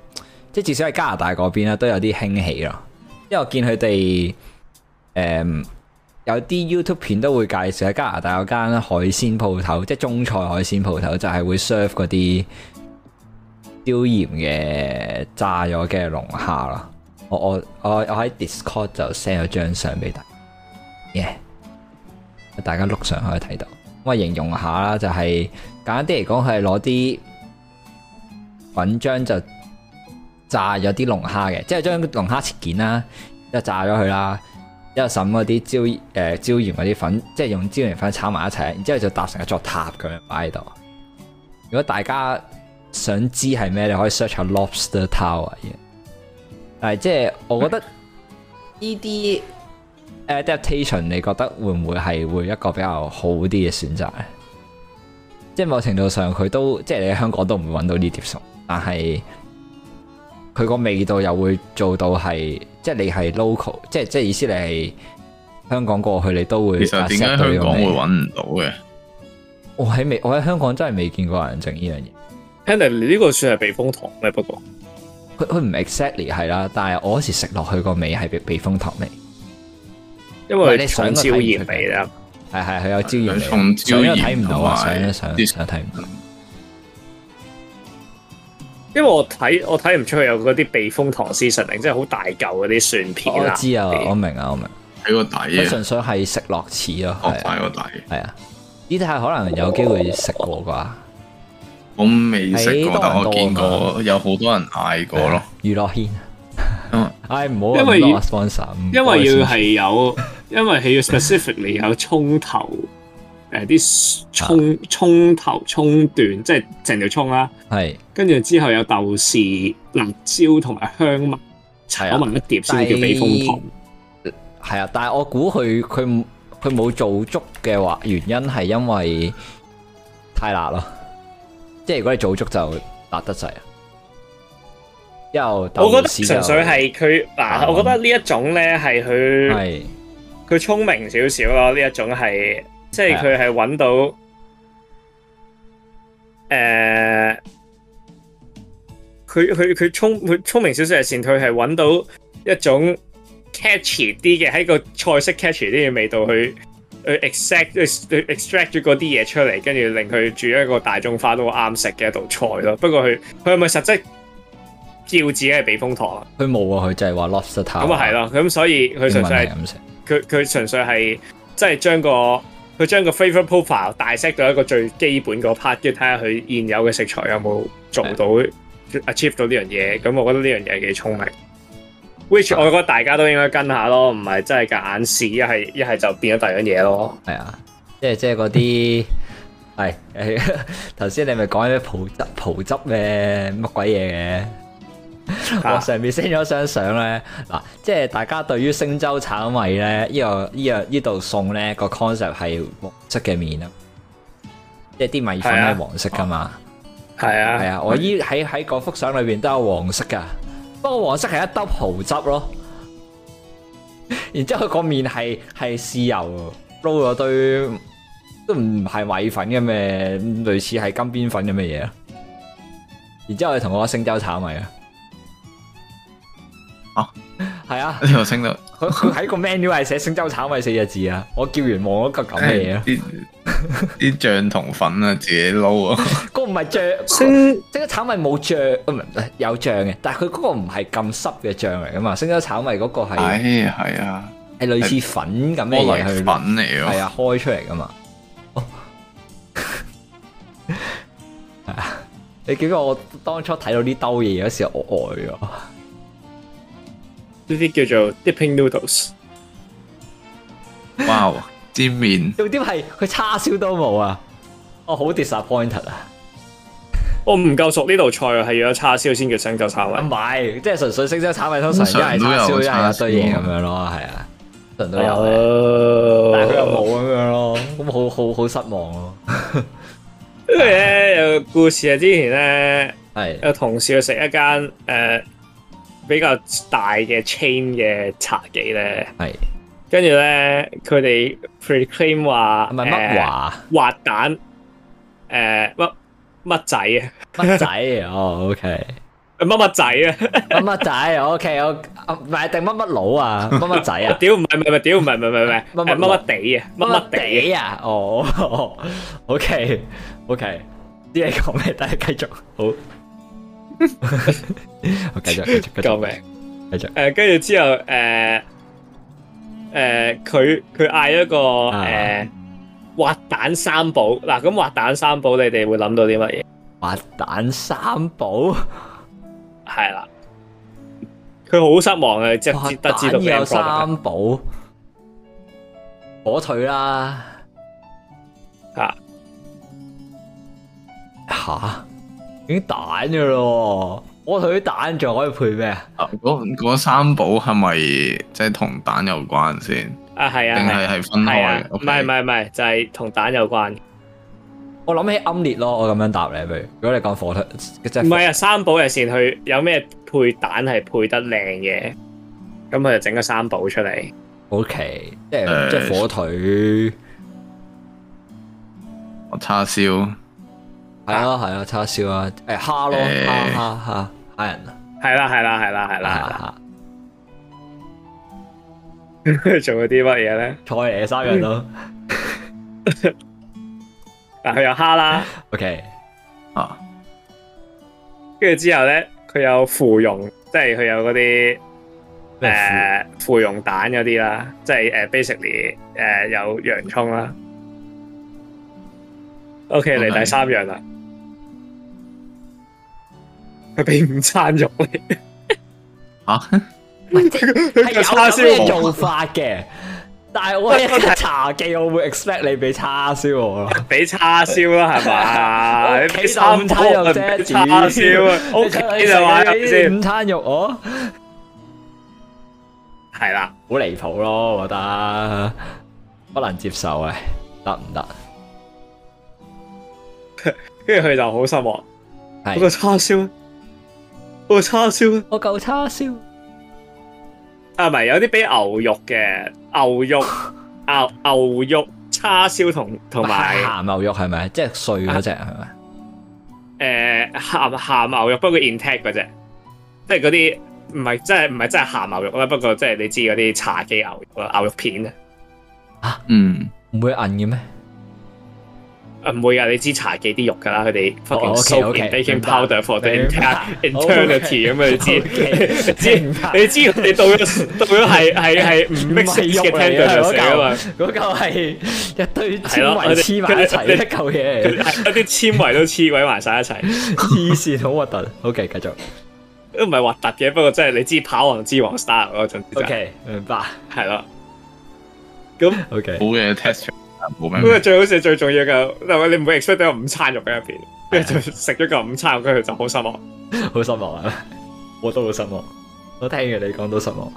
即係至少喺加拿大嗰邊咧都有啲興起咯。因為我見佢哋誒有啲 YouTube 片都會介紹喺加拿大有間海鮮鋪頭，即係中菜海鮮鋪頭，就係、會 serve 嗰啲椒鹽嘅炸咗嘅龍蝦啦。我我我我喺 Discord 就 send 咗張相俾大家，yeah，大家碌上可以睇到。咁啊，形容下啦，就係、簡單啲嚟講，佢係攞啲粉漿就炸咗啲龍蝦嘅，即係將龍蝦切件啦，之後炸咗佢啦，之後揼嗰啲椒誒、呃椒鹽嗰啲粉，即係用椒鹽粉炒埋一齊，然之後就搭成一座塔咁樣擺喺度。如果大家想知係咩，你可以 search 下 lobster tower 嘅。但係即係我覺得呢啲 adaptation，你覺得會唔會係會一個比較好啲嘅選擇咧？即係某程度上佢都即係你喺香港都唔會揾到呢碟餸，但係佢個味道又會做到係即係你係 local，即係即係意思你係香港過去你都會
其實點解
accept
香
到呢個
港會
味
揾唔到嘅？
我喺未，我喺香港真係未見過有人整呢樣嘢。
，Andy 你呢個算係避風塘咩？不過
佢佢唔 exactly 係啦，但係我嗰時食落去個味係避避風塘味，
因
喂
為
你
你
上
想
個
椒
睇唔出
鹽
嘅
味啦，
係係佢有椒鹽味，
重椒
上
鹽
咗睇唔到啊，
同
上
埋
咗上
啲
上睇唔到，
因為我睇我睇唔出佢有嗰啲避風塘 seasoning，即係好大嚿嗰啲蒜片
我
啦。
知啊，我明啊，我明，
睇個底
佢
啊，
純粹係食落似咯，
哦
學
係
晒
啊
個底。
係啊，呢啲係可能有機會食過啩，
我未食過，
喺
但我
多倫
見
多啊
過有好多人嗌過咯。
娛樂圈
嗯。
唉，唔好
哦因
啊
為
唔好啊 sponsor，唔
因為
該
要
先
係 有，因為係要 specifically 有葱頭，誒啲
啊
葱葱頭葱段，即係成條葱啦。
係
跟住之後有豆豉、辣椒同埋香麥
係
炒
啊。
埋一碟先叫避風塘。
係啊，但係我估佢佢唔佢冇做足嘅話，原因係因為太辣咯。即係如果你做足就辣得滯啊。之後豆
我覺得
豉就
純粹係佢嗱，我覺得呢一種咧係佢
係
佢聰明少少咯。呢一種係即係佢係揾到誒、佢佢佢聰佢聰明少少係善，佢係揾到一種 catchy 啲嘅喺個菜式 catchy 啲嘅味道去去 extract 去 extract 咗嗰啲嘢出嚟，跟住令佢煮一個大眾化都好啱食嘅一道菜咯。不過佢佢係咪實質叫自己係避風塘啊？
佢冇啊，佢就係話 lobster 塔。
咁啊係，咯，咁所以佢純粹係
係。咁食。
佢佢純粹係即係將個佢將個 flavor profile 大 set 到一個最基本嗰 part，跟住睇下佢現有嘅食材有冇做到 achieve 到呢樣嘢。咁我覺得呢樣嘢幾聰明。which
啊
我覺得大家都應該跟下咯，唔係真係夾硬試，一係一係就變咗第二樣嘢咯。
係啊，即係即係嗰啲。 係誒頭先你咪講咩葡汁葡汁咩乜鬼嘢嘅？
啊
我上面 send 咗張相咧，嗱，即係大家對於星洲炒米咧，呢、個呢、個呢度餸咧個 concept 係黃色嘅面啊，即係啲米粉
係啊
係黃色噶嘛，
係啊，
係啊，我依喺喺嗰幅相裏邊都有黃色噶，不過黃色係一兜 蚝汁咯，然之後佢個面係係豉油 upload 咗堆都唔係米粉嘅咩，類似係金邊粉咁嘅嘢啦。然之後你同我講星洲炒米啊，
啊，
係啊，
呢度升到，
佢佢喺個 menu 係寫星洲炒米四隻字啊，我叫完望嗰嚿咁嘅嘢
唉
啊，
啲哎啲醬同粉啊，自己撈啊，
嗰個唔係醬。
星
星洲炒米冇醬，呃唔係有醬嘅，但係佢嗰個唔係咁濕嘅醬嚟噶嘛。星洲炒米嗰個係
唉係啊，
係類似粉咁嘅
菠
嘢
蘿
去
粉嚟
係
咯，
啊開出嚟噶嘛。 哦係啊你記唔記得我當初睇到呢兜嘢嗰時候，我呆咗。
呢啲叫做 dipping noodles，
哇！煎面
重點係佢叉燒都冇啊！我好 disappointed 啊！
我唔夠熟呢道菜啊，係要有叉燒先叫星洲炒米
唔。係，即係純粹星洲炒米通常一係叉燒，啊一係一堆嘢咁樣咯，係啊，通常都有嘅。
哦
但係佢又冇咁樣咯，咁好好好失望咯。
因為咧有個故事啊，之前咧
係
有同事去食一間誒、呃比較大嘅 chain 嘅茶記咧，
係，
跟住咧佢哋 preclaim 話
啊係咪乜華
呃滑蛋誒乜乜仔啊，
乜仔？哦，OK，
乜乜仔啊，
乜乜仔？OK，我啊唔係定乜乜佬啊？乜乜仔啊？
屌唔係唔係唔係屌唔係唔係唔係
乜乜
唔係呃乜乜地啊，乜乜地啊，
地啊？哦，OK，OK，啲嘢講咩？大家繼續，好， 我繼續，繼續，繼
啊救
續，
命！
繼續，
誒，跟住之後，誒、誒，佢佢嗌一個誒、
啊
滑蛋三寶嗱，咁滑蛋三寶你哋會諗到啲乜嘢？
滑蛋三寶，
係啦，佢好失望嘅，即
滑
係得知道
蛋
佢
有
end product
三寶，火腿啦，
嚇
吓，已經蛋嘅咯喎，火腿蛋仲可以配咩啊？
嗰嗰三寶係咪即係同蛋有關先？
啊，係
定
啊，係
係
啊
係分
係
開
啊
嘅？，
唔係唔係唔係，就係、同蛋有關嘅。
我諗起暗烈咯，我咁樣答你，不如如果你講火腿，即係
唔係啊，三寶入線去有咩配蛋係配得靚嘅，咁佢就整個三寶出嚟。
o k 即係
誒
即係火腿，係
我叉燒
啊係啊，叉燒啊，誒蝦咯，
誒
蝦蝦蝦蝦人啊，
係啦係啦係啦係 啦，
啦，
仲有啲乜嘢咧？
菜嚟嘅三樣咯
嗯嗱，佢有蝦啦。
，OK，
啊，
跟住之後咧，佢有芙蓉，即係佢有嗰啲
咩
誒芙蓉呃蛋嗰啲啦，即係誒、呃 basically 誒、呃有洋葱啦。OK，嚟
OK
第三樣啦，佢俾午餐肉你，
嚇
係
佢
有
個叉
咁嘅
燒
做法嘅，但係 我喺一間茶記，我會 expect 你俾叉燒我 咯。
俾叉燒啦，係嘛？啊你
屋
俾
企
三
就午餐
餐
肉
肉
啫，
啫，叉 燒啊
你
，OK
出去食
就話係咪
嗰啲
先？
午餐肉我
係啦，
好離譜咯，我覺得不能接受啊，得唔得？
跟住佢就好失望。嗰個
係
叉燒呢，嗰個叉燒呢
我嚿叉燒，
啊，唔係有啲俾牛肉嘅牛 肉牛牛肉叉燒同同埋
鹹牛肉係咪？即係碎嗰只係咪？
誒鹹鹹牛肉，不過 intact 嗰只，即係嗰啲唔係真係唔係真係鹹牛肉啦，不過即係你知嗰啲茶記牛肉啊牛肉片啊
嗯，
唔會韌嘅咩？
啊，唔會啊，你知茶記啲肉㗎啦，佢哋 fucking
哦
soak
，OK，OK，
in baking
明白
powder for the
明
entire
白
eternity 咁啊，你
OK，
知知
明白
你知佢哋到咗 到咗係係係唔 mix 嘅 tender 嚟㗎嘛。
嗰嚿 係一堆纖
係咯
維
我哋
黐埋一齊
佢哋
一嚿嘢嚟，
係一啲纖維都黐鬼埋晒一齊，
黐線好核突。OK，繼續。
都唔係核突嘅，不過真係你知跑王之王 style 嗰陣 就
OK，明白。
係咯。咁
OK，
好嘅 test 冇
不
啊
過
咩
最好似最重要嘅，嗱你唔會 expect 到有午餐肉喺入邊，跟住就食咗個午餐肉，跟住就好失望。
好失望啊！我都好失望，我聽完你講都失望。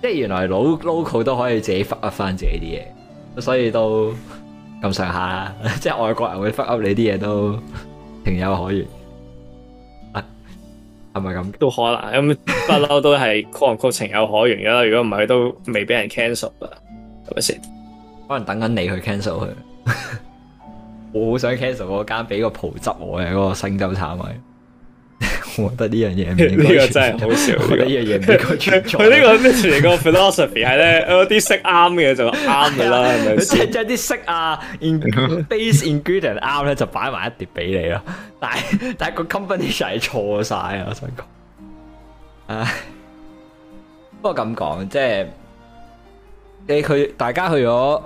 即係原來老 local 都可以自己 fuck up 翻自己啲嘢，所以都咁上下啦。 即係外國人會 fuck up 你啲嘢都情有可原。啊，係咪咁？
都可能咁不嬲都係 call 唔 call 情有可原噶啦，如果唔係都未俾人 cancel 啦。係咪先？
可能等緊你去 cancel 佢。 我好想 cancel 嗰間俾個蒲執我嘅嗰個星洲炒米。 我覺得呢樣嘢唔應該
呢個
存
真係好笑
我覺得呢
呢
樣嘢唔應該存在。
佢 呢個 literally 個 philosophy 係咧，有啲識啱嘅就啱噶啦，係 咪
即係
先？
將啲色啊 in base ingredient 啱咧，就擺埋一碟俾你啦。但係 但係個 combination 係錯晒啊！我想講，唉，不過咁講，即係你佢大家去咗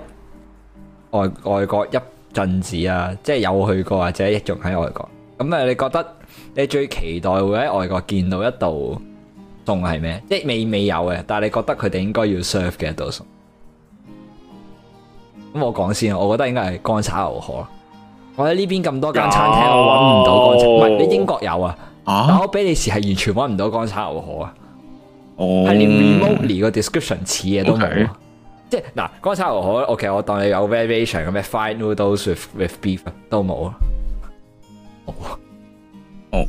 外外國一陣子啊，即係有去過或者仲喺外國。咁啊，你覺得你最期待會喺外國見到一道餸係咩？即係未未有嘅，但係你覺得佢哋應該要 serve 嘅一道餸。咁我講先啊，我覺得應該係乾炒牛河咯。我喺呢邊咁多間餐廳，
有
我揾唔到乾炒，唔係你英國有啊，但
啊，
我比利時係完全揾唔到乾炒牛河啊，
哦，
係連 remotely 個 description 似嘢都冇
OK
啊。即係嗱，乾炒牛河，OK，我當你有 variation 咁咩 fried noodles with with beef 啊都冇啊，
哦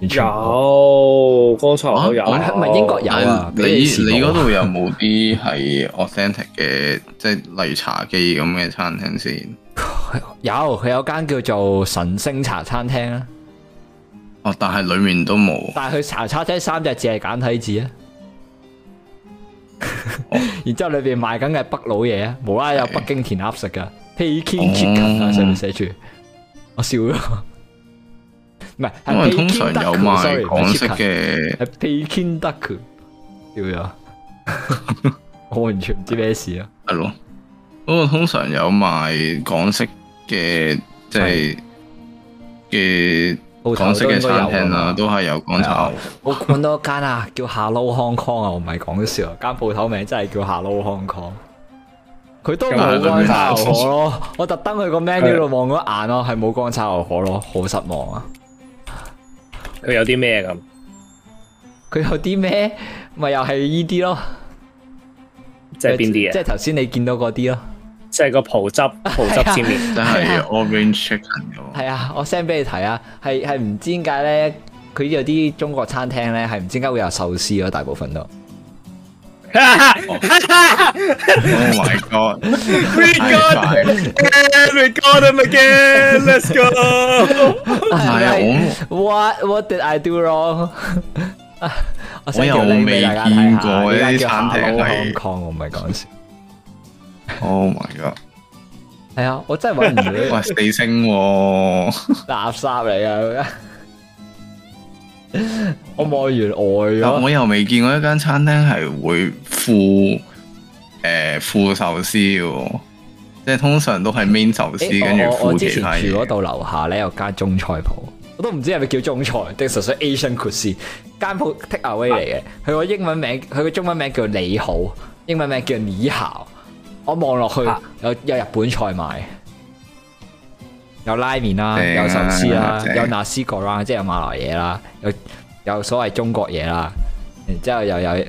完全冇
有，剛才我有，
啊
唔係英國有啊
但係
比利時
你
冇啊
你嗰度有冇啲係 authentic 嘅，即係例茶記咁嘅餐廳先？
有佢有間叫做神星茶餐廳啊，
哦，但係裡面都冇。
但係佢茶餐廳三隻字係簡體字啊。
哦
然之後裏邊賣緊嘅係北佬嘢啊，無啦啦有北京填鴨食噶，Peking Chicken 啊，
哦
上面寫住，我笑咗。唔係，係
因為通常
Peking duck
有
curry，sorry，唔
賣
係
港式
chicken，
嘅，
係 Peking duck，curry，笑咗。 我完全唔知咩事啊！
係咯。不過通常有賣港式嘅，即係嘅
鋪頭
港式
都
嘅
應該有
餐廳
啊
啦，
嘛
都係有港炒牛河。
我揾到一間啊，叫 Hello Hong Kong 啊，我唔係講笑啊，間鋪頭名真係叫 Hello Hong Kong。佢都冇乾炒牛河咯，我特登去個 menu 度望嗰一眼咯，係冇乾炒牛河咯，好失望啊！
佢有啲咩咁？
佢有啲咩？咪又係依啲咯，
即係邊啲啊
即
嘢？
係頭先你見到嗰啲咯。
即係個葡汁葡汁沾面。
真 係 orange chicken 嘅喎。
係啊，我 send 俾你睇啊，係係唔知點解咧，佢有啲中國餐廳咧係唔知點解會有壽司咯，大部分都。
Oh my god！啊
We
太
got
快啦
we got him again. Let's go.
係啊我
What What did I do wrong？我
我又未見過呢啲餐廳係
抗，我唔係講 笑。
Oh my god！
係啊，我真係揾唔到
哇，四星喎，
垃圾嚟啊！我望完呆
但
咗，
我又未見過一間餐廳係會附誒附壽司嘅喎，即係通常都係 main 壽司跟
誒
住
我我我
附
之
其
前
他嘢
住嗰。度樓下咧有間中菜鋪，我都唔知係咪叫中菜，定純粹 Asian cuisine 間鋪 take away 嚟嘅。佢個英文名，佢個中文名叫你好，英文名叫你好。我望落去
啊
有有日本菜賣，有拉麵啦，
正
有
啊
壽司啦，
正
有那斯果啦，即係有馬來嘢啦，有有所謂中國嘢啦，然之後又有
係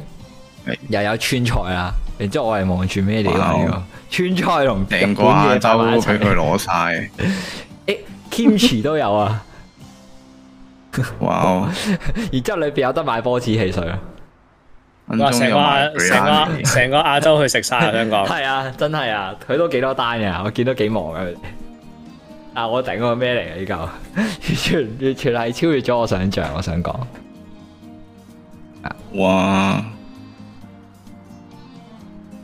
又有川菜啦，然之後我係望住咩料啊？呢個
哇
川菜同日本
成個亞
嘢擺埋一
洲
齊
俾佢攞晒，
誒 kimchi 都有啊，
哇！
然之後裏邊有得買波子汽水啊，
分
哇！
鐘
成個
又賣
亞成
biryani
個成個亞洲去食晒啊！香港
係啊，真係啊，佢都幾多單嘅，我見到幾忙嘅佢哋。啊，我頂個咩嚟啊嘅呢嚿，完全完全係超越咗我想象，我想講。
哇！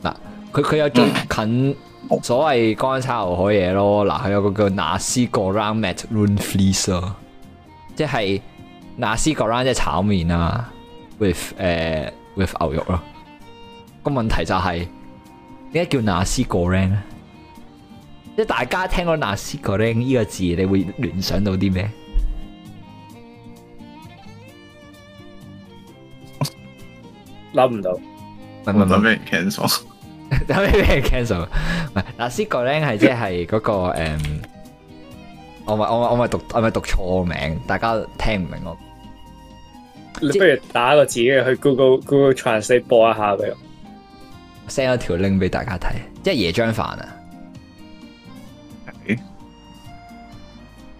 嗱，佢佢有最近所謂乾炒牛河嘢咯，嗱，佢有個叫那斯個 round mat run fleece 咯，即係那斯個 round 即係炒麵啊，with 誒、with 牛肉咯。個問題就係點解叫那斯個 round 咧？即係大家聽到那斯個 round 呢個字，你會聯想到啲咩？
諗唔到，
唔係唔係
我
唔係
準備 cancel。
有咩俾人 cancel？唔係嗱，呢個咧係即係嗰個誒，我咪我咪我咪讀我咪讀錯名，大家聽唔明我。
你不如打個字嘅去 Google Google Translate 播一下俾我。
send 咗條 link 俾大家睇，即係椰漿飯啊！
咦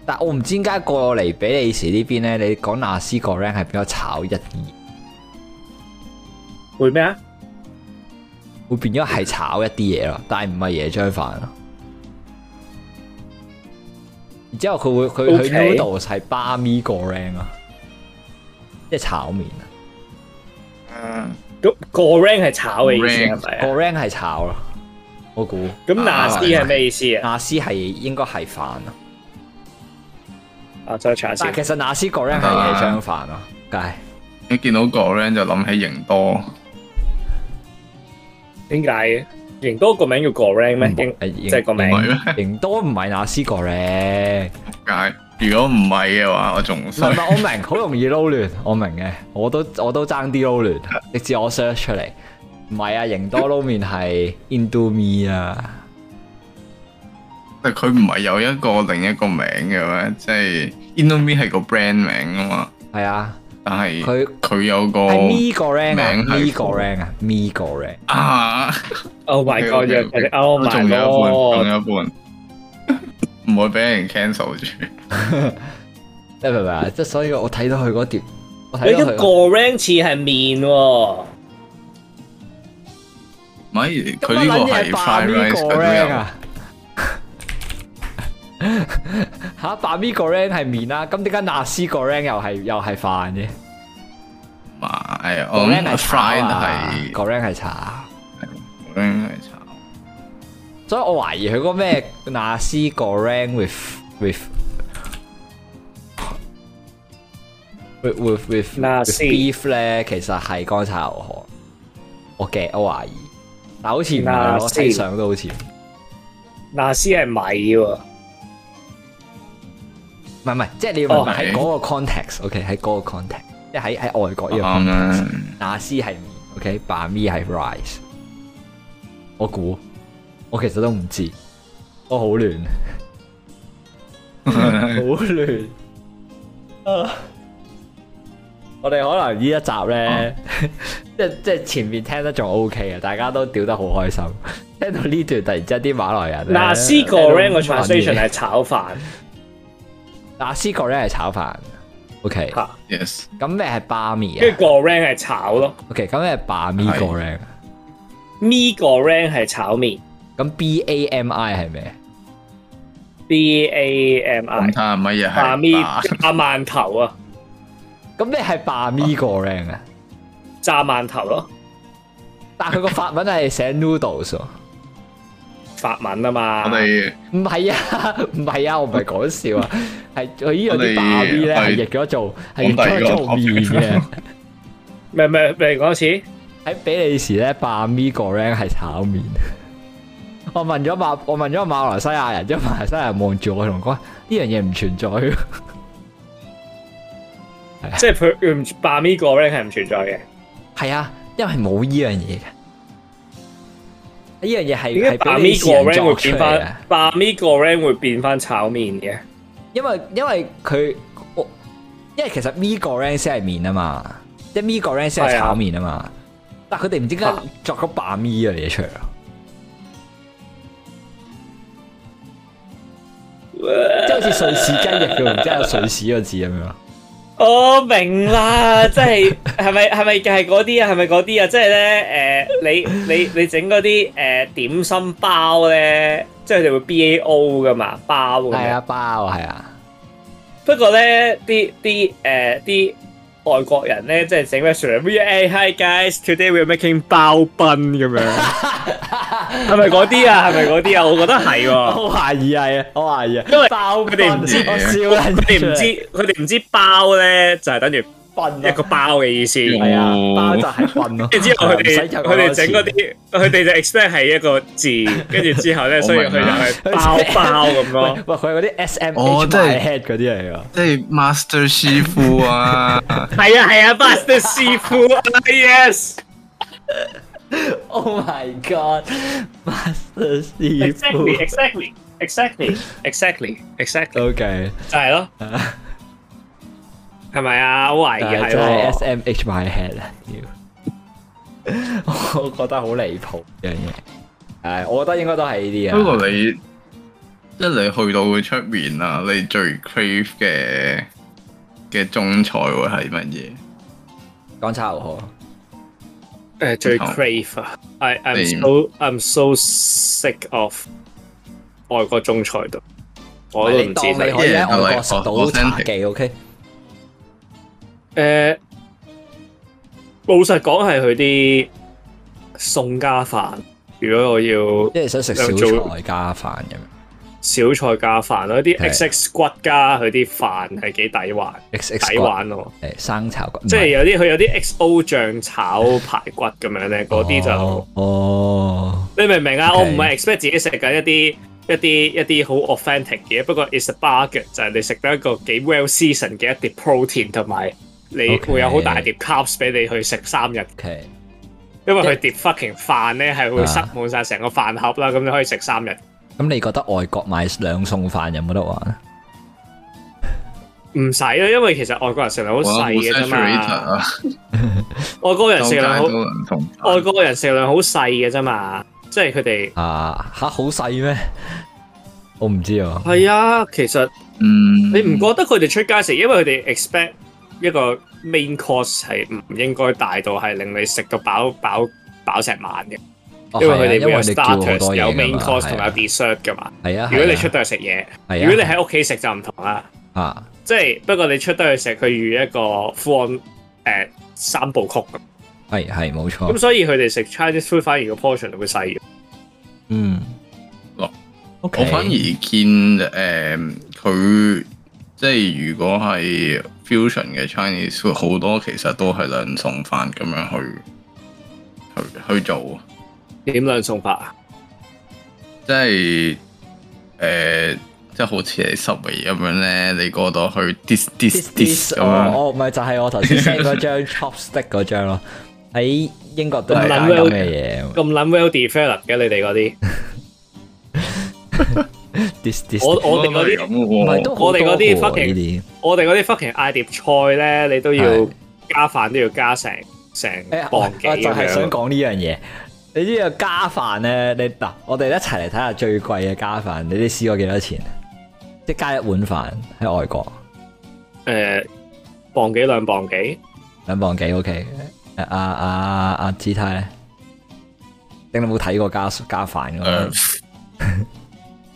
但我唔知點解過嚟比利時呢邊咧，你講那斯個 rank 係比較炒一二，
會咩啊？
會變咗係炒一啲嘢咯，但係唔係椰漿飯咯。然之後佢會佢佢
OK
noodles 係巴咪個 ring 啊，即係炒麵啊。嗯
咁個 rank 係炒嘅意思係咪
個
啊？
ring 係炒咯，我估
咁那斯係咩意思啊？
那斯係應該係飯啊，
啊，再查
但
先
係。其實那斯個 ring 係
啊
椰漿飯咯，啊梗係
一見到個咧就諗起型多，
點解嘅？型多個名叫 Gorang 咩？應
係
即係個
唔
名。
係咩？
型多唔係那斯個 ring。
解？如果唔係嘅話，我仲
唔係
衰
唔。係，我明，好容易撈亂，我明嘅，我都我都爭啲撈亂，直至我 search 出嚟，唔係啊，型多撈麵係 Indomie 啊，
但佢唔係有一個另一個名嘅咩？即係 Indomie 係個 brand 名啊嘛，
係啊，
但係
佢
哦
佢有個
係 Mi 個 rank 啊
名係
，Mi 個 rank 啊，Mi 個 rank，
啊，
Oh my god！又或
OK，OK，OK，
者 Oh
我
my
仲有一半， 仲
god！
有一半，唔會俾人 cancel 住。
你明唔明啊？即係所以我睇到佢嗰碟，我睇
你
到
個
佢
Gorang 似係面喎，
唔係
個
佢呢個係
啊乜撚嘢霸
fried
Mi
rice
個
佢都
rank
有
啊！ 吓，霸 Mi 個 rank 係麵啦，咁點解那斯個 rank 又係又係飯嘅？
買，
個
我
rank 係
諗
炒
哦 fried
啊
係，
個 rank 係炒。
個 rank 係炒。
所以我懷疑佢嗰咩那斯個 rank with with with with with,
那
with
斯
beef 咧，其實係乾炒牛河。我嘅我懷疑，但好似唔係
那
咯，
斯
睇相都好似唔
那斯係米喎。
係唔係，即係你要明白
哦
喺嗰個 context，OK 喺嗰個 context，即係喺喺外國呢個
啊啱
context，
啦，
那斯係麵，OK，把咪係 rice。我估，我其實都唔知，我好亂，好亂。我哋可能呢一集咧， 即係即係前面聽得仲 O K 嘅，大家都屌得好開心。 聽到呢段突然之間啲馬來人咧，
那斯
聽到
Gorang 個
啲馬來
translation
嘢
係炒
啊
飯
那斯個 rank 係炒飯，OK。
嚇，
yes，
咁咩係巴咪
跟
啊
住 Gorang 係炒咯
？OK，咁咩係巴咪個 rank？
，Mi Gorang 係炒面
咁 B A M I 係咩？
，B A M
咁
I
睇下乜嘢
啊咪
係飯
炸饅頭啊，
咁咩係巴咪個 rank 啊？
炸饅頭咯，
但佢個法文係寫 noodles 喎。
法文啊嘛
我。哋
唔係啊， 唔係啊，我唔係講笑啊，係佢呢度啲
我哋
爸 B 咧係
係
譯咗做係譯
講第二
咗
個
做麵
topic
嘅。
咩咩咩嗰次
喺比利時咧，爸咪個 rank 係炒麵。 我問咗馬，我問咗馬來西亞人，因為馬來西亞人望住我同我講呢樣嘢唔存在。
即係佢唔霸咪個 rank 係唔存在嘅，
係啊，因為冇呢樣嘢嘅。呢樣嘢
點解
係係
霸
比
咪
利時
個
人
rank
作
會
出
變
嚟嘅
翻。霸咪個 rank 會變翻炒面嘅？
因為因為佢，我因為其實 Mi 個 rank 先係面啊嘛，即係 Mi 個 rank 先係炒面啊啊嘛，但佢哋唔知點解作咗把咪呢樣嘢出嚟啊咯，即係好似瑞士雞翼嘅，然之後有瑞士個字咁樣 咯。
我哦明啦， 即係係咪係咪係嗰啲啊？係咪嗰啲啊？即係咧誒，你你你整嗰啲誒點心包咧，即係佢哋會 B A O 噶嘛包咁
係
樣。
啊，包係啊，
不過咧，啲啲誒啲外國人咧，即係整咩 We are hi guys, today we are making 包賓咁樣， 係咪嗰啲啊？係咪嗰啲啊？我覺得 係喎。
我懷疑係啊，我懷疑啊，
因為
包佢
佢哋唔知
我笑撚
佢哋唔
出
知
嚟，
佢哋唔知包咧就係等於
笨
一個
啊，
包嘅意思。
係啊，包就係笨咯。
跟住之後佢
唔使
哋
入
佢哋整
錢，
嗰啲，佢哋就 expect 係一個字，跟住之後 咧，
我
所以
明
佢
啦
就係
Oh
包包咁咯
喂。喂，佢係嗰啲 S M
哦
H
即係
my head 嗰啲嚟㗎。
即係 master 師傅啊，
係啊係啊，Buster 師傅啊，yes，
Oh my god，Master 師傅。
exactly exactly exactly exactly exactly。
O K，
就係咯，係咪啊？我懷疑
但係
係
真係
喎
À, S M H my head à? 啊！ 屌，我覺得好離譜呢樣嘢。係，我覺得應該都係呢
不
啲啊。
過你即係你去到出面啊，你最 crave 嘅嘅中菜會係乜嘢？
講炒牛河，
诶，最
然後
crave 啊！I I'm
你
so I'm so sick of 外國中菜度，我都
你
唔知
當你
佢
可以喺外國食到茶記，OK？
诶。呃老實講係佢啲餸加飯。如果我要
即係想食小菜加飯咁樣
小菜加飯咯，啲
係
XX 骨加佢啲飯係幾抵玩，
，X X
抵玩咯。
誒生炒骨，
即係
唔係
有啲佢有啲 XO 醬炒排骨咁樣咧，嗰啲就、
哦哦，
你明唔明啊
OK
我唔係 expect 自己食緊一啲一啲一啲好 authentic 嘅嘢，不過 is a bargain 就係你食得一個幾 well season 嘅一碟 protein 同埋你
OK
會有好大碟 carbs 俾你去食三日，
OK，
因為佢碟 fucking 飯咧係
啊
會塞滿晒成個飯盒啦，咁你可以食三日。
咁你覺得外國買兩餸飯有冇得玩？
唔使啊，因為其實外國人食量好
我好
細嘅啫
saturated
嘛，
啊，
外國人
周
食
街
量好
都唔同。
外國人食量好細嘅啫嘛，即係佢哋。
啊吓好細咩？我唔知啊。
係啊，其實
嗯，
你唔覺得佢哋出街食，因為佢哋 expect 一個 main course 係唔應該大到係令你食到飽飽飽成晚嘅，
哦
因為
係啊
佢哋會
因
有
為你叫好多
starters、有
嘢㗎
main
嘛
course 同
係
有
啊
dessert 噶嘛。
係啊。
如果你
係啊
出得去食嘢，
係啊
如果你喺屋企食就唔同啦。
啊
即係不過你出得去食，佢預一個 full on 誒三部曲咁
係係冇
咁，
錯，
所以佢哋食 Chinese food 反而個 portion 會細嘅。
嗯
落
，O K，
我反而見誒佢即係如果係 fusion 嘅 Chinese food，好多其實都係兩餸飯咁樣去去去做，
點兩餸法啊？
即係誒、呃即係好似你 subway 咁樣咧，你過到去 dis dis dis 咁啊樣，
哦，哦，咪就係我頭 先 send 嗰張 chopstick 嗰張咯，喺英國都係
咁
打
撚
咁
well-
嘅嘢
咁撚 well developed 嘅你哋嗰 啲，
，dis dis，
我
唔
我哋嗰啲
咁。啊喎
係都
我哋嗰啲
好多喎
fucking-
呢
我哋嗰啲 fucking 嗌碟菜咧，你都要
係
加飯都要加成成
啲，誒，我
磅幾
我就係
咁
想
樣。
講呢樣嘢。你呢個加飯咧，你嗱，我哋一齊嚟睇下最貴嘅加飯，你哋試過幾多錢？即係加一碗飯喺外國。
誒，磅幾兩磅幾？
兩磅幾 OK？誒阿阿阿姿態咧，定你冇睇過加加飯
誒
嘅？
誒、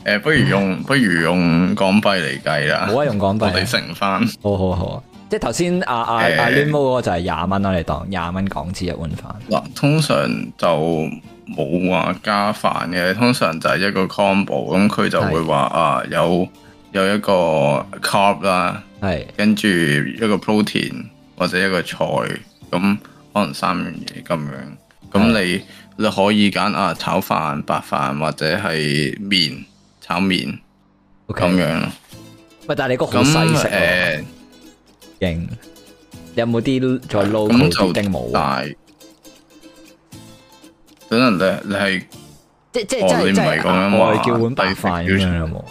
呃不如 用不如用港幣嚟計啦，
冇啊，用港
我
幣啊。
哋乘翻
好好好啊，即係頭先阿阿
誒
阿 Limo 嗰個就係廿蚊啦，啊你當廿蚊港紙一碗飯。
嗱，通常就冇話加飯嘅，通常就係一個 combo，咁佢就會話啊有有一個 carb 啦，
係
跟住一個 protein 或者一個菜，咁可能三樣嘢咁樣。
嗯
咁你你可以揀啊炒飯、白飯或者係麵炒麵
OK。
咁樣咯。
喂，但係你嗰個好
咁
細食啊喎，
誒。呃
勁。你有冇啲再 low
咁
啲
就
定冇啊？
大，可能你你係
即即
哦
即係
你唔
即
係
係
咁樣
額外
話
叫碗白
低
飯咁樣
contribution
有冇？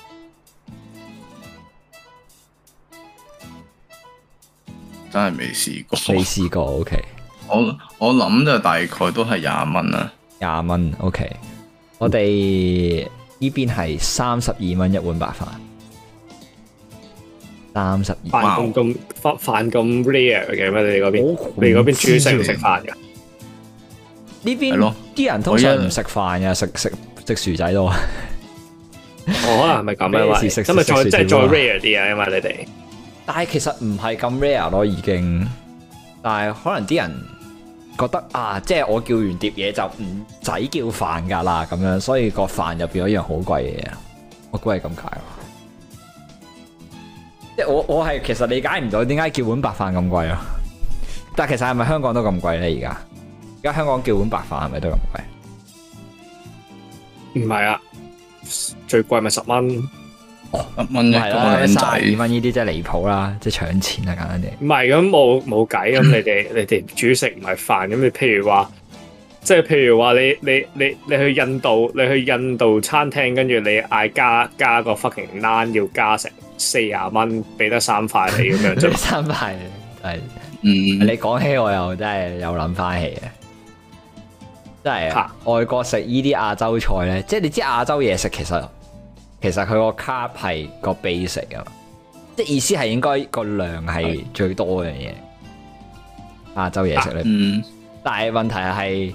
真係未試過。
未試過 OK。
我我谂就大概都係廿蚊啦，
廿蚊，OK。我哋呢邊係三十二蚊一碗白飯，三十二。
哇
飯咁咁飯飯咁 rare 嘅咩？你哋嗰邊？你
你
嗰邊主食唔食飯㗎？
呢
係
邊
咯
啲人通常唔食飯嘅，食食食薯仔多。
我可能係咪咁
嗯咩
樣啊？
事食
咁咪再
食食
即
食
係再
點啊
rare 啲啊？因為你哋
但係其實唔係咁 rare 咯，已經。但係可能啲人覺得啊，即係我叫完碟嘢就唔使叫飯㗎啦，咁樣，所以個飯就變咗一樣好貴嘅嘢。我估係咁解咯。即係我我係其實理解唔到點解叫碗白飯咁貴咯。啊但係其實係咪香港都咁貴咧？而家而家香港叫碗白飯係咪都咁貴？
唔係啊，最貴咪十蚊。
一蚊一
係啦，
個
三
靚
十二
仔，
蚊呢啲真係離譜啦，即係搶錢啊簡單啲。
唔係咁冇冇 計咁，你哋你哋主食唔係飯咁，你譬如話，即係譬如話你你你你去印度，你去印度餐廳，跟住你嗌加加個 fucking naan 要加成四廿蚊，俾得三塊你咁樣啫嘛。
三塊係。
嗯，
你講起我又真係有諗翻起嘅，真係啊外國食呢啲亞洲菜咧，即係你知亞洲嘢食其實其實佢個卡係個 base 嚟噶嘛，即係意思係應該個量係最多嗰樣嘢。亞洲嘢食咧，
嗯，
但係問題係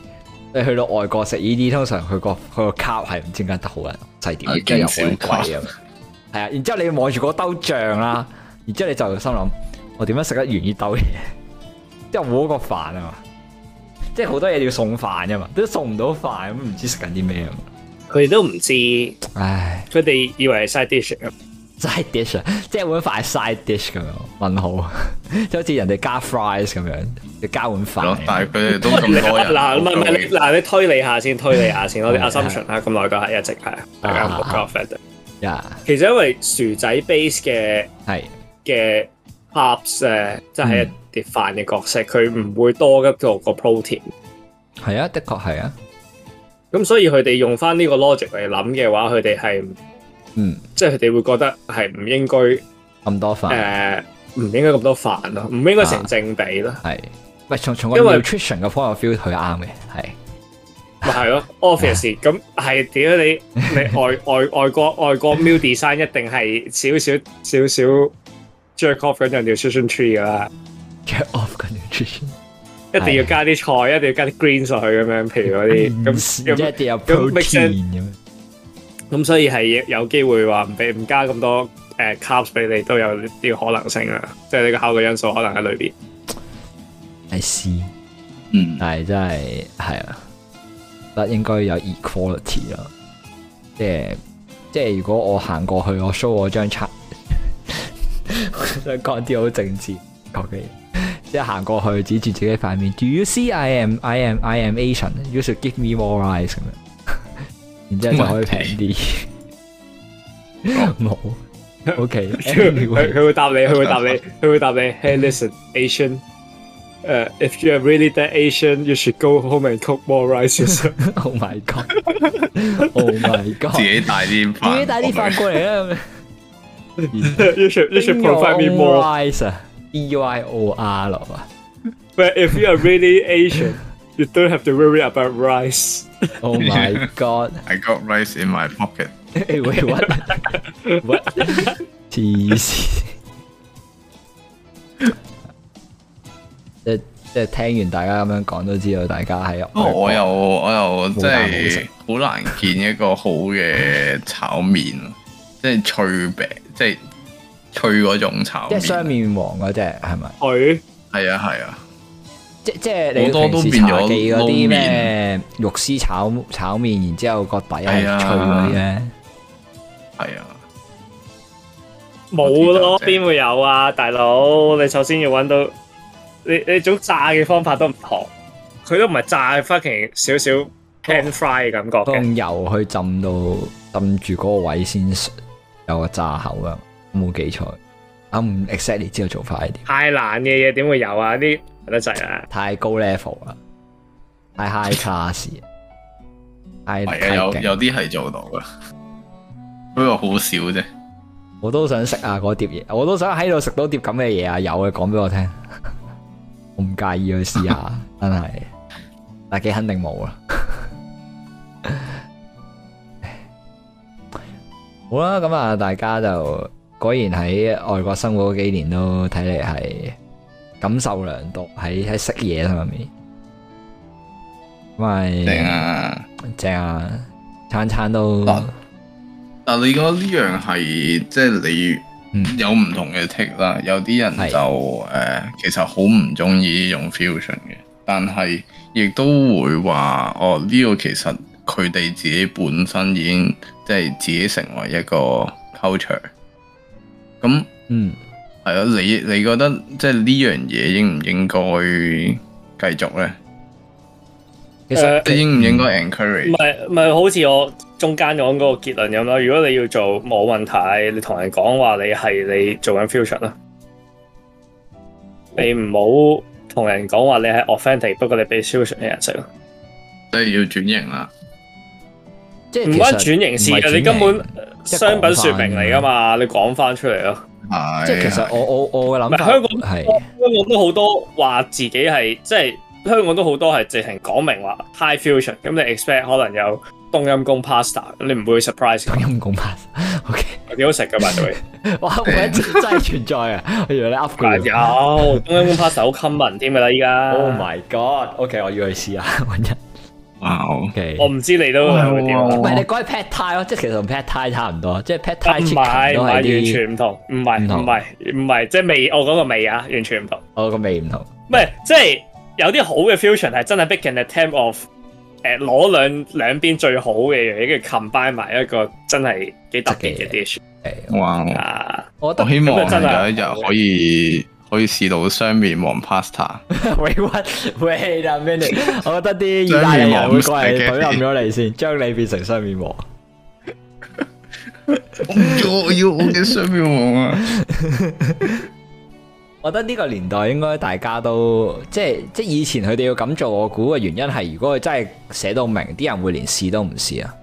你去到外國食呢啲，通常佢個佢個卡係唔知點解得好人細
係
啲，跟住又
勁少
好鬼貴咁樣。係啊，然之後你望住嗰兜醬啦，然之後你就心諗，我點樣食得完呢兜嘢？即係冇嗰個飯啊嘛，即係好多嘢要送飯噶嘛，都送唔到飯咁，唔知食緊啲咩啊嘛。
佢哋都唔知，佢
唉，
哋以為係 side dish 咁。
side dish 啊，即係碗飯係 side dish 咁樣，問號， 即係好似人哋加 fries 咁樣，你加碗
係咯
飯。，
但係佢哋都咁多人，
嗱，唔係唔係，你嗱，你推理下先，推理下先，我哋
係
assumption 啦，咁耐都哦係一直係，大家唔好 confident。
呀，
其實因為薯仔 base 嘅
係
嘅 carbs 咧，即係
嗯
一啲飯嘅角色，佢唔會多得到個 protein。
係啊，的確係啊，
咁所以佢哋用翻呢個 logic 嚟諗嘅話，佢哋係
嗯，
即係佢哋會覺得係唔應該
咁多飯
誒唔應該咁多飯咯，唔應
啊
該成正比咯，
係，喂，從從個
因為
nutrition 嘅 point of view 佢啱嘅，係
咪係咯，obvious
啊
咁係屌 你你外外外國外國 meal design 一定係少少少少 jerk off 緊人 nutrition tree 噶啦，
get off 嘅 nutrition，
一定要加啲菜，一定要加啲 greens 落去咁樣，譬如嗰啲咁
即係嗯一
咁
定有
咁 make sense
protein 咁樣，
咁，所以係有機會話唔俾唔加咁多誒 carbs 俾你都有呢個可能性啦，即係你個考慮因素可能喺裏邊。
係試，
嗯，
但係真係係啊，得應該有 equality 啦，即係即係如果我行過去，我 show 我張 叉，想講啲好政治講嘅嘢。即係行過去指住自己塊面，Do you see I am I am I am Asian? You should give me more eyes 咁樣， 然之後就可以平啲。
哦
冇，OK
佢佢
anyway。
佢會答你，佢會答你，佢會答你。Hey, listen, Asian. 誒、if you are really that Asian, you should go home and cook more rice yourself.
Oh my god！Oh my god！
自己帶啲飯，
哦自己帶啲飯過嚟啦。
you should you should provide me more.
rice 啊，E Y O R 啊
But if you are really Asian, you don't have to worry about rice.
！Oh my god！
I got rice in my pocket。
诶喂 what what 黐線！即即係聽完大家咁樣講都知道，大家喺
不過哦我又我又
冇
真
蛋冇食
係好難見一個好嘅炒麵，即係脆餅，即係脆嗰種炒
即係
麵。
雙面王嗰只係咪？
佢
係啊係啊，
即即係你
好多
平
都
時
變咗
茶記嗰
撈
啲
麵
咩肉絲炒炒麵，然之後個底係
啊
脆嗰啲咧，
係啊，
冇咯
我，知道
邊會有啊，大佬？你首先要揾到你你種炸嘅方法都唔同，佢都唔係炸係 fucking 少少 pan
哦
fry 嘅感覺
都
嘅。
用油去浸到浸住嗰個位先有個炸口啊！冇記錯，我唔 exactly 知道做法係點，
太難嘅嘢點會有啊？啲得滯啦。
太高 level 啦，太 high class，太
係啊，
太
有
勁，
有啲係做到噶，不過好少啫。
我都想食啊嗰碟嘢，我都想喺度食到碟咁嘅嘢啊！有嘅講俾我聽， 我唔介意去 試下，真係，但係幾肯定冇啦。 好啦，咁啊，大家就果然喺外國生活嗰幾年都睇嚟係感受良多，喺喺食嘢上面，咁
正
咪
啊！
正啊，餐餐都
啊但你覺得呢樣係即係
嗯
你有唔同嘅 take 啦，有啲人
係
就誒、呃其實好唔中意呢種 fusion 嘅，但係亦都會話哦呢、個其實佢哋自己本身已經即係自己成為一個 culture。咁
嗯。
係咯，你你覺得即係呢樣嘢應唔應該繼續咧？
其實
呃
即係應唔應該
唔
encourage？
係唔係，好似我中間講嗰個結論咁啦。如果你要做冇問題，你同人講話你係你做緊 future 啦，你唔好同人講話你係 authentic，不過你俾 future 嘅人食咯。
即係要轉型啦。
即係
唔
其
關
實
轉型事
唔係
嘅，
轉
你根本呃
型即係
商品説
講返
明嚟噶嘛，你講翻出嚟咯。
係啊
即係其實我我我嘅
唔
諗
係
法
香港
係
香港都好多話自己係即係香港都好多係直情講明話 high fusion，咁你 expect 可能有冬陰功 pasta，你唔會 surprise 㗎
講。陰公 pass，OK，
幾好食噶嘛， 對。
哇！每一節真係存在啊！ 我以為你 up
啊
佢。
有中央 pass 好 common 添噶啦，依家。
Oh my god！OK，、我要去試下 揾一
哇！
OK。
我唔知你都係會點啊。
唔係你講係 pad thai 咯，即係其實同 pad thai 差唔多，即係 pad thai
唔
chicken
係唔
都
係
係
完
啲
全唔同，唔係
唔同
唔係唔係，即係味我講個味啊，完全唔同。
我個味唔同。
唔係即係有啲好嘅 fusion 係真係 make an attempt of 誒攞兩兩邊最好嘅嘢，跟住 combine 埋一個真係幾特別嘅 dish
誒，
哇！
啊！
我覺得
我希 望
咁啊真係
有一日可以可以試到雙面黃 pasta，
wait what wait a minute，我覺得啲意大利人會過嚟懟冧咗你先，將你變成雙面王。
我唔要我要我嘅雙面黃啊！
我覺得呢個年代應該大家都即係即係以前佢哋要咁做，我估嘅原因係如果佢真係寫到明，啲人會連試都唔試啊！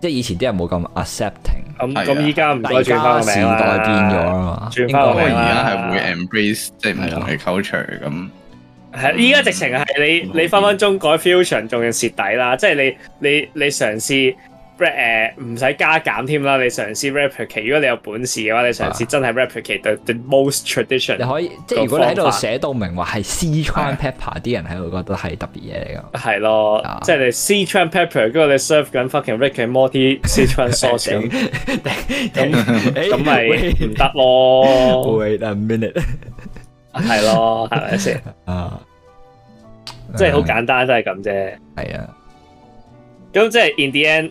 即係以前啲人冇咁 accepting，
咁
係啊
咁依家唔該
但而
轉
家
翻個
時
名啦
代變咗啊嘛，啊
轉
應
返
不
個
過
名
而
啦
該
家係會 embrace 即係唔同嘅 culture 咁，
係依家直情係你你分分鐘改 fusion 仲要蝕底啦，即係你你你嘗試 re 誒唔使加減添啦，你嘗試 replicate，如果你有本事嘅話，你嘗試真係 replicate the, the most
啊你
tradition
可以即係如果你喺
個
度
方法
寫到明話係 Sichuan pepper，啲人喺度覺得係特別嘢嚟㗎。
係咯
啊，
即係你 Sichuan pepper，跟住你 serve 緊 fucking Rick and Morty Sichuan sauce 咁，
咁
咁咪唔得
Wait
咯，
wait a minute
係咯，係 咪先？
啊，
即係好簡單，真係咁啫。
係啊，
咁即係 in the end，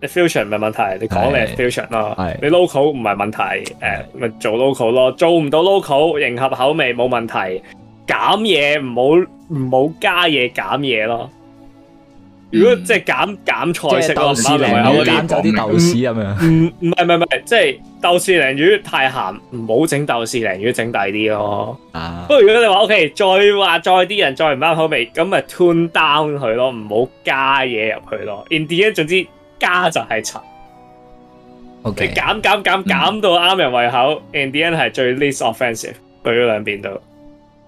你 fusion 唔係問題，你講你係 fusion 咯
係，
你 local 唔係問題，誒咪做 local 咯，做唔到 local 迎合口味冇問題，減嘢唔好唔好加嘢減嘢咯。如果
嗯
即係減減
即
菜
係
式咯，
豆
唔
豉
啱啊
鯪
胃口
係
魚
可
味
以。
揀走啲豆豉咁樣。
唔唔係唔係唔係，即係豆豉鯪魚太鹹，唔好整豆豉鯪魚，整大啲咯。
啊
不，過如果你話 OK，再話再啲人再唔啱口味，咁咪 tune down 佢咯，唔好加嘢入去咯。In the end，總之加就係塵，
O
你
K，
減減減減到啱
嗯
人胃口。In the end 係最 least offensive，對咗兩邊都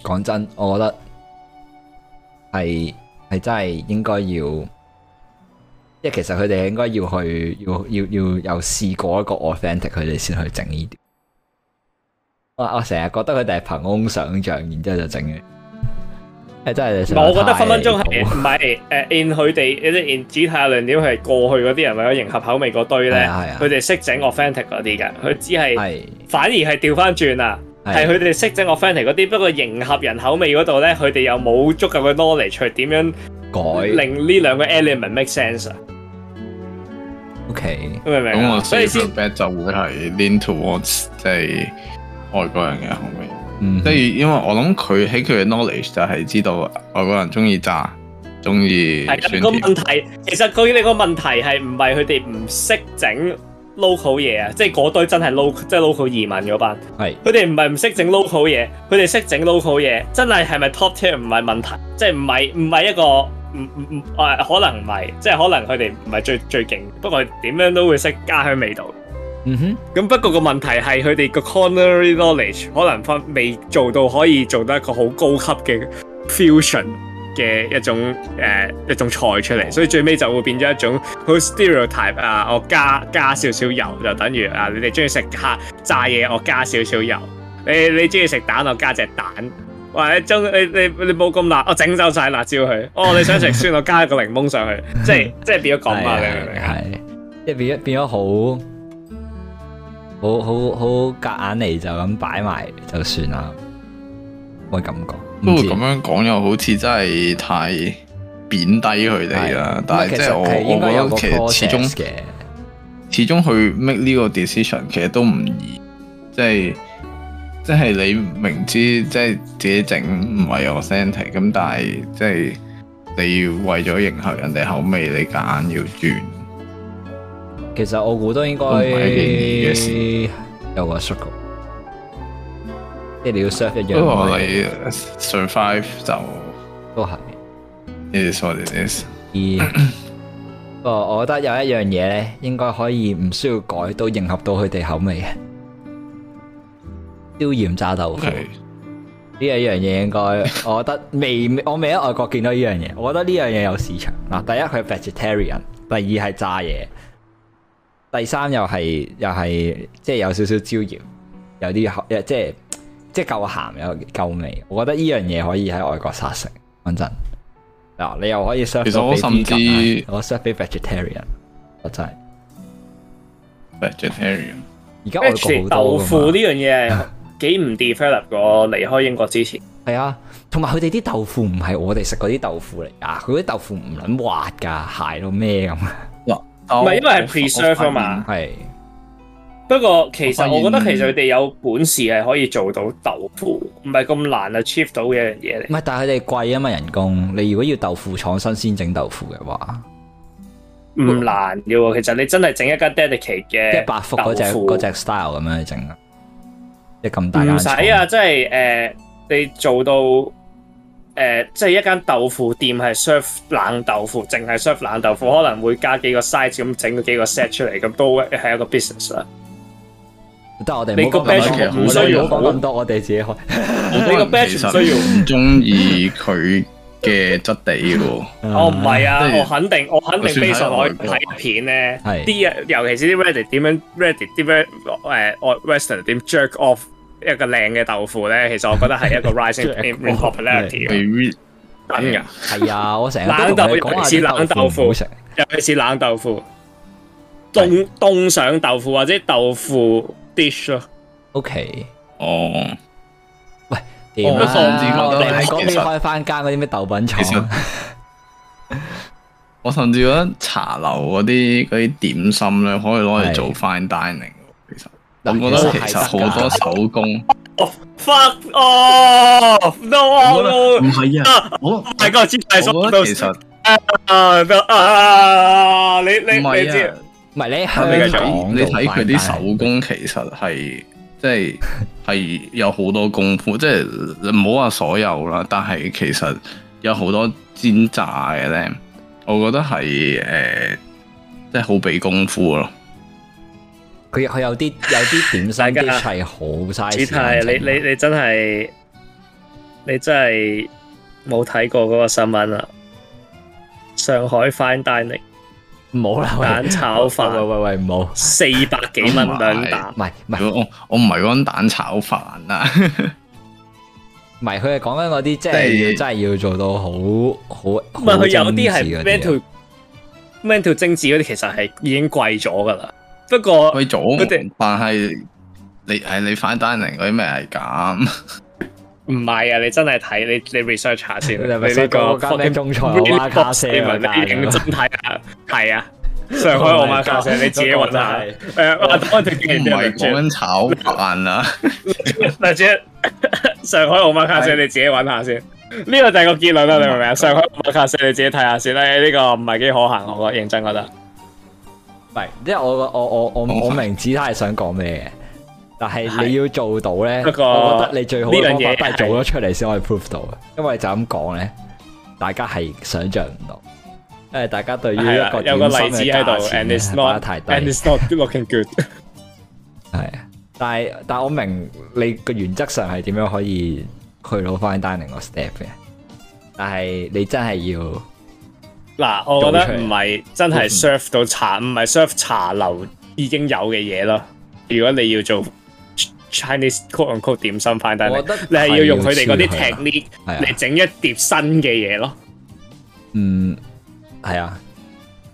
講真，我覺得係係真係應該要，即係其實佢哋應該要去要要要有試過一個 authentic，佢哋先去整呢啲。我我成日覺得佢哋係憑空想像，然之後就整嘅，係真係。
我覺得分分鐘係唔係誒 in 佢哋即係 in 只睇下論點，佢係過去嗰啲人為咗迎合口味嗰堆
係
咧
啊係啊，
佢哋識整 authentic 嗰啲㗎，佢只係
係
反而係調翻轉啊！係佢哋識整 authentic 嗰啲，不過迎合人口味嗰度咧，佢哋又冇足夠嘅 knowledge 去點樣
改
令呢兩個 element make sense 啊？
O K，
明唔明
咁
啊？
我
所以
s
先
e bet 就會係 lean towards 即係外國人嘅口味，
嗯
即係因為我諗佢喺佢嘅 knowledge 就係知道外國人中意炸，中意
啊
係啊咁
酸
個
甜。
問題，其實佢哋個問題係唔係佢哋唔識整 local 嘢啊？即係嗰堆真係 local，即係 local 移民嗰班，
係
佢哋唔係唔識整 local 嘢，佢哋識整 local 嘢，真係係咪 top tier 唔係問題，即係唔係唔係一個唔唔唔誒可能唔係，即係可能佢哋唔係最最勁，不過點樣都會識家鄉味道。
嗯哼。
咁不過個問題係佢哋個 culinary knowledge 可能分未做到可以做到一個好高級嘅 fusion 嘅一種誒、呃一種菜出嚟，所以最尾就會變咗一種好 stereotype 啊！我加加少少油就等於啊，你哋中意食蝦炸嘢，我加少少油；你你中意食蛋，我加隻蛋。或者中你你你冇咁辣，我整走晒辣椒佢。哦，你 想食酸，我加一個檸檬上去，即係即係變咗咁啊！你明唔明啊？
系，即系变咗变咗好，好好好夾硬嚟就咁擺埋就算啦，冇感覺。
不
唔
過
知
咁樣講又好似真係太貶低佢哋啦
係，
啊但
咁啊其
係即
實
係我
佢應該有
我
個
覺得其實始
process
終。
嘅，
始終去 make 呢個 decision 其實都唔易，即係即係你明知即係自己整唔係我 s e n t 咁，但係即係你為咗迎合人哋口味，你夾硬要轉，
其實我估都應該
都唔係一件易嘅事
有個 circle，即係你要 serve 一樣
不過
嘅
你 survive 就
都係。
it is what it is。
而 不過我覺得有一樣嘢咧，應該可以唔需要改都迎合到佢哋口味嘅，椒鹽炸豆腐。
OK，
呢一樣嘢應該，我覺得未 我未喺外國見到呢樣嘢，我覺得呢樣嘢有市場。嗱，第一佢係 vegetarian，第二係炸嘢，第三又係又係即係有少少招搖，有啲口即係即係夠鹹有夠味。我覺得呢樣嘢可以喺外國殺食，講真。嗱，你又可以 serve
其實我
到俾
甚至
vegan 啊我 serve 俾 vegetarian，我真係。
vegetarian。
而家外國好
Actually，豆
多㗎
腐呢
嘛
樣嘢係幾唔 develop 過離開英國之前。
係啊，同埋佢哋啲豆腐唔係我哋食嗰啲豆腐嚟㗎，佢啲豆腐唔撚滑㗎，鞋到咩咁。
嗱，
唔
唔
係因為係 preserve 啊嘛
係
不過其實我
我
覺
發
得
現
其實佢哋有本事係可以做到豆腐，唔係咁難 achieve 到嘅一樣嘢
唔。
嚟
係？但係佢哋貴啊嘛，人工。你如果要豆腐廠新鮮整豆腐嘅話，
唔難嘅喎，其實你真係整一間 dedicate 嘅
即係百福嗰只
豆腐
嗰只 style 咁樣去整啊，即係咁大間
唔使啊，！即係誒、呃你做到誒、呃即係一間豆腐店係 serve 冷豆腐，淨係 serve 冷豆腐，可能會加幾個 size 咁整咗幾個 set 出嚟，咁都係一個 business 啦。
得我哋
你
唔好
個
講咁
batch
多
唔需要
我哋唔好講咁多，我哋自己開。
你個 batch 唔需要
唔中意佢嘅質地喎。
我
嗯
唔係啊，
即係
我肯定，我肯定
就算
b a
喺
s 我
外國
睇片咧，
係
啲人尤其是啲 Reddit 點樣 Reddit 啲 Red 誒外 Western 點 jerk off 一個靚嘅豆腐咧，其實我覺得係一個 rising in in popularity 嘅
被 read
真㗎，
係啊，我成日
冷
都同
豆
你講話
尤其是冷
啲
豆
豆
腐
腐唔好食。
尤其是冷豆腐，凍凍上豆腐或者豆腐 dish 咯。
O K，
哦，
點啊
我甚至覺
我
得
哋喺嗰邊
其實
開翻間嗰啲咩豆品
其實
廠，
我甚至覺得茶樓嗰啲嗰啲點心咧，可以攞嚟做
係
fine dining 喎。其實我
嗱
覺得其
其
實
實係得㗎
好多手工
Fuck off! No, no,
唔
no!
係啊，我
大個姿勢
我
縮
覺得
到
其實唔
啊得啊！你你你
係
知
啊。
唔係你喺
你
香
睇
港
你睇佢啲
做
手工，其實係即係係有好多功夫，即係唔好話所有啦，但係其實有好多煎炸嘅咧，我覺得係誒、呃即係好俾功夫咯。
佢佢有啲有啲點心
大家
dish 係好嘥
子
時
泰，
間
你你你真係你真係冇睇過嗰個新聞啊！上海 fine dining
你唔好啦，喂
蛋炒
喂
飯
喂喂唔好，
四百 幾蚊兩打
唔，係唔係
如果我我唔係講蛋炒飯啊啦，
唔係，佢係講緊嗰啲即
即
係
係
要真係要做到好好，
唔
唔
係佢有啲係 mental mental 精緻嗰啲，其實係已經貴咗噶啦。不過
貴
佢哋
咗，但係你係你反單嚟嗰啲咩係咁？
唔係啊，你真係睇你你 research 下 先，
你係咪
呢
想
個
講嗰間咩中菜奧馬卡西嗰間啊
你認真睇下，係啊，上海奧馬卡西你自己揾下。誒，我我哋
唔係講緊炒飯啊，
嗱，主上海奧馬卡西你自己揾下先。呢個就係個結論啦，你明唔明
嗯
啊？上海奧馬卡西你自己睇下先啦，呢個唔係幾可行，我覺得認真覺得。
唔係，即係我我我我
好
我明子他係想講咩嘅，但係你要做到咧，
不過
我覺得你最好嘅
呢樣
方
嘢
法都係做咗出嚟先可以 prove 到，因為就咁講咧，大家係想象唔到，因為大家對於
係
一
啦
個，
有個
點心
例子
嘅
喺度
價錢
，and
咧
it's
擺得
not
太低，
and
係
it's not looking good。
啊，但係但係我明你個原則上係點樣可以去到 fine dining 個 step 嘅，但係你真係要。
嗱，我覺得唔係真
嗯
係 serve 到茶，唔係 serve 茶樓已經有嘅嘢咯。如果你要做 Chinese quote on quote 點心 fine
我
dining，
覺得
你係要用佢哋嗰啲
係要
technique
係啊
嚟整一碟新嘅嘢咯。
嗯，系啊，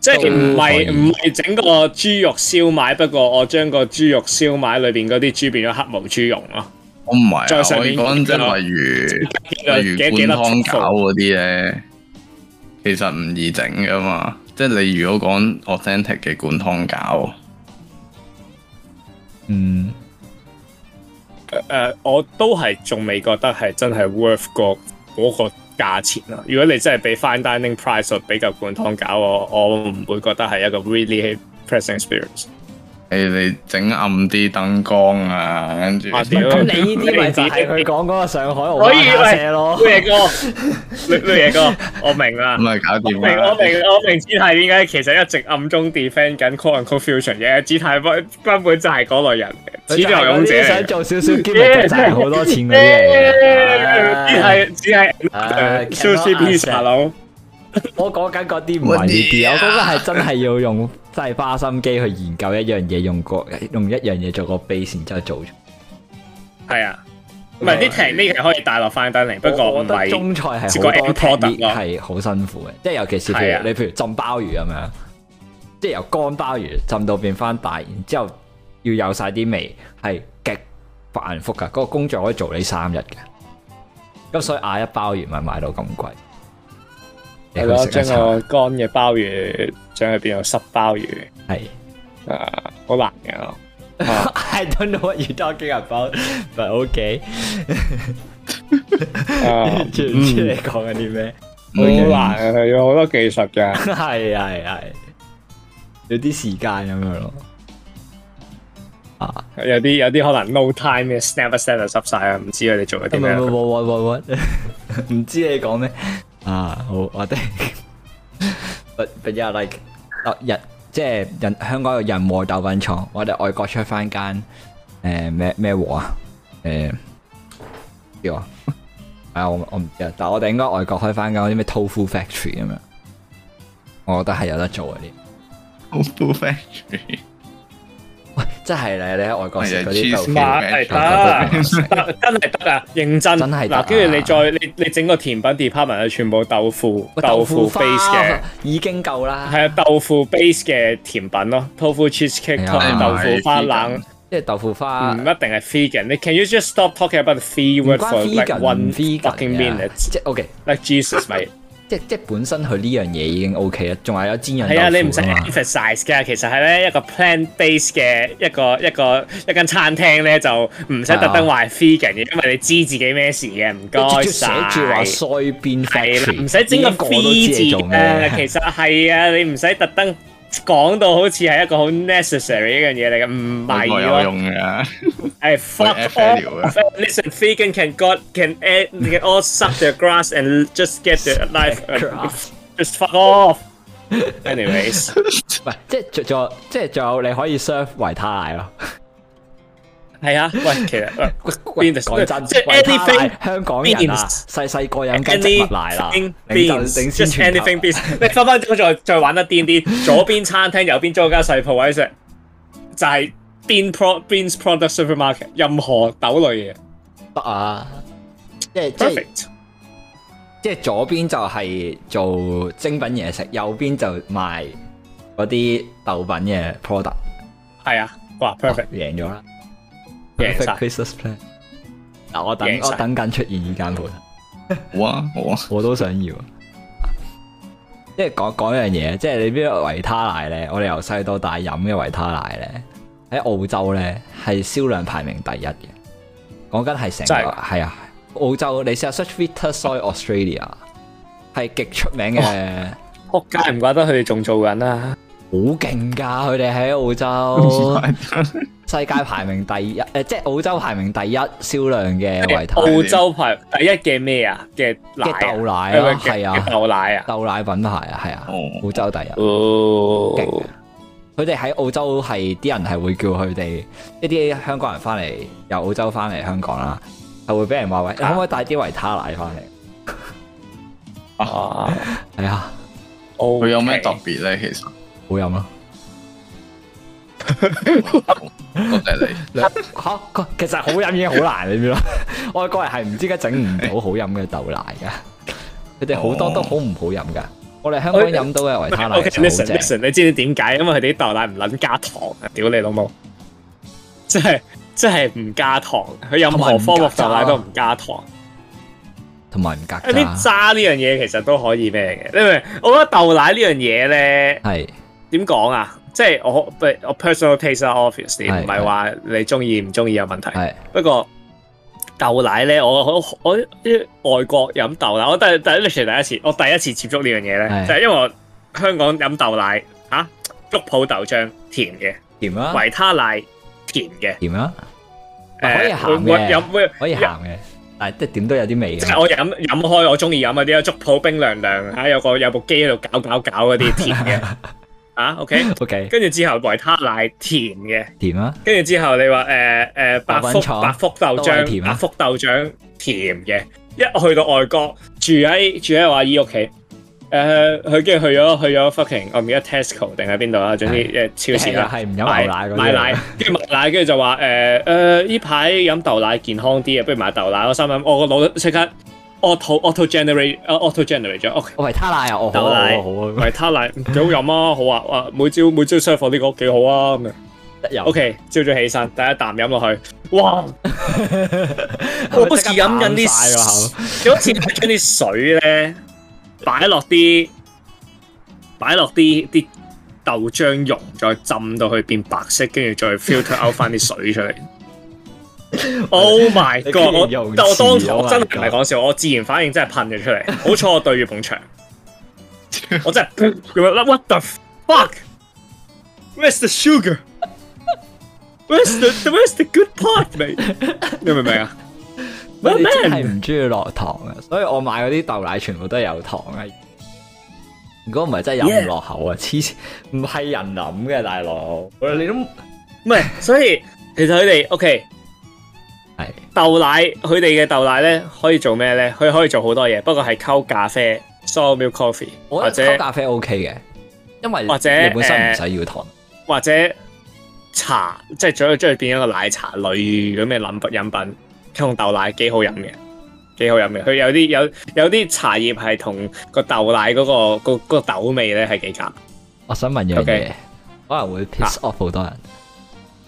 即係唔係
都可以
唔係整個豬肉燒賣，不過我將個豬肉燒賣裏邊嗰啲豬變咗黑毛豬蓉咯，
我唔係啊，
再上
我
面
講即係 例如。
幾多
例如
幾
灌
幾粒
湯
竹
餃
脯
嗰啲咧，其實唔易整噶嘛。即係你如果講 authentic 嘅灌湯餃，
嗯，
誒，我都係仲未覺得係真係 worth 個嗰個價錢啊！如果你真係俾 fine dining price 我比較灌湯餃，我我唔會覺得係一個 really present experience。
你你整暗啲燈光啊，跟住
啊屌
咁你呢啲咪就係佢講嗰個上海澳卡社
哦
咯，
咩哥，咩咩嘢哥，我明啦
咁。咪搞
我明
掂
我明
啦。
我明姿態點解其實一直暗中 defend 緊 c o n c o fusion 嘅，姿態不根本就係嗰類人，始
佢就係嗰啲想做
作俑者嚟嘅。
少少 g i m 賺好多錢嗰啲嚟嘅，
只係只係
唉
sushi
，cannot
pizza 佬，
我講緊嗰啲唔係呢啲，我嗰個係真係要用真係花心機去研究一樣嘢，用個用一樣嘢做個 base，然之後做出。
係啊，唔係啲劇呢期可以帶落翻登嚟，不過
我
唔
覺得
係
中菜係
接
好
個
多
end product 咯
係好辛苦嘅，即係尤其是譬
係啊
如你譬如浸鮑魚咁樣，即係由乾鮑魚浸到變翻大，然之後要有晒啲味，係極繁複噶。嗰、個工作可以做你三日嘅，咁所以嗌一鮑魚咪賣到咁貴。你
係
去
咯，
食啊一
將
餐
個乾嘅鮑魚將佢變做濕鮑魚，
係。
啊，好難嘅。啊
I don't know what you're talking about, but okay。
啊
知唔知你講緊啲咩？
好難啊，佢有好多技術嘅。
係係係，有啲時間咁樣咯。啊，
有啲有啲可能 no time 嘅 snap a snap 就濕晒啊，唔知佢哋做咗
唔
啲咩。
唔知你講咩？啊，好，我哋 but but yeah like 啊日即係人香港有人和豆品廠，我哋外國出翻間誒咩咩和啊誒叫啊啊我我唔知啊，但係我哋應該外國開翻間嗰啲咩 tofu factory 咁樣，我覺得係有得做嗰啲。
好 full factory，
喂，真係咧，你喺外國食嗰
係
啲
啊
豆
唔
腐
，cheese
係得， 真係得啊！認真
真係得啊
嗱，跟住你再你你整個甜品 department 係全部豆腐
喂
豆腐
花
base 嘅，
已經夠啦，
係啊豆腐 base 嘅甜品咯，tofu cheesecake
係啊
豆腐花冷，
即係豆腐花
唔一定係 vegan。你 can you just stop talking about the free
啊唔關
word for like
vegan 唔
one
vegan 嘅
fucking minute?
即係 OK，
Like Jesus, mate！
即即係本身佢呢樣嘢已經 OK 啦，仲係有煎
係啊，你
釀豆
唔使
腐啊嘛，
emphasize 㗎，其實係咧一個 plan base 嘅一個一個一間餐廳咧，就唔使特登話係 vegan 嘅，因為你知自己咩事嘅，唔該
啊即係
晒。
寫住話 soybean
係啦，
factory，
唔使整
已經個個
個
都知
free
你
字
做
啊，
咩
其實係啊，你唔使特登講到好似係一個好 necessary 一樣嘢嚟嘅，唔
美國
係
有
咯，
用嘅，
係 fuck
FL
all of it. Listen, vegan can God can a- can all suck their grass and just get their life,
Grass.
just fuck off. Anyways.
唔係即係仲仲有即係仲有你可以 serve 維他奶咯。
係啊，喂，其實喂
喂
Beans，
講真，
即係
維他奶
anything
香港人啊，
beans
細細個飲緊植物奶啦，
anything
頂就頂先
beans，just
全球
anything beans，你分分鐘再再玩得癲啲，左邊餐廳，右邊租間細鋪位食，就係 bean pro beans product supermarket，任何豆類嘅
得啊，即係即係。
，perfect，
即係左邊就係做精品嘢食，右邊就賣嗰啲豆品嘅 product，
係啊，哇，perfect，啊
贏咗啦
贏晒
Perfect business plan。嗱，我等
贏晒
我等緊出現呢間鋪，
好啊好啊，
我都想要。即係講講一樣嘢，即係你知道維他奶咧，我哋由細到大飲嘅維他奶咧，喺澳洲咧係銷量排名第一嘅。講緊係成
真係
個係啊，澳洲你試下 search Vita Soy Australia 係極出名嘅。
仆街唔怪得佢哋仲做緊啦，
好勁噶，佢哋喺澳洲
哦
世界排名第一，诶，即係澳洲排名第一銷量嘅維他
澳洲排第一嘅咩啊嘅奶啊
嘅豆奶啊
係咪嘅
係啊
嘅豆奶啊，
豆奶品牌啊，係啊，
哦
澳洲第一。
哦，
勁佢哋喺澳洲係啲人係會叫佢哋一啲香港人翻嚟，由澳洲翻嚟香港啦，係會俾人話喂，你可唔可以帶啲維他奶翻嚟？
啊，
係啊，
佢
佢
有咩特別咧？其實，
好飲咯。
多謝 你。
吓，佢其實好飲已經好難，你知唔知咯？ 外國人係唔知點解整唔到好飲嘅豆奶噶，佢哋好多都好唔好飲噶。我哋香港飲到嘅維他奶
O K,
其實
listen,
好正。
listen，你知唔知點解？因為佢哋啲豆奶唔撚加糖啊！屌你老母，即係即係唔加糖，佢任何科目豆奶都唔加糖。
同埋唔隔啊
一
渣，
啲渣呢樣嘢其實都可以咩嘅？因為我覺得豆奶呢樣嘢咧，
係
點講啊？即係我我 personal taste 啦，obviously
係
唔係話你中意唔中意有問題。
係
不過豆奶咧，我我我啲外國飲豆奶，我第第一次第一次，我第一次接觸呢樣嘢咧，
係
就係因為我香港飲豆奶嚇，粥鋪豆漿甜嘅，
甜啊，
維他奶甜嘅，
甜啊，
誒
可以鹹
我飲
嘅，可以鹹嘅，但係即係點都有啲味
即係
嘅。
我飲飲開我中意飲嗰啲啊，粥鋪冰涼涼嚇，有個有部機喺度搞搞搞嗰啲甜嘅啊，OK，
O K，
跟住之後維他奶甜嘅。
甜啊，
跟住之後你話誒誒
白
百福
粉廠
百福豆
都係甜
漿，
啊
百福豆漿甜嘅，一去到外國住喺住喺我阿姨屋企，誒、誒佢跟住去咗去咗 fucking 我唔記得 Tesco 定係邊度啦，總之誒超市啦，
係唔飲牛奶嗰啲啊
買奶，跟住買奶，跟住就話誒誒呢排飲豆奶健康啲啊，不如買豆奶。我心諗我個腦即刻 auto auto generate 啊 auto generate 咗，OK
我維他奶啊，我好
豆
啊
奶
好啊，好啊
維他奶唔幾好飲啊，好啊，哇每朝每朝 serve 呢個幾好啊咁樣。
得有
OK，朝早起身第一啖飲落去，哇！我好似飲緊啲
晒個 口。
你好似將啲水咧擺落啲擺落啲啲豆漿溶，再浸到佢變白色，跟住再 filter out 翻啲水出嚟。Oh my
你
god！我
竟然用
但我當
字
堂
Oh
我
my
真係唔係講笑，我自然反應真係噴咗出嚟。好彩我對住埲牆，我真係咁樣。What the fuck？Where's the sugar？Where's the where's the good part, mate？你明唔明啊
我
？My
哋真係
man，
唔中意落糖啊，所以我買嗰啲豆奶全部都有糖啊。如果唔係真係飲唔落口啊，黐線，唔係人諗嘅大佬，你都
唔係，所以其實佢哋 OK
係
豆奶，佢哋嘅豆奶咧可以做咩咧？佢可以做好多嘢，不過係溝咖啡 （soy milk coffee）
我
或
覺得溝
者
咖啡 OK 嘅，因為
或者
你本身唔使要糖，
或者茶，即係將將佢變一個奶茶類咁嘅飲飲品，同豆奶幾好飲嘅，幾好飲嘅。佢有啲有有啲茶葉係同個豆奶嗰、個、個、個豆味咧係幾夾。
我想問樣嘢
OK，啊
可能會 piss off 好多人。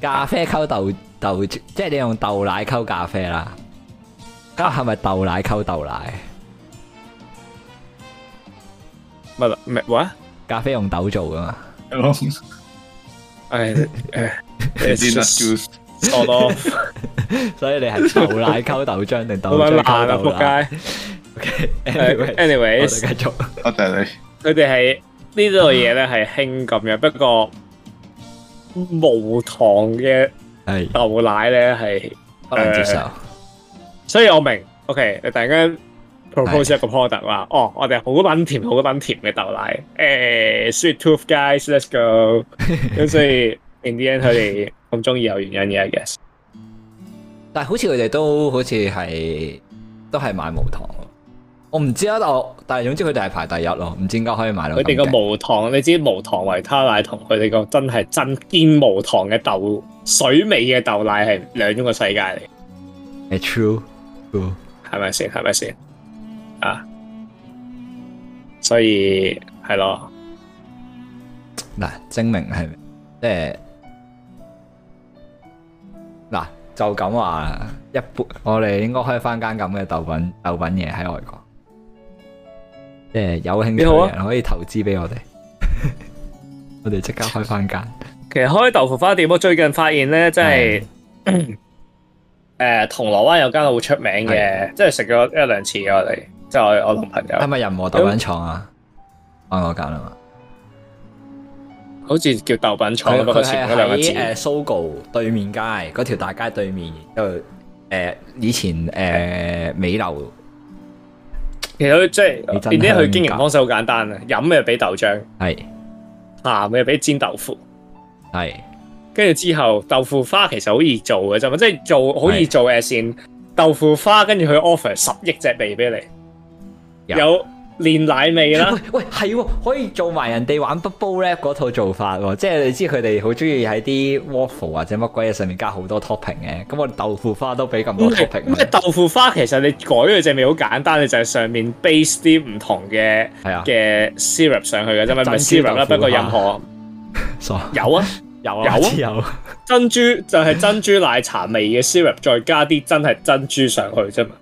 咖啡溝豆豆，即係你用豆奶溝咖啡啦。咁係咪豆奶溝豆奶？
乜乜乜？
咖啡用豆做噶嘛？
唉唉，
你知啦 juice
傻咯，
所以你係豆奶溝豆漿定豆
好
漿溝
撚難啊！
豆
仆
奶
街。哎
？Anyway，我
Anyways，
哋繼續。
多謝你。
佢哋係呢度嘢咧係興咁樣，不過無糖嘅
係
豆奶咧係，
不能接受。
所以我明。OK，你突然間 propose 一個 product 話，哦，我哋好撚甜，好撚甜嘅豆奶。誒、s w e e t tooth guys，let's go。咁所以 in the end 佢哋咁中意有原因嘅，I guess。
但係好似佢哋都好似係都係買無糖喎。我唔知啊，但我但係總之佢哋係排第一咯，唔知點解可以買到咁
佢哋個
勁。
無糖，你知無糖維他奶同佢哋個真係真堅無糖嘅豆水味嘅豆奶係兩種個世界嚟。
係 true true。
系咪先？系咪先？啊，所以系咯，
嗱，證明係即係嗱，就咁話啦一般我哋應該開翻間咁嘅豆品豆品嘢喺外國，即係有興趣
幾好啊
嘅人可以投資俾我哋， 我哋即刻開翻間。
其实开豆腐花店，我最近发现咧，即系 诶铜锣湾有间好出名嘅，即系食咗一两次嘅我哋，即系我我同朋
係
友，
咪人和豆品廠啊？按我間啊嘛，
好似叫豆品厂
佢
不
佢
過前嗰
係
兩個字
喺誒 Sogo 對面街嗰條大街對面，然之後誒以前誒、美樓
其实即
你
系
真
点解佢經
香㗎
營方式好簡單啊，飲嘅俾豆漿，
係
鹹嘅啊俾煎豆腐。
係
跟住之後豆腐花其實好易做嘅啫嘛，即係做好易做嘅線豆腐花，跟住佢 offer 十億隻味俾你，
有
有煉奶味啦
喂，喂，係喎，可以做埋人哋玩 bubble wrap 嗰套做法喎，即係你知佢哋好中意喺啲 waffle 或者乜鬼嘢上面加好多 topping 嘅，咁我哋豆腐花都俾咁
唔
多
係
topping，
唔係
嘅
豆腐花其實你改佢隻味好簡單，你就係上面 base 啲唔同嘅
係啊，
嘅 syrup 上去嘅啫嘛，唔係
珍珠
syrup 啦，
豆腐
不
花
過任何
傻
有啊
有
有啊
有
珍珠就係珍珠奶茶味嘅 syrup，再加啲真係珍珠上去啫嘛。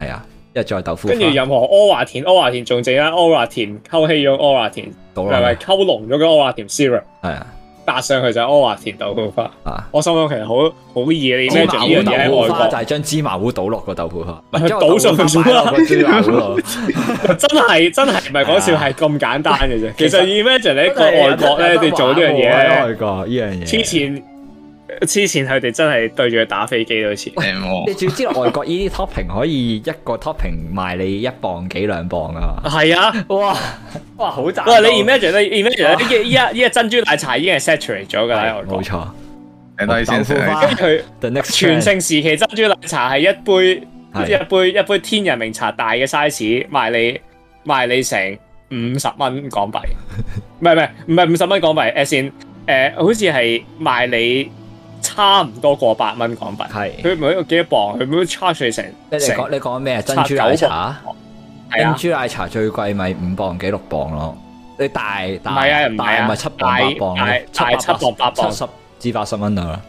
係啊，一再豆腐花
跟住任何 o r a 甜 o r a 甜仲整啦 o r a 甜溝稀咗 o r a 甜，
倒
係
落
咪
去
溝濃咗嘅 o r a 甜 syrup？
係啊
搭上去就係柯華田豆腐花。
啊，
我心諗其實好好易嘅，你
芝
m
麻
a
糊
呢樣嘢
豆腐花就
喺
係將芝麻糊倒落個豆腐花，
咪
將個
倒
豆腐
上去
花擺落個芝麻糊 度，
外國，真係真係唔係講笑，
係啊
係咁簡單嘅 啫。
其
其
實
實 imagine 你一個外國咧，你做呢樣
喺
嘢
外
呢，
國呢樣嘢
黐線黐線，佢哋真係對住佢打飛機都似。
誒我
你仲要知道外國呢啲 topping 可以一個 topping 賣你一磅幾兩磅啊嘛！
係啊，
哇哇好賺！
喂，你 imagine 你
啊
imagine 依依家依家珍珠奶茶已經係 saturate 咗㗎啦，喺外國
冇。錯
你低先
豆腐花
食。
跟住佢
，the next
全
trend
盛時期珍珠奶茶係一杯
係
一杯一杯天人名茶大嘅 size 賣你賣你成五十蚊 港幣，唔係唔係唔係五十蚊港幣，誒先誒，呃好似係賣你差唔多過百蚊港幣。
係
佢唔係幾多磅，佢唔會 charge 你成
你
成
講你講咩啊？珍
拆
珠
九
奶
個
茶，
係
珍
啊，
珠奶茶最貴咪五磅幾六磅咯。你大大
唔係啊唔係啊
大咪七磅八磅咯，
大大
七
大七磅八磅
七十至八十蚊度啦。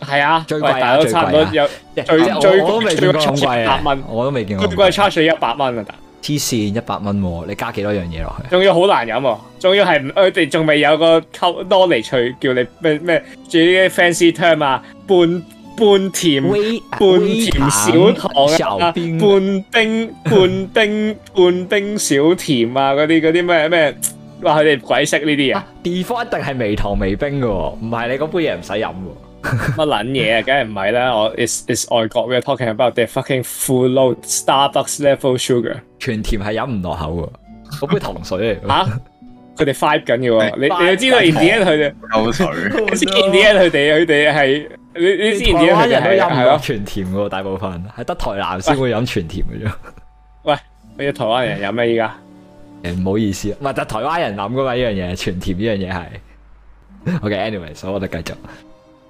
係啊，
最貴啊
喂大佬
最貴啊
差唔多有
即係
最
即係我
最
我都未見過咁貴
最貴七百
啊
蚊！
我都未見過
最
咁
貴
貴。
charge 你一百蚊啊！大佬
黐線一百蚊喎，你加幾多樣嘢落去？
仲要好難飲喎，仲要係唔佢哋仲未有個溝 knowledge 去叫你咩咩，仲要啲 fancy term 啊，半半甜。
微
嗯半甜小糖啊，
小
半
冰
冰半冰半冰小甜啊，嗰啲嗰啲咩咩，哇！佢哋鬼識呢啲嘢
啊，地方一定係微糖微冰嘅喎，唔係你嗰杯嘢唔使飲喎。
乜撚嘢啊？梗係唔係啦！我 is is 外國 we're talking about the fucking full load Starbucks level sugar
全甜係飲唔落 口嘅，嗰杯糖水嚟
吓，佢哋 five 緊嘅喎，你你要知道
快
i n d i a 佢哋，
溝水。
嘅。
你知 i n d i a 佢哋佢哋係你你知 i
Oh, 台
n d i a
灣
佢
人
哋
都
係
飲
係
唔落
咯，
啊全甜嘅喎，大部分係得台南先會飲全甜嘅啫。
你知台灣人飲咩依家？
誒唔好意思，唔啊係得台灣人諗噶嘛呢樣嘢，全甜呢樣嘢係。OK，anyway，所以我哋繼續。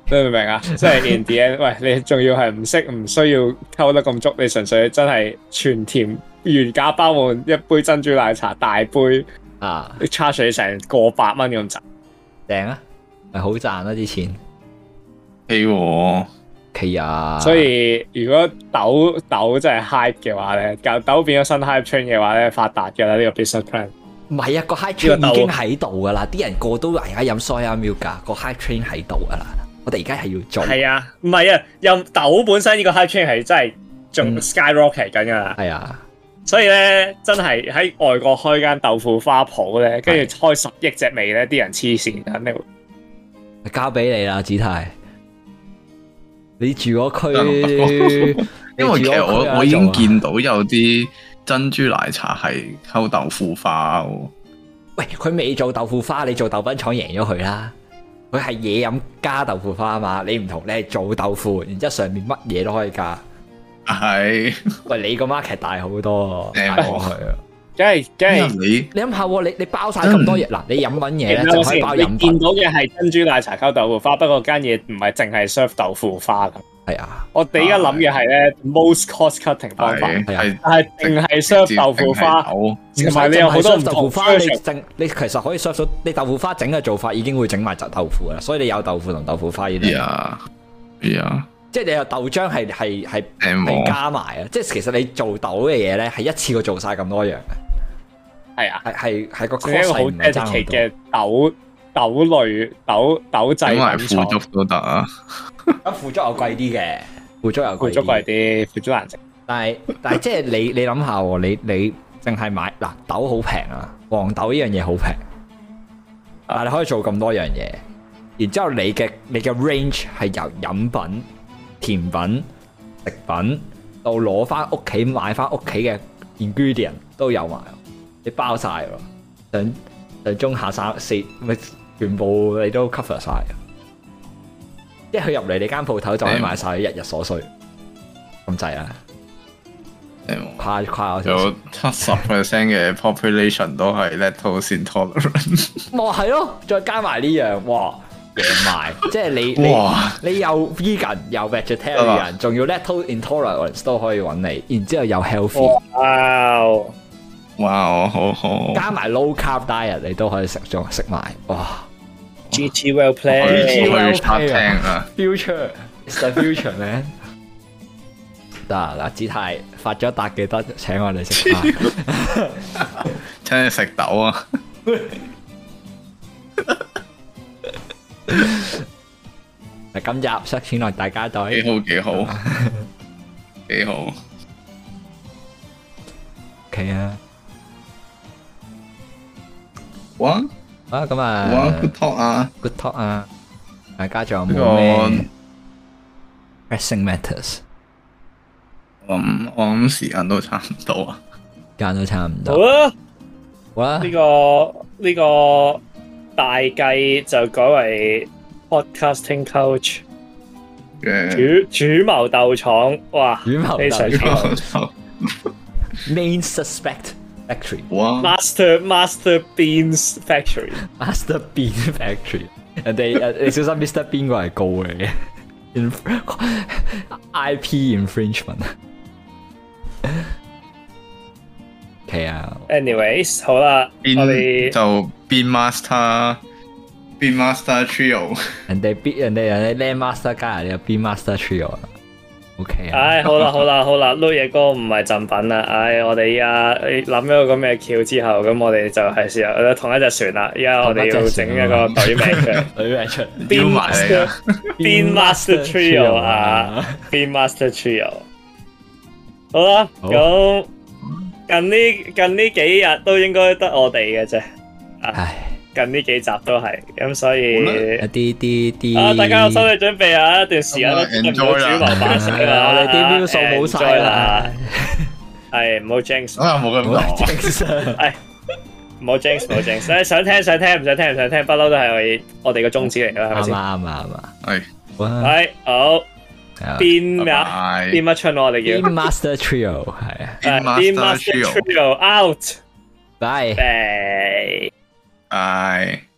你明唔明 啊？即係 in the end，喂，你仲要係唔識唔需要溝得咁足，你純粹真係全甜原價包換一杯珍珠奶茶大杯，
啊，
你 charge 你成過百蚊咁滯，
正啊，係好賺啦啲錢。
希喎，
K 啊，
所以如果豆豆真係 hype 嘅話咧，豆豆變咗新 hype train 嘅話咧，發達㗎啦呢個 business plan。
唔係啊，個 high
呢個
train
鬥
已經喺度噶啦，啲人個都而家飲 soya milk 噶，個 high train 喺度噶啦，我哋而家係要做。
係啊，唔係啊，又豆本身呢個 hype train 係真係仲
嗯
skyrocket 緊㗎啦。
係啊，
所以咧，真係喺外國開間豆腐花鋪咧，跟住開十億隻味咧，啲人黐線，肯定會
交俾你啦，子泰。你住嗰
得
區，
因 為
你
其
住嗰
實
區
我
啊
我已
做
經
啊
見到有啲珍珠奶茶係溝豆腐花喎，
喂，佢未做豆腐花，你做豆品廠贏咗佢啦。佢係嘢飲加豆腐花嘛，你唔同，你係做豆腐，然之後上面乜嘢都可以加。
係
喂，你個 market 大好多，
正
大過佢啊！
梗係梗係。
因為
你諗下喎，你你包晒咁多嘢，嗱，你飲品嘢咧
你
就可以包飲
你見
品，
到嘅係珍珠奶茶溝豆腐花，不過間嘢唔係淨係 serve 豆腐花㗎。
係啊，
我哋而家諗嘅係咧 most cost cutting
你
方法，
係
係啊
係
但係淨係 serve 豆腐花，
豆
同埋你有好多唔
唔使淨係 serve 豆腐
同
花，你
version。
淨你其實可以 serve 到你豆腐花整嘅做法已經會整埋就豆腐噶啦，所以你有豆腐同豆腐花呢啲，
哎呀哎呀，
即係你有豆漿係係係
正
你
喎，
加埋啊！即係其實你做豆嘅嘢咧係一次過做晒咁多樣嘅。
係啊，
係係係個 c o
仲有一
s
個好
唔係爭好
dedicate
多。
嘅豆豆類豆豆製
整埋
品
腐
廠，
竹都得啊，
咁腐竹又貴啲嘅，腐竹又
腐
貴
竹貴
啲。
啲，腐竹難食。
但係但係即係你你諗下喎，你你淨係買嗱豆好平啊，黃豆呢樣嘢好平，但係你可以做咁多樣嘢。然之後你嘅你嘅 range 係由飲品、甜品、食品到攞翻屋企買翻屋企嘅 ingredient 都有埋，你包晒喎，上上中下三四咪全部你都 cover 晒。即係佢入嚟你間鋪頭就可以買晒日日所需，咁滯啦，
正
誇
喎
誇我少少
有七十 percent 嘅 population 都係 lactose intolerant，
哇，係咯，再加埋呢樣，哇，贏埋， 即係你
哇
你你又 vegan 又 vegetarian，仲要 lactose intolerance 都可以揾你，然之後又 healthy，哦
哇！
哇，我好好
加埋 low carb diet 你都可以食咗食埋，哇
GT well
去
GT
去
well
餐廳啊，
，future is the future man。嗱嗱，子泰發咗達記得請我哋食飯，
請你食豆啊，
嗱今集塞錢落大家袋
幾。好 幾好幾好。
OK 啊，
哇
好啦咁
哇
啊
，good talk 啊！
，good talk 啊，大家仲
呢
有
個
冇咩 pressing matters？
我諗我諗時間都差唔多啊。
間都差唔
好啊
多，
啦，
好啦
呢、，個呢、個大計就改為 podcasting coach 主
嘅
主謀鬥廠，哇！
羽毛
非常之
球
好
main suspect Factory
好啊，
Master Master Beans Factory，
Master Bean Factory，人哋誒你小心 Mr Bean 個係告你嘅 In- IP infringement。OK 啊，
Anyways，好啦，
變
我哋
就變 master，變 master trio，
人哋 B 人哋人哋 Land Master 加人哋 B Master Trio 啊，OK 啊，
唉，好啦好啦好啦，碌嘢哥唔係贈品啦，唉，我哋依家諗咗個咁嘅橋之後，咁我哋就係時候呃同一隻船啦，依家我哋要整一個隊名 嘅
女咩出
變
邀埋你啊！
Bean Master Trio 啊！Bean Master Trio。好啦，
好
咁近呢近呢幾日都應該得我哋嘅啫，
唉，
近呢幾集都係，咁所以
好
一啲啲啲
啊，大家有心理準備啊，一段時間都
咁啊
唔好
enjoy 啦
主流版式 啦，
我哋啲
à,
view 數冇晒啦，
係唔好 jinx，
啊冇咁
好啊啦
講，
正常
唔好 jinx，唔好 jinx，你想聽想聽，唔想聽唔想聽，不嬲都係我哋我哋個宗旨嚟㗎啦，係 咪
啱
先？
啊啱啊啱啊，
係，
哇
係好
係啊
邊
拜
啊
拜
邊乜春我哋
，B
叫
Master Trio 係啊，
變
啊 Bean
master
Master
trio，
Trio out，
拜。
拜。
拜。